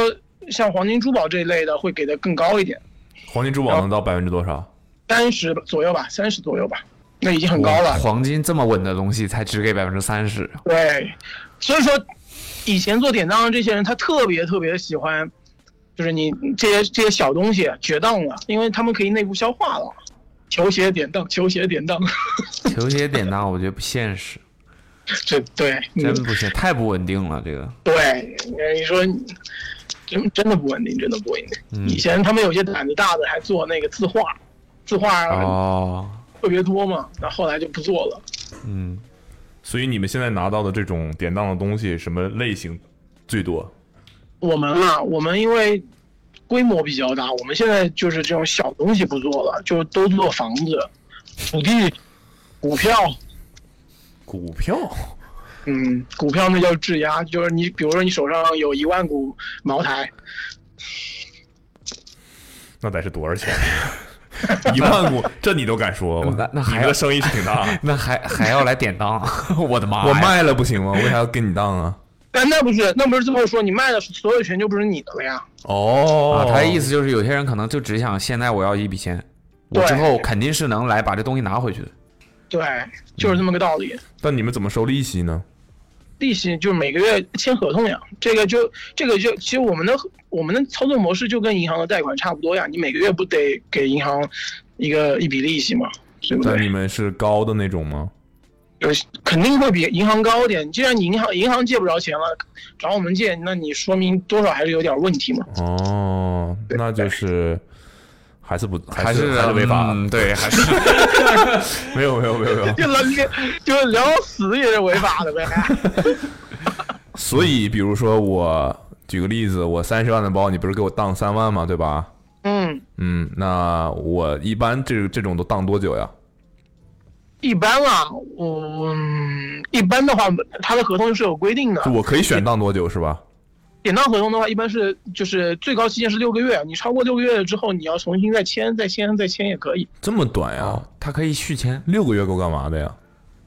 S5: 像黄金珠宝这一类的，会给的更高一点，
S2: 黄金珠宝
S5: 哦
S2: 能到百分之多少？
S5: 三十左右吧，三十左右吧，那已经很高了。
S3: 黄金这么稳的东西，才只给百分之三十。
S5: 对，所以说以前做典当的这些人，他特别特别喜欢，就是你这些这些小东西绝当了，因为他们可以内部消化了。球鞋典当，球鞋典当，
S3: 球鞋典当，我觉得不现实，
S5: 这对，
S3: 真
S5: 嗯
S3: 不现，太不稳定了。这个
S5: 对，你说你真真的不稳定，真的不稳定。
S3: 嗯
S5: 以前他们有些胆子大的还做那个字画，字画
S3: 哦，
S5: 特别多嘛，那、后来就不做了。
S3: 嗯，
S2: 所以你们现在拿到的这种典当的东西，什么类型最多？
S5: 我们啊，我们因为规模比较大，我们现在就是这种小东西不做了，就都做房子、土地、股票。
S2: 股票
S5: 嗯，股票那叫质押，就是你比如说你手上有一万股茅台，
S2: 那得是多少钱？ 一万股，这你都敢说？我
S3: 那那还
S2: 你们的生意是挺大的。
S3: 那还还要来典当？ 我的妈呀！
S2: 我卖了不行吗？为啥要跟你当啊？
S5: 但那不是，那不是最后说你卖的所有权就不是你的了呀？
S2: 哦
S3: 啊，他的意思就是有些人可能就只想现在我要一笔钱，我
S5: 对
S3: 之后肯定是能来把这东西拿回去的。
S5: 对，就是这么个道理。
S2: 但你们怎么收利息呢？
S5: 利息就是每个月签合同呀，这个就这个就其实我们的我们的操作模式就跟银行的贷款差不多呀，你每个月不得给银行一个一笔利息嘛，对不
S2: 但你
S5: 对？
S2: 们是高的那种吗？
S5: 呃，肯定会比银行高一点。既然你银行银行借不着钱了，找我们借，那你说明多少还是有点问题嘛。
S2: 哦，那就是还是不还
S3: 是
S2: 是还是违法的。
S3: 嗯，对， 还是
S2: 没有没有没有 没有。
S5: 就聊就是聊到死也是违法的呗。
S2: 所以比如说我举个例子，我三十万的包，你不是给我当三万嘛，对吧？
S5: 嗯，
S2: 嗯，那我一般这这种都当多久呀？
S5: 一般啊，我嗯一般的话，它的合同是有规定的
S2: 就。我可以选当多久是吧？
S5: 典当合同的话，一般是就是最高期限是六个月，你超过六个月之后，你要重新再签、再签、再签也可以。
S2: 这么短呀？
S5: 哦
S3: 哦他可以续签。
S2: 六个月够干嘛的呀？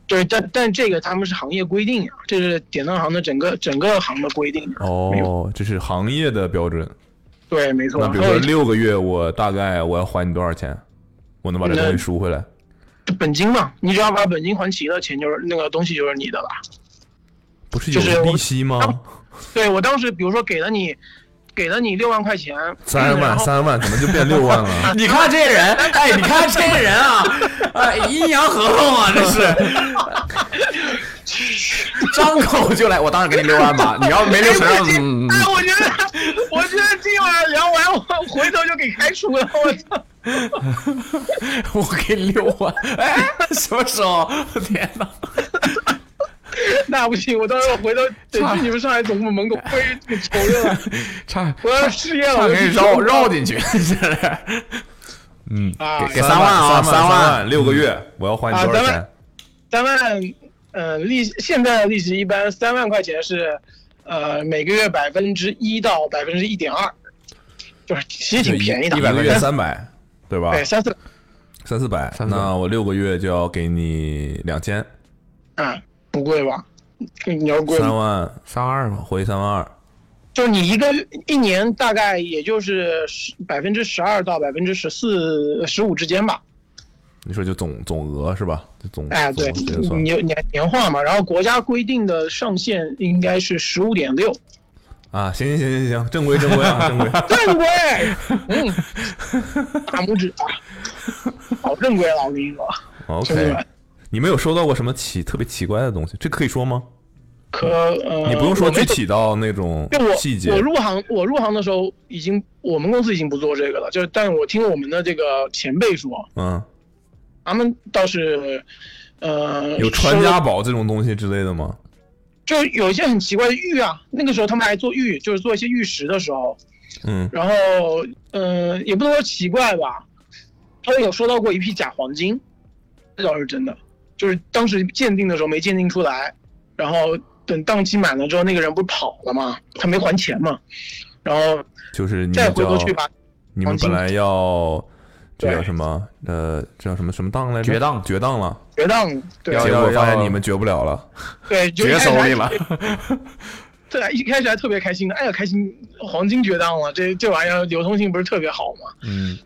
S5: 对，但但这个他们是行业规定呀、这是典当行的整个整个行的规定啊。没有
S2: 哦，这是行业的标准。
S5: 对，没错。
S2: 那比如
S5: 还
S2: 说
S5: 有
S2: 六个月，我大概我要还你多少钱？我能把这东西赎回来？
S5: 本金嘛，你只要把本金还齐了，钱就是那个东西就是你的了。
S2: 不是
S5: 就是
S2: 有
S5: 我
S2: 利息吗？
S5: 对我当时，比如说给了你，给了你六万块钱，
S2: 三
S5: 然
S2: 万
S5: 后
S2: 三万怎么就变六万 了？
S3: 你看这人，哎，你看这人啊，哎，阴阳合同啊，这是，张口就来，我当然给你六万吧，你要没六十，嗯，
S5: 哎，我觉得，我觉得今晚聊完，我回头就给开除了。我操！
S3: 我给你六万，哎，什么时候？我天哪！
S5: 那不行，我到时候回头得去你们上海总部 门口跪着给求求了，
S3: 差
S5: 我要失业了，
S3: 差
S5: 我
S3: 给你
S5: 就
S3: 绕绕进 去，是不是
S2: 嗯，
S5: 啊，
S3: 给三万啊
S2: 三
S3: 三万
S2: 万六个月，我要还你多少
S5: 啊咱
S2: 钱
S5: 们？三万，呃，利现在的利息一般三万块钱是，呃，每个月百分之一到百分之一点二，就是其实挺便宜的，
S2: 一百个月三百，对吧？
S5: 对三四，
S2: 三四百，
S3: 三四百
S2: 那我六个月就要给你两千，
S5: 嗯，不贵吧？你要贵
S2: 三
S5: 吗？
S2: 万
S3: 三万二嘛，
S2: 回三万二，
S5: 就是你一个一年大概也就是十百分之十二到百分之十四十五之间吧，
S2: 你说就总总额是吧？就总
S5: 哎，对
S2: 总结算，
S5: 年年年化嘛，然后国家规定的上限应该是十五点六，
S2: 啊，行行行行行，正规正规啊， 正规。
S5: 正规， 嗯，大拇指啊，好正规了，我跟你说，真的
S2: OK，你们有收到过什么奇特别奇怪的东西？这可以说吗？
S5: 可呃，
S2: 你不用
S5: 我
S2: 说
S5: 没
S2: 具体到那种
S5: 就我
S2: 细节
S5: 我入行我入行的时候已经我们公司已经不做这个了，就是但我听我们的这个前辈说，
S2: 嗯，
S5: 他们倒是呃
S2: 有传
S5: 收
S2: 家宝这种东西之类的吗？
S5: 就有一些很奇怪的玉啊，那个时候他们还做玉，就是做一些玉石的时候，
S2: 嗯，
S5: 然后呃也不能说奇怪吧，他们有收到过一批假黄金，这倒是真的，就是当时鉴定的时候没鉴定出来，然后等档期满了之后，那个人不是跑了嘛，他没还钱嘛，然后
S2: 就是你
S5: 再
S2: 们
S5: 回
S2: 叫
S5: 头去把
S2: 你们本来要这叫
S5: 对
S2: 什么？呃，这叫什么什么当来着？
S3: 决当
S2: 决当了，
S5: 决当对
S3: 要
S2: 结
S3: 要
S2: 果发现
S3: 要
S2: 你们决不了了。
S5: 对，就一
S3: 绝
S5: 开始
S3: 手
S5: 还
S3: 里了。
S5: 对，一开始还特别开心的，哎呀，开心黄金绝当了，这这玩意儿流通性不是特别好吗？
S2: 嗯，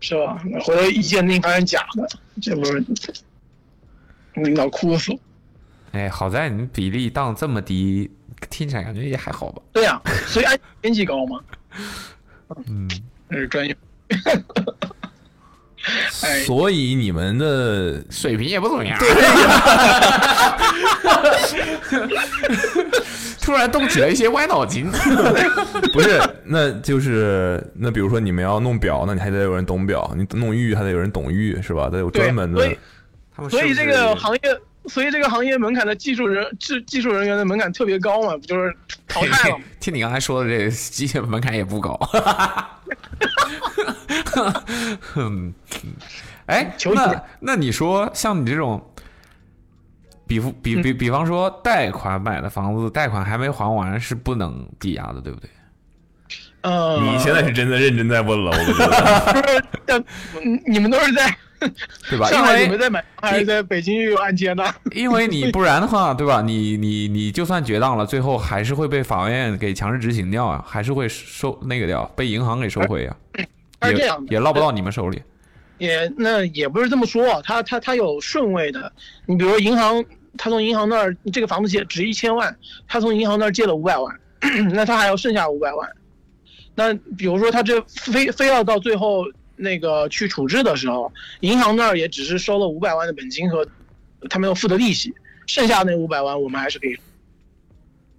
S5: 是吧？回头一鉴定发现假的，这不是领导哭死我。
S3: 哎，好在你比例档这么低，听起来感觉也还好吧？
S5: 对呀、所以安全级高嘛，
S3: 嗯，
S5: 那是专业。哎
S2: 所以你们的
S3: 水平也不怎么样。 突然动起了一些歪脑筋。
S2: 不是，那就是那比如说你们要弄表，那你还得有人懂表；你弄玉还得有人懂玉，是吧？得有专门的
S5: 对所以
S3: 他们
S5: 所以
S3: 是
S5: 这
S3: 不是
S5: 个行业，所以这个行业门槛的技术人技技术人员的门槛特别高嘛，不就是淘汰 了吗？
S3: 听你刚才说的这个，机械门槛也不高。嗯哎，
S5: 求解
S3: 那那你说像你这种，比方
S5: 嗯
S3: 比比比方说贷款买的房子，贷款还没还完是不能抵押的，对不对？
S5: 嗯，
S2: 你现在是真的认真在问了，我觉得。
S5: 不是但嗯你们都是在
S3: 对吧？因
S5: 上海，你们
S3: 为
S5: 在买，还是在北京又有按揭呢？
S3: 因为你不然的话， 对吧？你你你就算决当了，最后还是会被法院给强制执行掉啊，还是会收那个掉，被银行给收回啊，
S5: 他哎是这
S3: 也
S5: 样的，
S3: 也落不到你们手里。
S5: 也那也不是这么说，啊他他他有顺位的。你比如银行，他从银行那儿这个房子借值一千万，他从银行那儿借了五百万， 那他还要剩下五百万。那比如说他这非非要到最后那个去处置的时候，银行那儿也只是收了五百万的本金和他没有付的利息，剩下那五百万我们还是可以。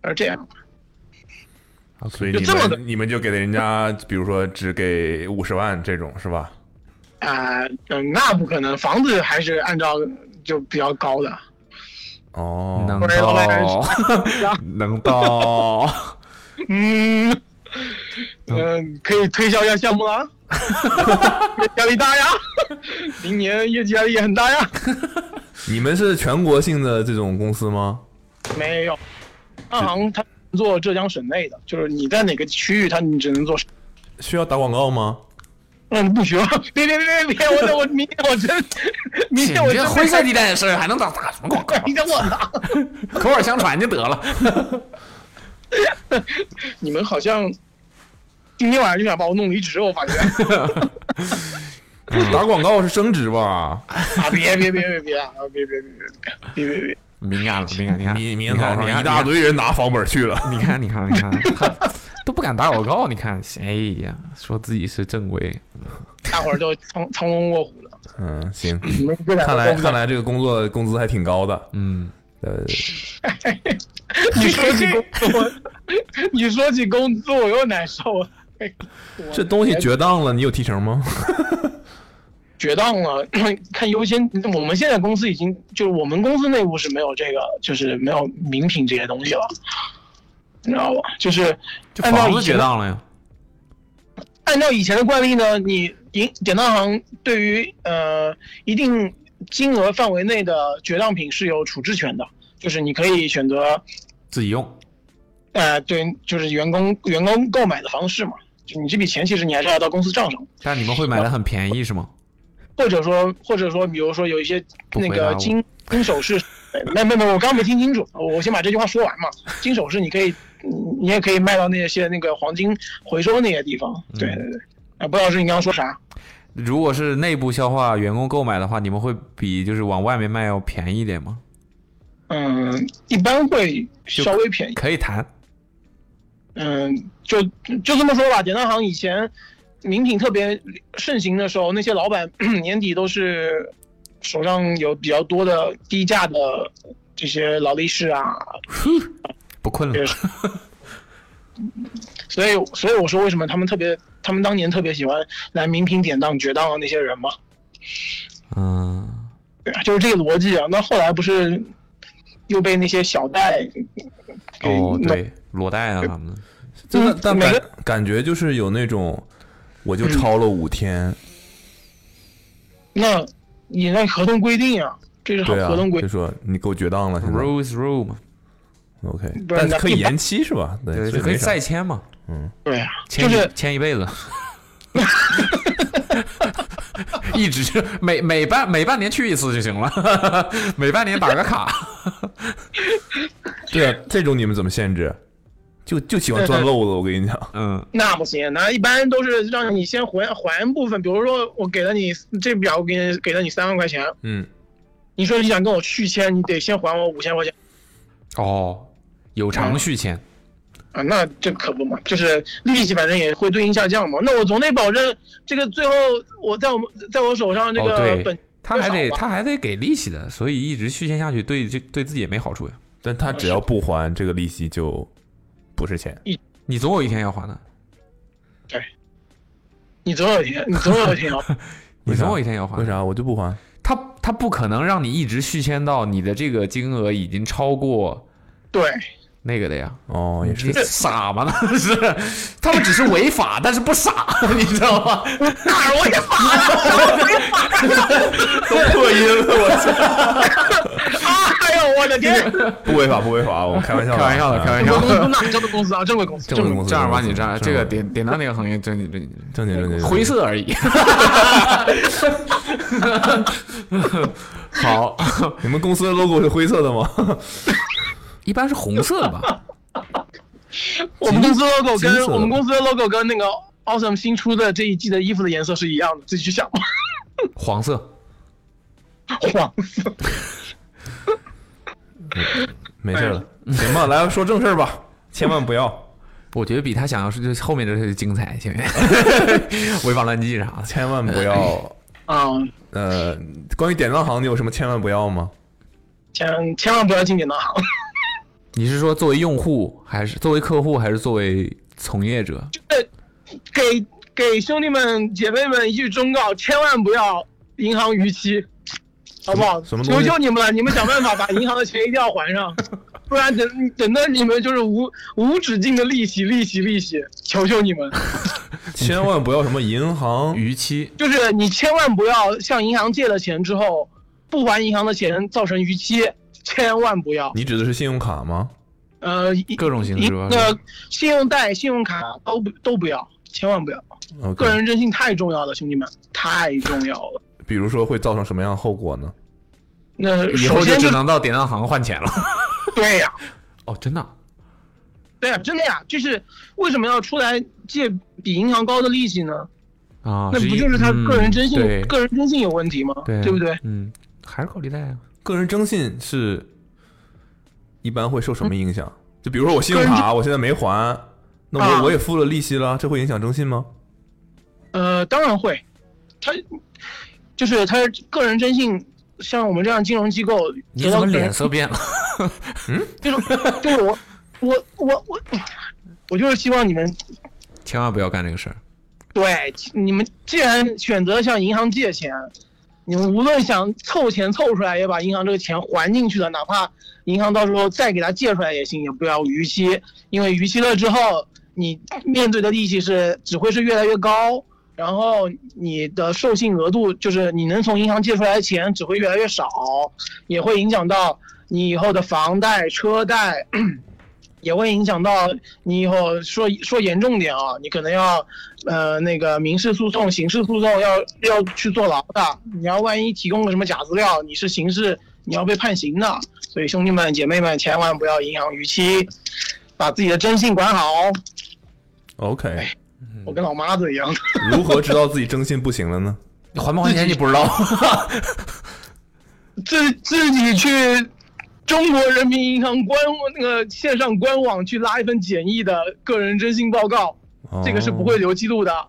S5: 而这样，
S2: 啊所以
S5: 就
S2: 你
S5: 这么的
S2: 们你们就给人家，比如说只给五十万这种是吧？
S5: 啊、嗯，那不可能，房子还是按照就比较高的。
S2: 哦，
S3: 能
S5: 不然要不然
S3: 到，
S5: 啊
S3: 能 到，
S5: 嗯，嗯、可以推销一下项目了，压力大呀，明年业绩压力也很大呀。
S2: 你们是全国性的这种公司吗？
S5: 没有，央行它做浙江省内的，就是你在哪个区域，它你只能做。
S2: 需要打广告吗？
S5: 嗯，不需要，别别别别别，我等我明天我真，明
S3: 你
S5: 天我真
S3: 这灰色地带的事儿还能打打什么广告？
S5: 明天我打。
S3: 口耳相传就得了。
S5: 你们好像今天晚上就想把我弄离职，我发现。
S2: 打广告是升职吧？
S5: 啊，别别别别别啊，别别别别别别别。
S3: 敏感了，敏感，你看，
S2: 明明
S3: 你
S2: 早
S3: 看，
S2: 上一
S3: 你
S2: 大
S3: 看，
S2: 堆人拿房本去了。
S3: 你看，你看，你看，他 都不敢打广告，你看，哎呀，说自己是正规，
S5: 大伙儿都藏藏龙卧虎的，
S2: 嗯，行，
S5: 你们这两
S2: 看
S5: 个
S2: 来
S5: 都不
S2: 看来这个工作工资还挺高的。
S3: 嗯，
S2: 呃，
S5: 你说起工作， 你说起工资，我又难受了。哎
S2: 这东西绝当了，你有提成吗？
S5: 绝当了，看优先。我们现在公司已经就是我们公司内部是没有这个，就是没有名品这些东西了，你知道吧？就是
S3: 这
S5: 按照
S3: 房
S5: 以
S3: 子
S5: 前
S3: 结
S5: 的
S3: 档了呀，
S5: 按照以前的惯例呢，你银典当行对于呃一定金额范围内的绝当品是有处置权的，就是你可以选择
S3: 自己用。
S5: 呃对，就是员工员工购买的方式嘛，就你这笔钱其实你还是要到公司账上的。
S3: 但你们会买的很便宜是吗？
S5: 或者说，或者说，比如说有一些
S3: 不
S5: 那
S3: 回答
S5: 个
S3: 我
S5: 金金 首饰，没没没，我刚没听清楚，我先把这句话说完嘛。金首饰你可以，嗯你也可以卖到那些那个黄金回收那些地方。对对
S3: 嗯
S5: 对，啊，不知道是你刚刚说啥？
S3: 如果是内部消化、员工购买的话，你们会比就是往外面卖要便宜一点吗？
S5: 嗯，一般会稍微便宜。
S3: 可以谈，
S5: 嗯，就就这么说吧。典当行以前名品特别盛行的时候，那些老板 年底都是手上有比较多的低价的这些劳力士啊，
S3: 不困了
S5: 是。 所以，所以我说为什么他们特别，他们当年特别喜欢来名品典当、绝当的那些人嘛，
S3: 嗯，
S5: 对啊，就是这个逻辑啊。那后来不是又被那些小贷给
S3: 哦，
S5: 弄
S3: 对，裸贷啊什么的，
S2: 真的
S5: 嗯，
S2: 但
S5: 每
S2: 感
S5: 个
S2: 感觉就是有那种，我就超了五天，
S5: 那你那合同规定啊，这是
S2: 对啊
S5: 合同，规
S2: 就
S5: 定。
S2: 说你给我绝当了，现在
S3: rose room，
S2: OK，
S5: 不是
S2: 但
S5: 那
S2: 可以
S5: 一般
S2: 延期是吧？对，
S3: 对，
S2: 所以
S3: 可以
S2: 没啥
S3: 再签嘛，
S5: 对啊，
S3: 签
S5: 就
S3: 一
S5: 是
S3: 签一辈子，一直每每半每半年去一次就行了， 每半年打个卡。
S2: 对啊，这种你们怎么限制？就就喜欢钻漏子，我跟你讲，
S3: 嗯，
S5: 那不行，那一般都是让你先还还部分。比如说，我给了你这表，我给你给了你三万块钱，
S2: 嗯，
S5: 你说你想跟我续签，你得先还我五千块钱。
S3: 哦，有偿续签，
S5: 啊，那这可不嘛，就是利息反正也会对应下降嘛。那我总得保证这个最后我在我们在我手上这
S3: 哦
S5: 个
S3: 对
S5: 本，
S3: 他还得
S5: 多少吧
S3: 他还得给利息的，所以一直续签下去对这对自己也没好处呀。
S2: 但他只要不还这个利息就不是钱，
S3: 你总有一天要还的，
S5: 你总有一 天，你总有一天哦要
S3: 你
S2: 为啥
S3: 总有一天要还的
S2: 为。啥我就不还？
S3: 他他不可能让你一直续签到你的这个金额已经超过
S5: 对
S3: 那个的呀。
S2: 哦，也
S3: 你
S2: 是，
S3: 傻吗？那是他们只是违法，但是不傻， 你知道吗？
S5: 哪儿我也发了，我也发
S2: 都破音了，我
S5: 啊！哎呦我的天，
S2: 不违法不违法，我开玩笑的，啊
S3: 开玩笑的，开玩
S5: 中
S3: 笑
S5: 国公司
S3: 的。
S5: 那正规公司啊，正规 公司，
S2: 正规公司
S3: 正儿八经
S2: 正儿
S3: 站，
S2: 八经
S3: 这个典典当那个行业正经正
S2: 正经正经
S3: 经灰色而已。好，
S2: 你们公司的 logo 是灰色的吗？
S3: 一般是红色的吧？
S5: 我们公司 logo
S2: 金色
S5: 跟
S2: 的
S5: 我们公司的 logo 跟那个 Awesome 新出的这一季的衣服的颜色是一样的，自己去想吧。
S3: 黄色，
S5: 黄色，
S2: 没事了，
S3: 哎
S2: 行吧，来说正事儿吧，千万不要，
S3: 我觉得比他想要是就是后面的是精彩， 前面违法乱纪啥的。
S2: 千万不要。
S5: 啊、
S2: 呃，关于典当行，你有什么千万不要吗？
S5: 千千万不要进典当行，
S3: 你是说作为用户，还是作为客户，还是作为从业者？
S5: 给给兄弟们姐妹们一句忠告，千万不要银行逾期，好不好？
S2: 什么什么东
S5: 求
S2: 西
S5: 求你们了，你们想办法把银行的钱一定要还 上，不然等等到你们就是无无止境的利息，利息，利息，求求你们。
S2: 千万不要什么银行
S3: 逾期
S5: 就是你千万不要向银行借了钱之后不还银行的钱造成逾期，千万不要。
S2: 你指的是信用卡吗？
S5: 呃，
S3: 各种形式吧
S5: 那信用贷、信用卡都不都不要，千万不要。
S2: OK，
S5: 个人征信太重要了，兄弟们，太重要了。
S2: 比如说会造成什么样的后果呢？
S5: 那
S3: 以
S5: 首
S3: 后就
S5: 先
S3: 只
S5: 就
S3: 能到典当行换钱了。
S5: 对呀、
S3: 哦，真的啊、
S5: 对呀、真的呀、就是为什么要出来借比银行高的利息呢？
S3: 啊，
S5: 那不
S3: 一
S5: 就是他
S3: 嗯
S5: 个人征信、
S3: 对
S5: 个人征信有问题吗？
S3: 对
S5: 不对？？
S3: 嗯，还是高利贷啊。
S2: 个人征信是一般会受什么影响？就比如说我信用
S5: 个人
S2: 卡我现在没还，那我、
S5: 啊
S2: 我也付了利息了，这会影响征信吗？
S5: 呃，当然会，他就是他个人征信，像我们这样金融机构
S3: 你
S5: 得
S3: 怎么
S5: 到个人
S3: 脸色变了？
S5: 就是就是我我我我我就是希望你们
S3: 千万不要干这个事儿。
S5: 对，你们既然选择向银行借钱，你们无论想凑钱凑出来，也把银行这个钱还进去了，哪怕银行到时候再给他借出来也行，也不要逾期，因为逾期了之后，你面对的利息是只会是越来越高，然后你的授信额度就是你能从银行借出来的钱只会越来越少，也会影响到你以后的房贷、车贷。也会影响到你以后说说严重点啊，你可能要，呃，那个民事诉讼、刑事诉讼要要去坐牢的。你要万一提供了什么假资料，你是刑事，你要被判刑的。所以兄弟们、姐妹们，千万不要银行逾期，把自己的征信管好。
S2: OK，嗯
S5: 我跟老妈子一样，
S2: 如何知道自己征信不行了呢？
S3: 你还没还钱你不知道？
S5: 自自己去中国人民银行官那个线上官网去拉一份简易的个人征信报告，这个是不会留记录的。
S2: 哦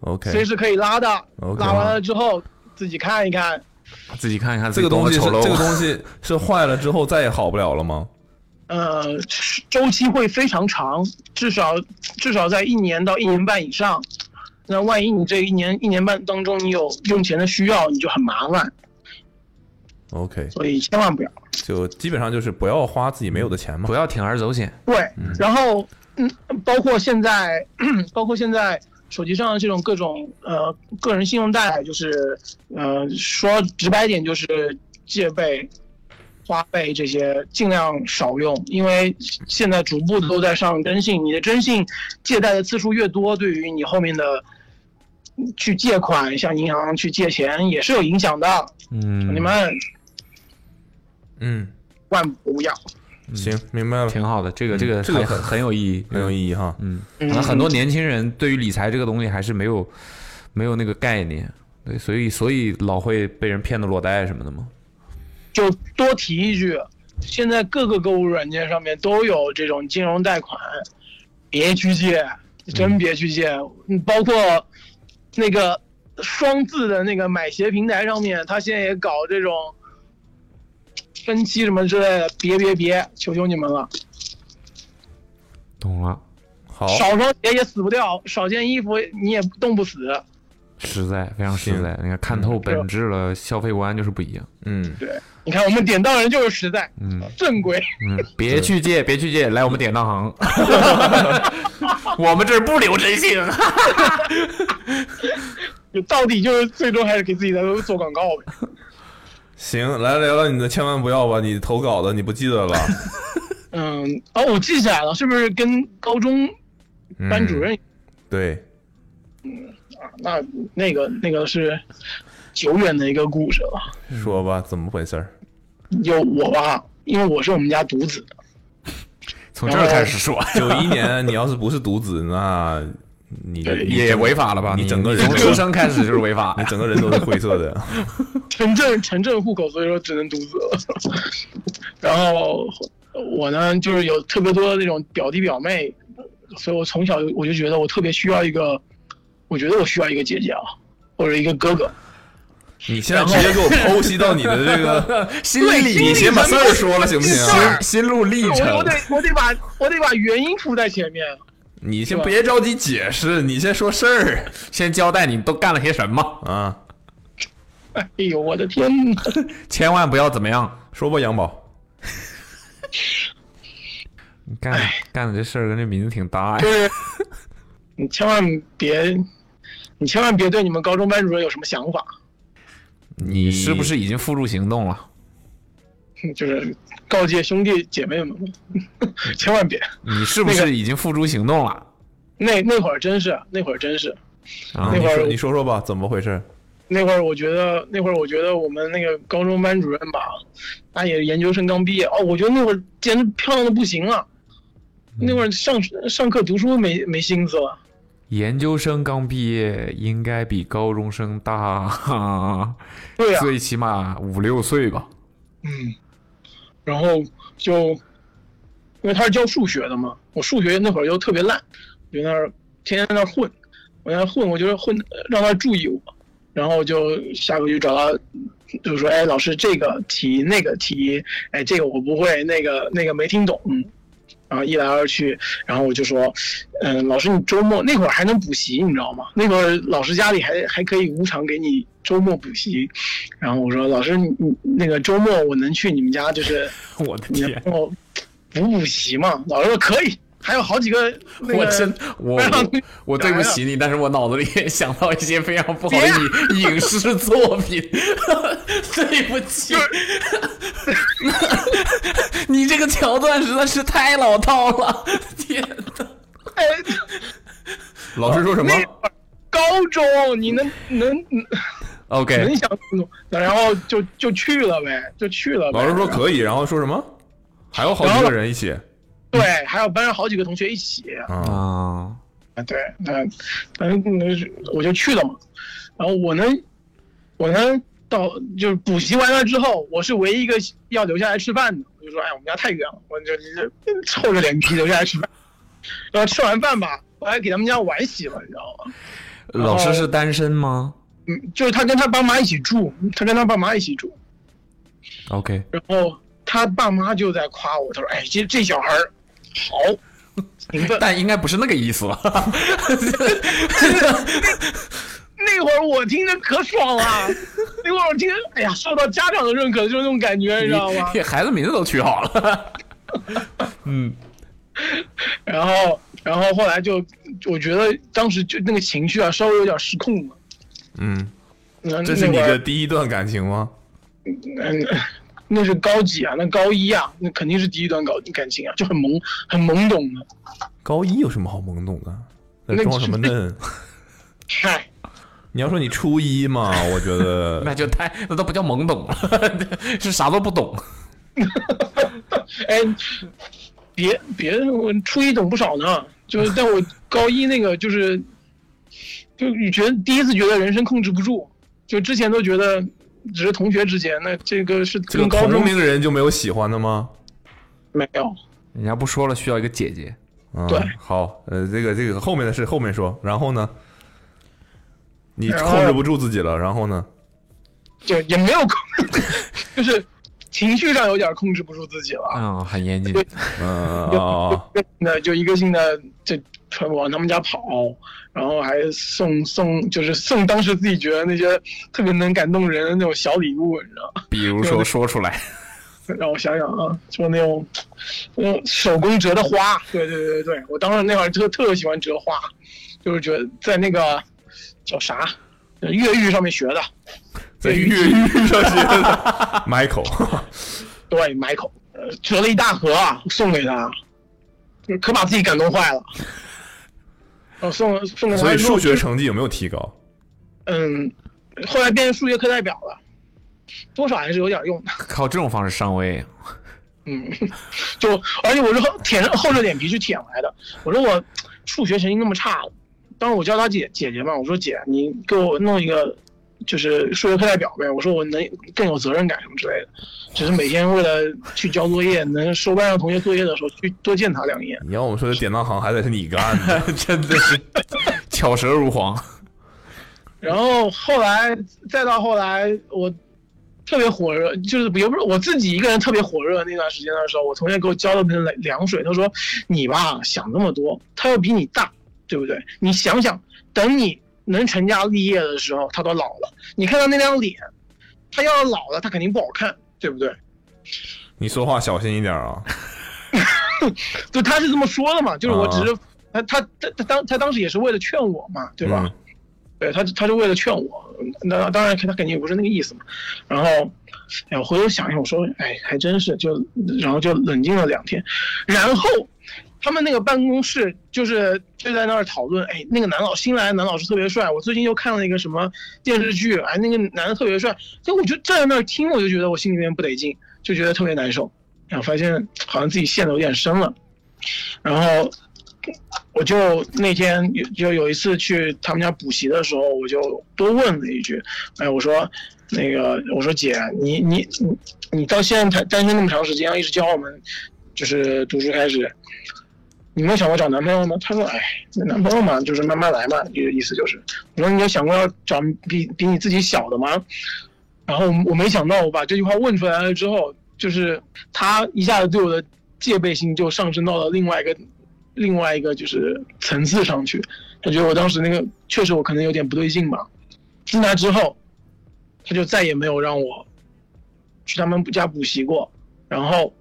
S2: OK，
S5: 随时可以拉的。
S2: OK
S5: 拉完了之后自己看一看，
S3: 自己看一看
S2: 这个东西是
S3: 丑陋。
S2: 这个东西是坏了之后再也好不了了吗？
S5: 呃，周期会非常长，至少至少在一年到一年半以上。那万一你这一年一年半当中你有用钱的需要，你就很麻烦，
S2: OK，
S5: 所以千万不要。
S2: 就基本上就是不要花自己没有的钱嘛
S3: 不。要铤而走险。
S5: 对，然后嗯，包括现在， 包括现在手机上的这种各种呃个人信用贷，就是呃说直白点就是借呗、花呗这些尽量少用，因为现在逐步的都在上征信，你的征信借贷的次数越多，对于你后面的。嗯去借款，向银行去借钱也是有影响的。
S3: 嗯
S5: 你们
S2: 嗯，
S5: 万不要。
S2: 行，明白了，
S3: 挺好的，这个
S2: 嗯
S3: 这个
S2: 这个
S3: 还很很有意义，
S2: 很有意义哈。
S3: 嗯，可
S5: 嗯
S3: 能很多年轻人对于理财这个东西还是没有没有那个概念，对，所以所以老会被人骗的裸贷什么的嘛。
S5: 就多提一句，现在各个购物软件上面都有这种金融贷款，别去借，真别去借。嗯，包括那个双字的那个买鞋平台上面，他现在也搞这种分期什么之类的，别别别，求求你们了！
S3: 懂了，
S2: 好，
S5: 少双鞋也死不掉，少件衣服你也冻不死。
S3: 实在非常实
S2: 行
S3: 在，你看看透本质了，消费观就是不一样。
S2: 嗯，
S5: 你看我们典当人就是实在，
S3: 嗯
S5: 正规。
S3: 嗯， 别去借，别去借，来我们典当 行，我们这儿不留真信。啊
S5: 就到底就是最终还是给自己在做广告呗。
S2: 行，来聊聊你的，千万不要吧，你投稿的你不记 得了，
S5: 嗯，哦，我记起来了，是不是跟高中
S2: 嗯
S5: 班主任？
S2: 对，
S5: 那那个那个是久远的一个故事了。
S2: 说吧，怎么回事儿？
S5: 有我吧，因为我是我们家独子，
S3: 从这儿开始说，
S2: 九一年，你要是不是独子，那你
S3: 也违法了吧？
S2: 你整个人
S3: 从出生开始就是违法
S2: 你。整个人都是灰色的。
S5: 城镇城镇户口，所以说只能独子了。 然后我呢，就是有特别多的那种表弟表妹，所以我从小我就觉得我特别需要一个，我觉得我需要一个姐姐啊，或者一个哥哥。
S2: 你现在直接给我剖析到你的这 个
S3: 心理，
S2: 你先把事儿说了行不行？
S3: 啊心心路历
S5: 我我
S3: 程
S5: 得。我得把我得把原因铺在前面。
S2: 你先别着急解释，你先说事儿
S3: 先交代你都干了些什么，
S2: 啊，
S5: 哎呦，我的天哪！
S3: 千万不要怎么样。
S2: 说吧，杨宝。
S3: 你干干的这事儿跟这名字挺搭
S5: 就
S3: 呀。
S5: 是你千万别，你千万别对你们高中班主任有什么想法，
S3: 你是不是已经付诸行动了？
S5: 就是告诫兄弟姐妹们， 千万别。
S3: 你是不是已经付诸行动了？
S5: 那那会儿真是，那会儿真是，
S3: 啊
S5: 那
S2: 你
S5: 会儿
S2: 说你说说吧，怎么回事？
S5: 那会儿我觉得，那会儿我觉得我们那个高中班主任吧，他也研究生刚毕业哦，我觉得那会儿简直漂亮的不行了。那会儿上上课读书没没心思了，
S3: 研究生刚毕业，应该比高中生大，
S5: 对
S2: 啊
S5: 啊呀、
S3: 最起码五六岁 吧。
S5: 嗯，然后就因为他是教数学的嘛，我数学那会儿就特别烂，我就那儿天天在那儿混，我在那儿混，我就是混，让他注意我，然后我就下课就找他，就说，哎，老师这个题那个题，哎，这个我不会，那个那个没听懂，然后一来二去，然后我就说，嗯、老师，你周末那会儿还能补习，你知道吗？那会儿老师家里还还可以无偿给你周末补习，然后我说，老师，你你那个周末我能去你们家，就是
S3: 我的
S5: 你能
S3: 天，
S5: 帮我补补习吗？老师说可以，还有好几个那个，
S3: 我真我
S5: 让
S3: 我
S5: 你
S3: 我对不起你，但是我脑子里也想到一些非常不好的影影视作品，
S5: 啊
S3: 对不起， 你这个桥段实在是太老套了，天哪！
S5: 哎
S2: 老师说什么
S5: 那会儿高中你能能
S3: OK，
S2: 哎
S5: 能想清楚，然后就就去了呗，就去了呗。
S2: 老师说可以，然后说什么？还有好几个人一起
S5: 对，还有班上好几个同学一起，
S2: 啊，
S3: 啊，
S5: 啊，对，那反正我就去了嘛。然后我呢，我呢到就是补习完了之后，我是唯一一个要留下来吃饭的。我就说，哎，我们家太远了，我就就臭着脸皮留下来吃饭。然后吃完饭吧，我还给他们家碗洗了，你知道吗？
S3: 老师是单身吗
S5: 嗯，就是他跟他爸妈一起住，他跟他爸妈一起住，
S3: ？OK，
S5: 然后他爸妈就在夸我，他说，哎，这这小孩儿好勤 奋。
S3: 但应该不是那个意思吧？
S5: 那会儿我听着可爽了、那会儿我听着，哎呀，受到家长的认可就是那种感觉，你知道吗？
S3: 你孩子名字都取好了，
S5: 然后，然后后来就，我觉得当时就那个情绪啊，稍微有点失控了。
S2: 嗯，
S5: 那
S2: 这是你
S5: 那会
S2: 的
S5: 儿
S2: 第一段感情吗？
S5: 嗯，那是高几啊？那高一啊？那肯定是第一段搞感情啊，就很懵，很懵懂的。
S2: 高一有什么好懵懂的？
S5: 那
S2: 那装什么
S5: 是
S2: 嫩？
S5: 嗨，
S2: 你要说你初一 嘛，我觉
S3: 那
S2: 得
S3: 就太那都不叫懵懂了， 是啥都不懂。
S5: 哎，别别，我初一懂不少呢。 就是，但我高一那个就是，就你觉得第一次觉得人生控制不住，就之前都觉得只是同学之间，那这个是
S2: 这个
S5: 跟高中
S2: 同龄人就没有喜欢的吗？
S5: 没有。
S3: 人家不说了，需要一个姐姐。
S2: 嗯，
S5: 对
S2: 好，呃，这个这个后面的事后面说，然后呢，你
S5: 然后
S2: 控制不住自己了，然后呢，
S5: 就也没有控， 就是情绪上有点控制不住自己了。
S3: 嗯，很严谨。
S2: 嗯哦，
S5: 那就一个性的就往他们家跑，然后还送送，就是送当时自己觉得那些特别能感动人的那种小礼物，你知道吗？
S3: 比如说说出来，
S5: 让我想想啊，就那种，嗯，手工折的花，对对对对对，我当时那会儿特特喜欢折花，就是觉得在那个叫啥越狱上面学的，
S2: 在越狱上学的 Michael，
S5: 对，Michael，呃折了一大盒啊，送给他，就可把自己感动 坏了。我送了送给他，
S2: 所以数学，成绩有没有提高？
S5: 嗯，后来变成数学课代表了，多少还是有点用的。
S3: 靠这种方式上位。
S5: 嗯，就而且我是厚舔着厚着脸皮去舔来的。我说我数学成绩那么差，当时我叫他姐姐姐嘛，我说姐，你给我弄一个就是数学课代表呗。我说我能更有责任感什么之类的，只是每天为了去交作业，能收班上同学作业的时候去多见他两眼。
S2: 你要我们说的典当行还得是你干的，
S3: 真的是巧舌如簧。
S5: 然后后来再到后来，我特别火热，就是也不是我自己一个人特别火热那段时间的时候，我同学给我浇了盆凉凉水，他说：“你吧，想那么多，他又比你大，对不对？你想想，等你能成家立业的时候，他都老了。你看他那张脸，他要是老了，他肯定不好看，对不对？
S2: 你说话小心一点啊。
S5: 就他是这么说的嘛，就是我只是、
S2: 啊
S5: 他他他他当他当时也是为了劝我嘛，对吧？
S2: 嗯
S5: 对他，他就为了劝我，那当然他肯定也不是那个意思嘛。然后，哎，我回头想一想，我说，哎，还真是，就然后就冷静了两天。然后他们那个办公室就是就在那儿讨论，哎，那个男老新来的男老师特别帅，我最近又看了一个什么电视剧，哎，那个男的特别帅，所以我就站在那儿听，我就觉得我心里面不得劲，就觉得特别难受，然后发现好像自己陷得有点深了，然后我就那天有就有一次去他们家补习的时候，我就多问了一句，哎，我说那个，我说姐，你你你你到现在才单身那么长时间，一直教我们就是读书开始，你没有想过找男朋友吗？她说，哎，男朋友嘛，就是慢慢来嘛，意意思就是，我说你有想过要找比比你自己小的吗？然后我没想到，我把这句话问出来了之后，就是他一下子对我的戒备心就上升到了另外一个另外一个就是层次上去。他觉得我当时那个确实我可能有点不对劲吧。自那之后，他就再也没有让我去他们家补习过。然后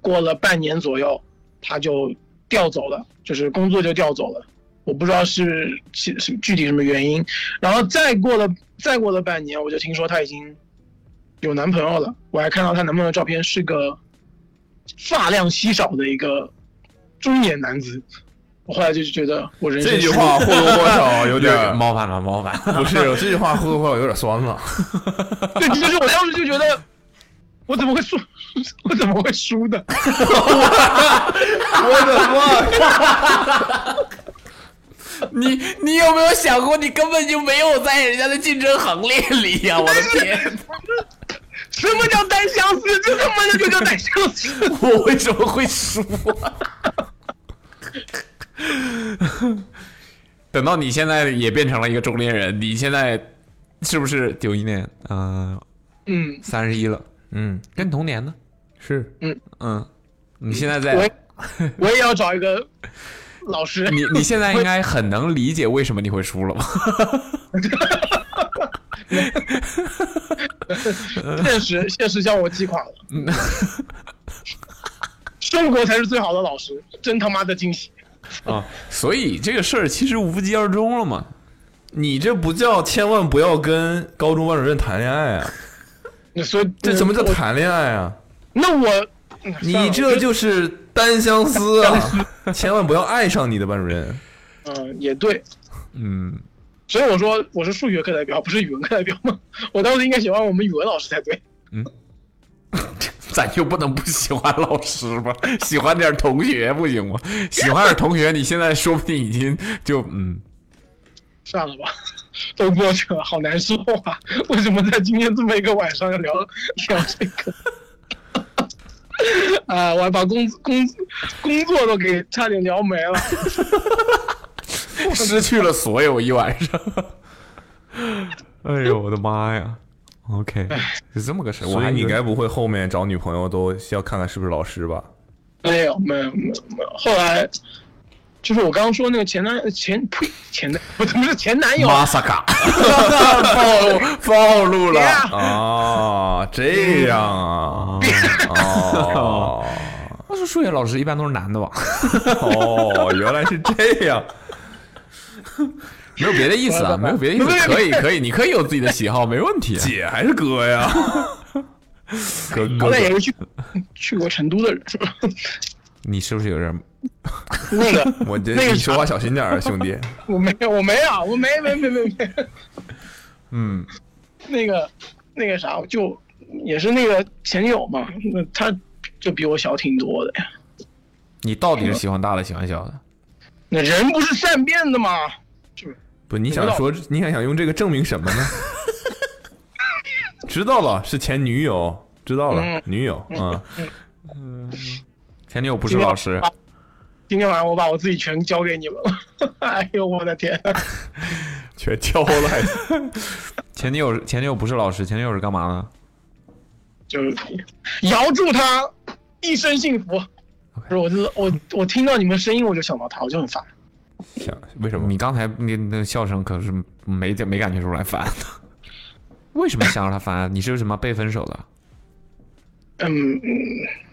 S5: 过了半年左右，他就调走了，就是工作就调走了。我不知道是是是具体什么原因。然后再过了再过了半年，我就听说她已经有男朋友了。我还看到她男朋友的照片，是个发量稀少的一个中年男子。我后来就觉得我人生
S2: 这句话或多或少哦 有点儿
S3: 冒犯了，冒犯。
S2: 不是这句话或多或少有点酸了。
S5: 对，就是我当时就觉得，我怎么会输？我怎么会输的？我
S2: 的妈！
S3: 你你有没有想过，你根本就没有在人家的竞争行列里呀、我的天，
S5: 什么叫单相思？这他妈的就叫单相思！
S3: 我为什么会输、 啊？等到你现在也变成了一个中年人，你现在是不是九一年？嗯、
S5: 嗯，
S3: 三十一了，
S2: 嗯，
S3: 跟你同年呢？
S2: 是
S3: 嗯，你现在
S2: 嗯
S3: 在，
S5: 我 也我也要找一个老师。
S3: 你你现在应该很能理解为什么你会输了吧？
S5: 现实现实将我击垮了。
S2: 嗯
S5: 生活才是最好的老师，真他妈的惊喜！
S3: 啊， 所以这个事儿其实无疾而终了嘛。
S2: 你这不叫千万不要跟高中班主任谈恋爱啊！
S5: 那所以
S2: 这什么叫
S5: 我
S2: 谈恋爱啊？
S5: 那我嗯算
S2: 你
S3: 啊
S5: 了
S2: 这就是 单相思啊！千万不要爱上你的班主任。
S5: 嗯也对，
S3: 嗯，
S5: 所以我说我是数学课代表，不是语文课代表吗？我当时应该喜欢我们语文老师才对。
S3: 咱就不能不喜欢老师吧？喜欢点同学不行吗？喜欢点同学，你现在说不定已经就嗯，
S5: 算了吧，都过去了，好难受啊！为什么在今天这么一个晚上要聊聊这个？ 啊，我还把工工工作都给差点聊没了。
S3: 失去了所有一晚上。哎呦我的妈呀！OK，是这么个事儿，我
S2: 所
S3: 还
S2: 以
S3: 以
S2: 你
S3: 为
S2: 该不会后面找女朋友都要看看是不是老师吧？
S5: 没有，没有，没有，没有。后来就是我刚刚说那个前男前呸前男，不怎么是前男友啊？
S3: 马萨卡暴露暴露了
S5: 谁啊
S2: 啊，这样啊！哦
S3: 我说数学老师一般都是男的吧？
S2: 哦，原来是这样。
S3: 没有别的意思啊，没有别的意思，可以可以，你可以有自己的喜好，没问题啊。
S2: 姐还是哥呀？ 哥哥
S5: 好
S2: 哥
S5: 歹也是去去过成都的人。
S3: 你是不是有点
S5: 那个
S2: 我这
S5: 那个
S2: 你说话小心点儿啊，兄弟。
S5: 我没有，我没有，我没没没没没。
S3: 嗯
S5: 那个那个啥，就也是那个前女友嘛，那她就比我小挺多的呀。？
S3: 你到底是喜欢大的，喜欢小的？
S5: 那人不是善变的吗？是不是？
S2: 不，你想说，你想想用这个证明什么呢？知道了，是前女友，知道了
S5: 嗯，
S2: 女友啊，
S3: 前女友不是老师，
S5: 今天晚上我把我自己全交给你们了。 哎呦我的天！
S2: 全挑了还。
S3: 前女友前女友不是老师，前女友是干嘛呢？
S5: 就是遥祝他一生幸福。不是，我就是我我听到你们声音我就想到他，我就很烦。
S2: 想为什么
S3: 你？刚才那那笑声可是没没感觉出来烦 的，为什么想让他烦啊？你是什么被分手的？
S5: 嗯，嗯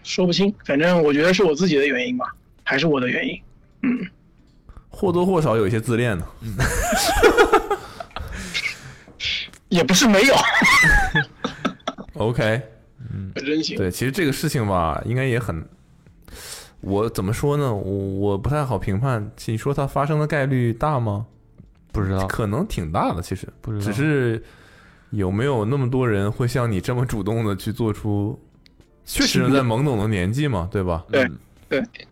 S5: 说不清，反正我觉得是我自己的原因吧，还是我的原因。
S2: 或多或少有一些自恋呢。
S5: 也不是没有，
S2: OK，
S5: 真行。
S2: 对，其实这个事情吧，应该也很，我怎么说呢？我我不太好评判。你说它发生的概率大吗？
S3: 不知道，
S2: 可能挺大的，其实
S3: 啊不知道
S2: 只是有没有那么多人会像你这么主动的去做出？确实，在懵懂的年纪嘛，对吧？嗯
S5: 对对，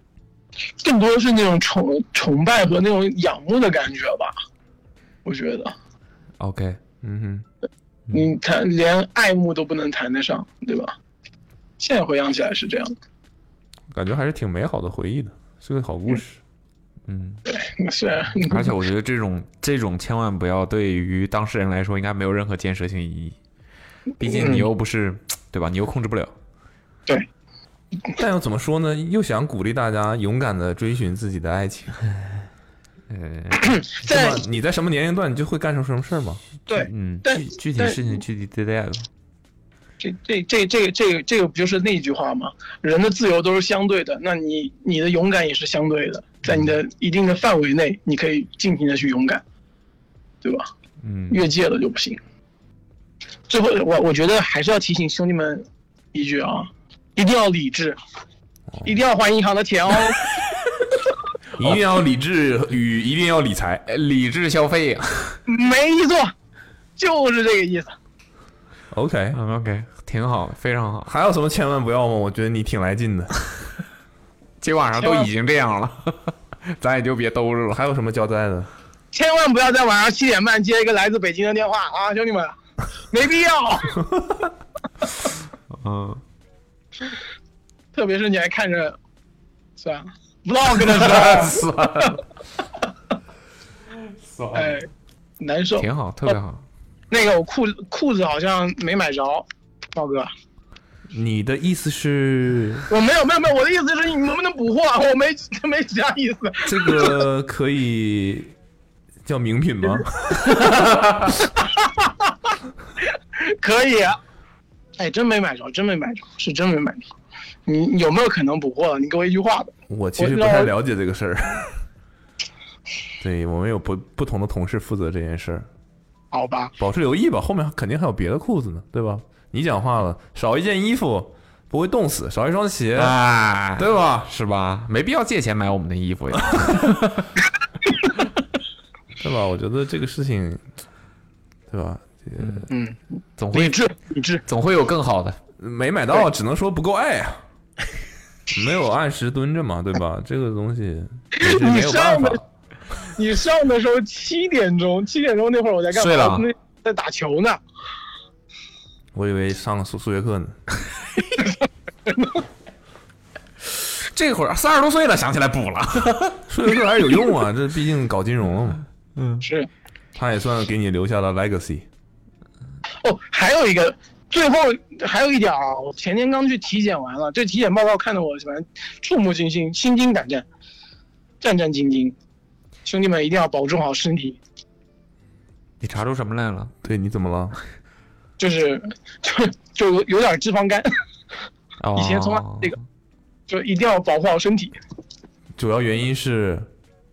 S5: 更多的是那种崇崇拜和那种仰慕的感觉吧。我觉得
S3: OK，
S2: 嗯
S5: 你谈连爱慕都不能谈得上，对吧？现在回想起来是这样。
S2: 哼，感觉还是挺美好的回忆的，是个好故事。
S3: 嗯，
S5: 虽然
S3: 而且我觉得这种这种千万不要对于当事人来说应该没有任何建设性意义，毕竟你又不是、对吧？你又控制不了。
S5: 对，
S3: 嗯
S2: 但又怎么说呢？又想鼓励大家勇敢的追寻自己的爱情。
S5: 在
S2: 那
S3: 呃
S2: 么你在什么年龄段，你就会干成什么事儿吗？
S5: 对，
S3: 嗯，
S5: 但
S3: 具具体
S5: 但
S3: 事情具体对待吧。
S5: 这这这这个这个这个不就是那句话吗？人的自由都是相对的，那你你的勇敢也是相对的，在你的一定的范围内，你可以尽情的去勇敢，对吧？
S3: 嗯，
S5: 越界了就不行。最后，我我觉得还是要提醒兄弟们一句啊，一定要理智，一定要还银行的钱哦。
S2: 一定要理智与一定要理财。
S3: 呃理智消费。
S5: 没错，就是这个意思。
S2: OK，
S3: 嗯，OK，挺好，非常好。
S2: 还有什么千万不要吗？我觉得你挺来劲的。
S3: 今晚上都已经这样了， 咱也就别兜着了。
S2: 还有什么交代的？
S5: 千万不要在晚上七点半接一个来自北京的电话啊，兄弟 们，没必要。
S3: 嗯，
S5: 特别是你还看着，算了，vlog 的 时
S3: 算了，
S5: 候，哎，难受。
S3: 挺好，特别好。
S5: 那个我裤裤子好像没买着，豹哥，
S2: 你的意思是
S5: 我没有没有没有，我的意思是你能不能补货啊？我没 没其他意思。
S2: 这个可以叫名品吗？
S5: 可以、啊。哎，真没买着，真没买着，是真没买着。你有没有可能补货了？你给我一句话吧。
S2: 我其实不太了解这个事儿。对我们有不不同的同事负责这件事儿，
S5: 好吧，
S2: 保持留意吧，后面肯定还有别的裤子呢，对吧？你讲话了，少一件衣服不会冻死，少一双鞋，
S3: 哎，
S2: 对吧？
S3: 是吧？没必要借钱买我们的衣服呀。
S2: 对吧？我觉得这个事情，对吧？这个
S5: 嗯，
S3: 总
S5: 理
S3: 会
S5: 智，理智，
S3: 总会有更好的。
S2: 没买到，只能说不够爱啊，没有按时蹲着嘛，对吧？这个东西也是没有办法
S5: 你上。你上的时候七点钟，七点钟那会儿我在干嘛？
S3: 睡
S2: 啊
S3: 了
S5: 那在打球呢。
S2: 我以为上数数学课呢。
S3: 这会儿三十多岁了，想起来补了。
S2: 数学课还是有用啊，这毕竟搞金融了嘛，
S5: 是
S2: 他也算给你留下了 legacy。
S5: 哦，还有一个，最后还有一点啊，我前天刚去体检完了，这体检报告看得我反正触目惊心，心惊胆战，战战兢兢。兄弟们一定要保重好身体，
S3: 你查出什么来了？
S2: 对，你怎么了？
S5: 就是就就有有点脂肪肝，
S3: 哦
S5: 以前从来这个就一定要保护好身体。
S2: 主要原因是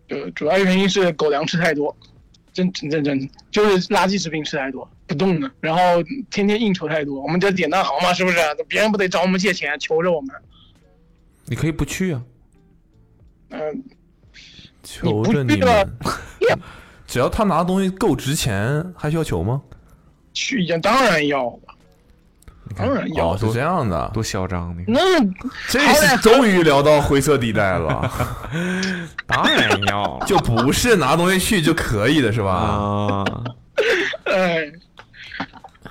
S5: 就主要原因是狗粮吃太多，真真真真就是垃圾食品吃太多，不动的，然后天天应酬太多，我们这典当行嘛，是不是？别人不得找我们借钱，求着我们，
S3: 你可以不去啊。
S5: 嗯、
S2: 求着你
S5: 你不是
S2: 们，只要他拿的东西够值钱，还需要求吗？
S5: 去也当然要了，当然要
S2: 哦，
S5: 了，
S2: 是这样的，
S3: 多嚣张！你
S5: 那
S2: 这是终于聊到灰色地带了，
S3: 当然要
S2: 就不是拿东西去就可以的是吧？
S3: 啊，
S5: 哎，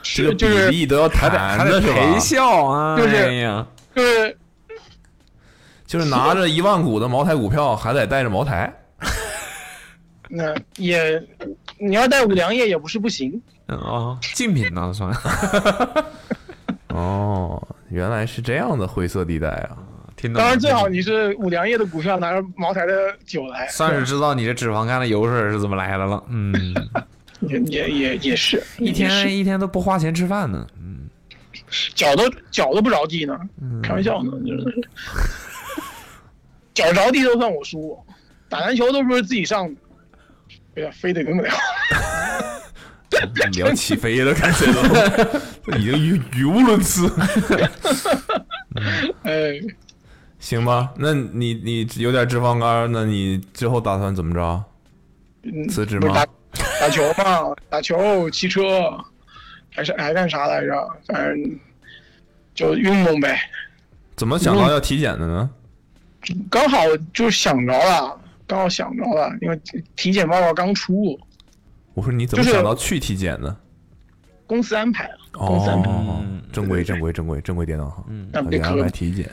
S2: 这个
S5: 就
S2: 比
S5: 是
S2: 例都要
S3: 还得
S2: 谈啊
S3: 还
S2: 的
S3: 得
S2: 是
S3: 陪
S2: 吧？
S3: 笑啊！
S5: 就是
S3: 哎呀，
S5: 就是
S2: 就是拿着一万股的茅台股票，还得带着茅台。
S5: 那、也你要带五粮液也不是不行，
S3: 嗯啊，竞品呢算
S2: 哦，原来是这样的灰色地带啊！
S3: 听到
S5: 当然最好
S3: 你
S5: 你是五粮液的股票拿着茅台的酒来，
S3: 算是知道你这脂肪肝的油水是怎么来的了。嗯，
S5: 也也也也是
S3: 一
S5: 也是
S3: 天一天都不花钱吃饭呢。
S5: 脚都脚都不着地呢，
S2: 嗯
S5: 开玩笑呢，真的是， 脚着地都算我输，打篮球都不是自己上的，有点非得跟不了。
S2: 聊起飞了，感觉都已经语语无伦次。
S5: 哎，
S2: 行吧，那你你有点脂肪肝，那你之后打算怎么着？
S5: 嗯
S2: 辞职
S5: 不是
S2: 吗
S5: 打打球嘛，打球、骑车，还是还干啥来着？反正就运动呗。
S2: 怎么想到要体检的呢？
S5: 刚好就想着了，刚好想着了，因为体检报告刚出，
S2: 我说你怎么
S5: 就是
S2: 想到去体检的？
S5: 公司安排，公司安排，
S2: 哦，正规正规正规正规电脑行，
S5: 那
S2: 给
S5: 嗯别
S2: 安
S5: 磕
S2: 排
S5: 了，
S2: 体检。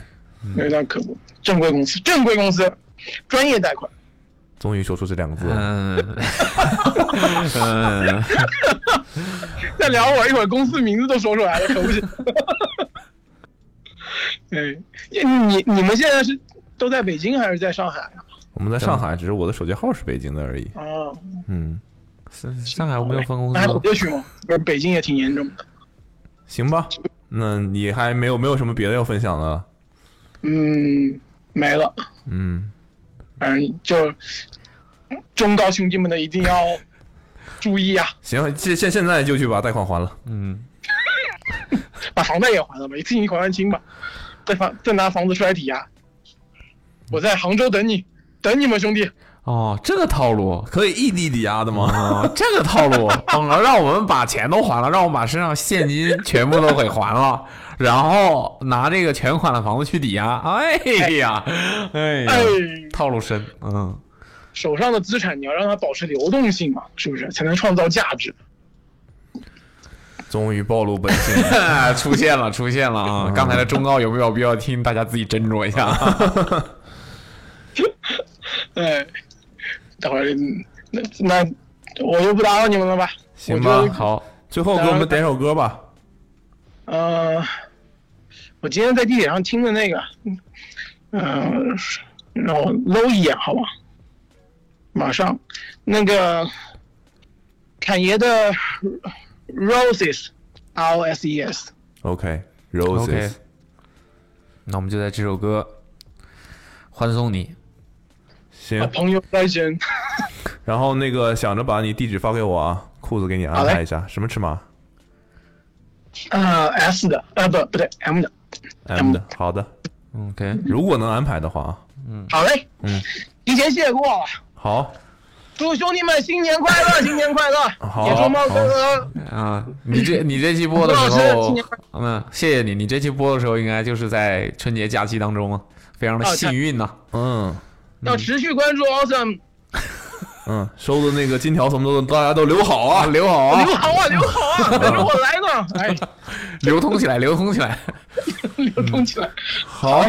S5: 有点可恶。正规公司，正规公司，专业贷款。
S2: 终于说出这两个字了，
S3: 嗯，嗯，
S5: 再聊我一会儿公司名字都说出来了，可不行。嗯，你你你们现在是都在北京还是在上海啊？
S2: 我们在上海，只是我的手机号是北京的而已。
S5: 哦，
S2: 嗯，
S3: 上上海我没有分公
S5: 那还
S3: 司吗
S5: 回？得去吗？不是，北京也挺严重的。
S2: 行吧，那你还没有没有什么别的要分享的？
S5: 嗯，没了。
S2: 嗯，
S5: 反正就中高兄弟们的一定要注意啊，
S2: 行，现现现在就去把贷款还了。
S3: 嗯，
S5: 把房贷也还了吧，一次性还完清吧，再房再拿房子出来抵押。我在杭州等你，等你们兄弟。
S3: 哦，这个套路，
S2: 可以异地抵押的吗？
S3: 哦，这个套路，嗯，让我们把钱都还了，让我们把身上现金全部都给还了，然后拿这个全款的房子去抵押。哎呀，哎
S2: 嗯
S3: 呀
S5: 哎，，
S3: 套路深，嗯，
S5: 手上的资产你要让它保持流动性嘛，是不是才能创造价值？
S2: 终于暴露本性 了。
S3: 出现了，出现了啊！刚才的忠告有没有必要听？大家自己斟酌一下。啊
S5: 哎，待会儿嗯那那我就不打扰你们了吧。
S2: 行
S5: 我
S2: 吧
S5: 就，
S3: 好，
S2: 最后给我们点首歌吧。
S5: 呃，我今天在地铁上听的那个，嗯、呃，让我搂一眼好吧？马上，那个侃爷的呃 Roses R O S E S，
S3: OK，
S2: OK，Roses，
S3: 那我们就在这首歌欢送你。
S2: 行。
S5: 朋友再见。
S2: 然后那个想着把你地址发给我啊，裤子给你安
S5: 好嘞
S2: 排一下。什么尺码
S5: 呃，S 的，呃，不，不对，M 的。
S2: ？M 的。好的，
S3: OK，
S2: 如果能安排的话啊。
S5: 好嘞，嗯，提前谢过了，
S2: 好，
S5: 祝兄弟们新年快 乐，新年快乐，
S2: 好
S5: 野猪猫哥哥，
S3: 啊，你这你这期播的时
S5: 吴老师
S3: 候
S5: 今年，
S3: 嗯，谢谢你，你这期播的时候应该就是在春节假期当中啊，非常的
S5: 哦
S3: 幸运呐、
S2: 嗯
S5: 要持续关注 Awesome，
S2: 嗯，收的那个金条什么的，大家都留好啊，留好
S3: 哦
S5: 留好啊，留好啊， 等着我来呢，哎，
S3: 流通起来，流通起来。
S5: 流动起来。
S2: 好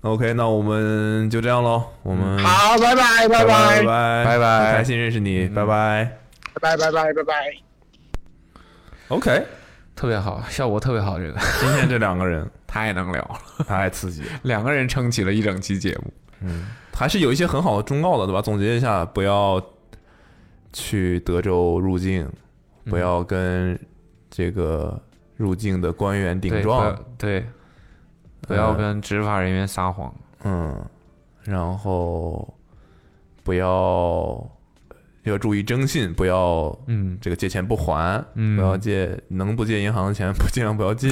S2: ，OK，那我们就这样喽，我们
S5: 好，拜拜，
S2: 拜
S5: 拜拜，
S2: 拜嗯
S3: 拜拜
S2: 很开心认识你，拜拜。
S5: 拜拜，拜拜，拜拜。
S2: OK，
S3: 特别好，效果特别好，这个
S2: 今天这两个人
S3: 太能聊了，
S2: 太刺激了，
S3: 两个人撑起了一整期节目。
S2: 还是有一些很好的忠告的，对吧？总结一下，不要去德州入境，
S3: 嗯
S2: 不要跟这个入境的官员顶
S3: 对
S2: 撞，
S3: 不要对，不要跟执法人员撒谎。
S2: 嗯，然后不要要注意征信，不要
S3: 嗯
S2: 这个借钱不还，
S3: 嗯
S2: 不要借，能不借银行的钱不尽量不要借。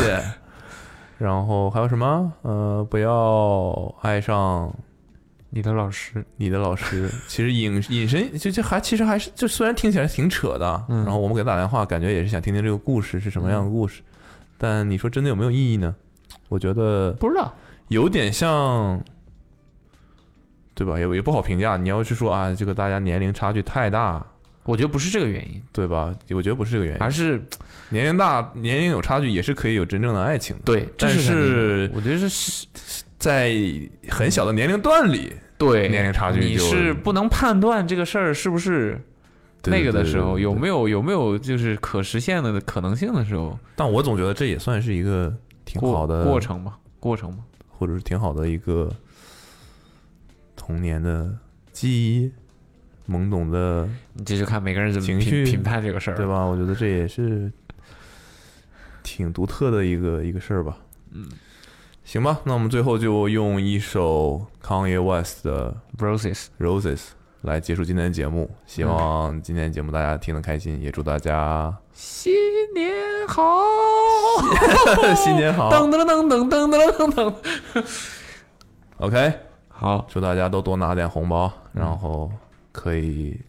S2: 然后还有什么？呃，不要爱上
S3: 你的老师，
S2: 你的老师。 其实引引申，就就还其实还是就虽然听起来挺扯的，
S3: 嗯
S2: 然后我们给他打电话，感觉也是想听听这个故事是什么样的故事。但你说真的有没有意义呢？我觉得
S3: 不知道，
S2: 有点像，对吧？也也不好评价。你要是说啊，这个大家年龄差距太大，
S3: 我觉得不是这个原因，
S2: 对吧？我觉得不是这个原因
S3: 而。哎是
S2: 年龄大，年龄有差距，也是可以有真正的爱情的。
S3: 对，这
S2: 但
S3: 肯定
S2: 是
S3: 的我觉得是
S2: 在很小的年龄段里，
S3: 对
S2: 年龄差距
S3: 你
S2: 就是
S3: 不能判断这个事儿是不是
S2: 对
S3: 那个的时候，有没？
S2: 对对对对
S3: 有有没有就是可实现的可能性的时候，
S2: 但我总觉得这也算是一个挺
S3: 过
S2: 好的
S3: 过，程吧，过程吧，
S2: 或者是挺好的一个童年的记忆，懵懂的，
S3: 你这就看每个人怎么
S2: 情
S3: 评
S2: 绪
S3: 评判这个事儿，
S2: 对？吧？我觉得这也是挺独特的一个一个事儿吧。嗯，行吧，那我们最后就用一首 Kanye West 的
S3: Roses，
S2: Roses 来结束今天的节目。希望今天节目大家听得开心，也祝大家
S3: 新年好，
S2: 新年好。
S3: 噔噔噔噔噔噔噔噔，
S2: OK，
S3: 好，
S2: 祝大家都多拿点红包，然后可以，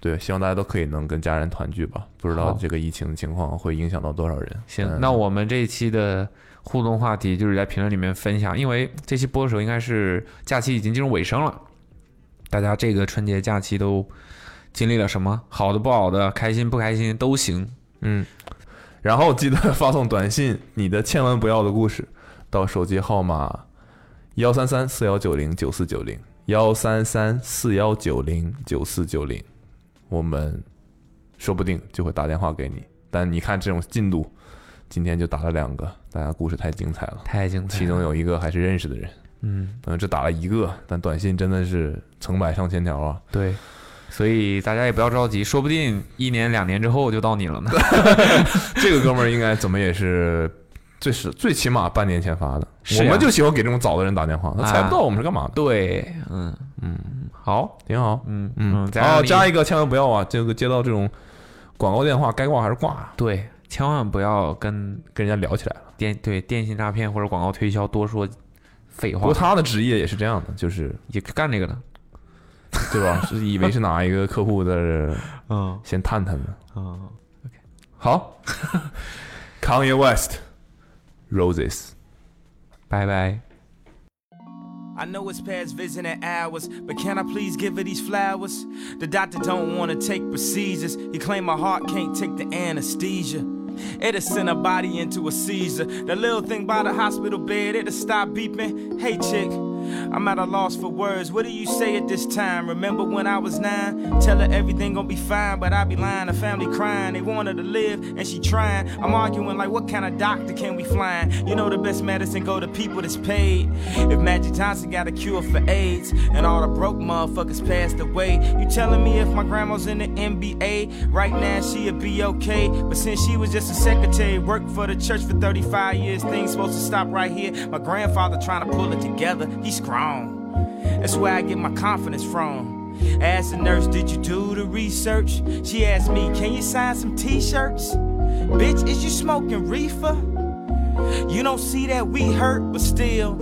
S2: 对，希望大家都可以能跟家人团聚吧。不知道
S3: 好
S2: 这个疫情情况会影响到多少人。
S3: 行，
S2: 嗯
S3: 那我们这一期的互动话题就是在评论里面分享，因为这期播的时候应该是假期已经进入尾声了，大家这个春节假期都经历了什么？好的、不好的，开心不开心都行。
S2: 嗯，然后记得发送短信你的千万不要的故事到手机号码幺三三四幺九零九四九零幺三三四幺九零九四九零，我们说不定就会打电话给你。但你看这种进度，今天就打了两个，大家故事太精彩了，
S3: 太精彩了。
S2: 其中有一个还是认识的人，
S3: 嗯，
S2: 可能只打了一个，但短信真的是成百上千条 啊。
S3: 对，所以大家也不要着急，说不定一年两年之后就到你了呢。
S2: 这个哥们儿应该怎么也是最是最起码半年前发的。
S3: 是啊
S2: 我
S3: 呀
S2: 们就喜欢给这种早的人打电话，他猜不到我们是干嘛的，
S3: 对，嗯嗯，好，
S2: 挺好。
S3: 嗯
S2: 嗯，
S3: 加
S2: 哦，
S3: 上
S2: 加
S3: 你
S2: 一个千万不要啊！这个接到这种广告电话，该挂还是挂啊，
S3: 对，千万不要跟
S2: 跟人家聊起来了。
S3: 电对电信诈骗或者广告推销多说废
S2: 不
S3: 话
S2: 过，他的职业也是这样的，就是
S3: 也干这个的。
S2: 对吧？是以为是哪一个客户的，
S3: 嗯
S2: 先探探的。
S3: 嗯，
S2: 好，Kanye West Roses。
S3: 拜拜。
S8: I know it's past visiting hours, but can I please give her these flowers? The doctor don't wanna take procedures. He claim my heart can't take the anesthesia. It'll send her body into a seizure. That little thing by the hospital bed, it'll stop beeping. Hey chick, I'm at a loss for words. What do you say at this time? Remember when I was nine? Tell her everything gonna be fine, but I be lying. The family crying, they want her to live, and she trying. I'm arguing like, what kind of doctor can we find? You know the best medicine go to people that's paid. If Magic Johnson got a cure for AIDS and all the broke motherfuckers passed away, you telling me if my grandma's in the NBA right now she'd be okay? But since she was just a secretary, worked for the church for 35 years, things supposed to stop right here. My grandfather trying to pull it together. He's strong. That's where I get my confidence from. Asked the nurse, did you do the research? She asked me, can you sign some t-shirts? Bitch, is you smoking reefer? You don't see that we hurt, but still.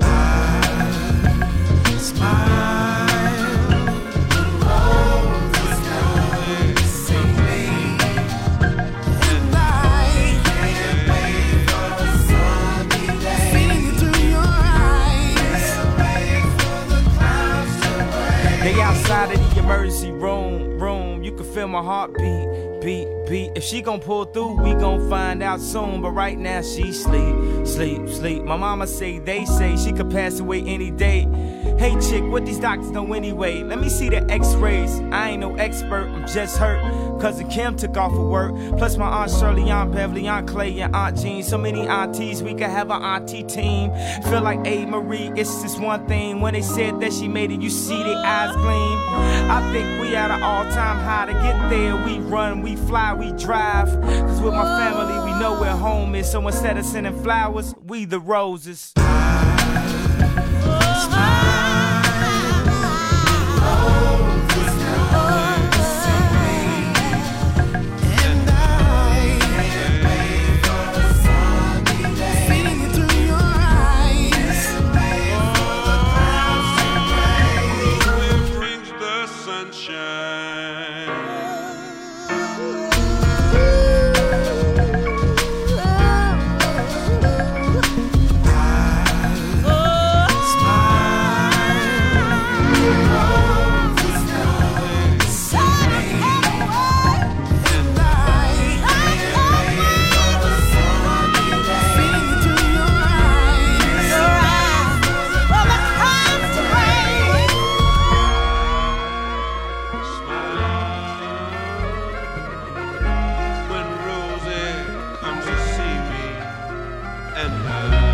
S8: They outside of the emergency room, room. You can feel my heartbeat, beat, beat. If she gon' pull through, we gon' find out soon. But right now she sleep, sleep, sleep. My mama say they say she could pass away any day. Hey chick, what these doctors know anyway? Let me see the x-rays. I ain't no expert, I'm just hurt. Cousin Kim took off of work. Plus my aunt Shirley, Aunt Beverly, Aunt Clay, and Aunt Jean. So many aunties, we could have an auntie team. Feel like A Marie, it's just one thing. When they said that she made it, you see their eyes gleam. I think we at an all-time high to get there. We run, we fly, we drive. Cause with my family, we know where home is. So instead of sending flowers, we the roses.
S9: brings the sunshine. When Rosie comes to see me and I
S8: Oh,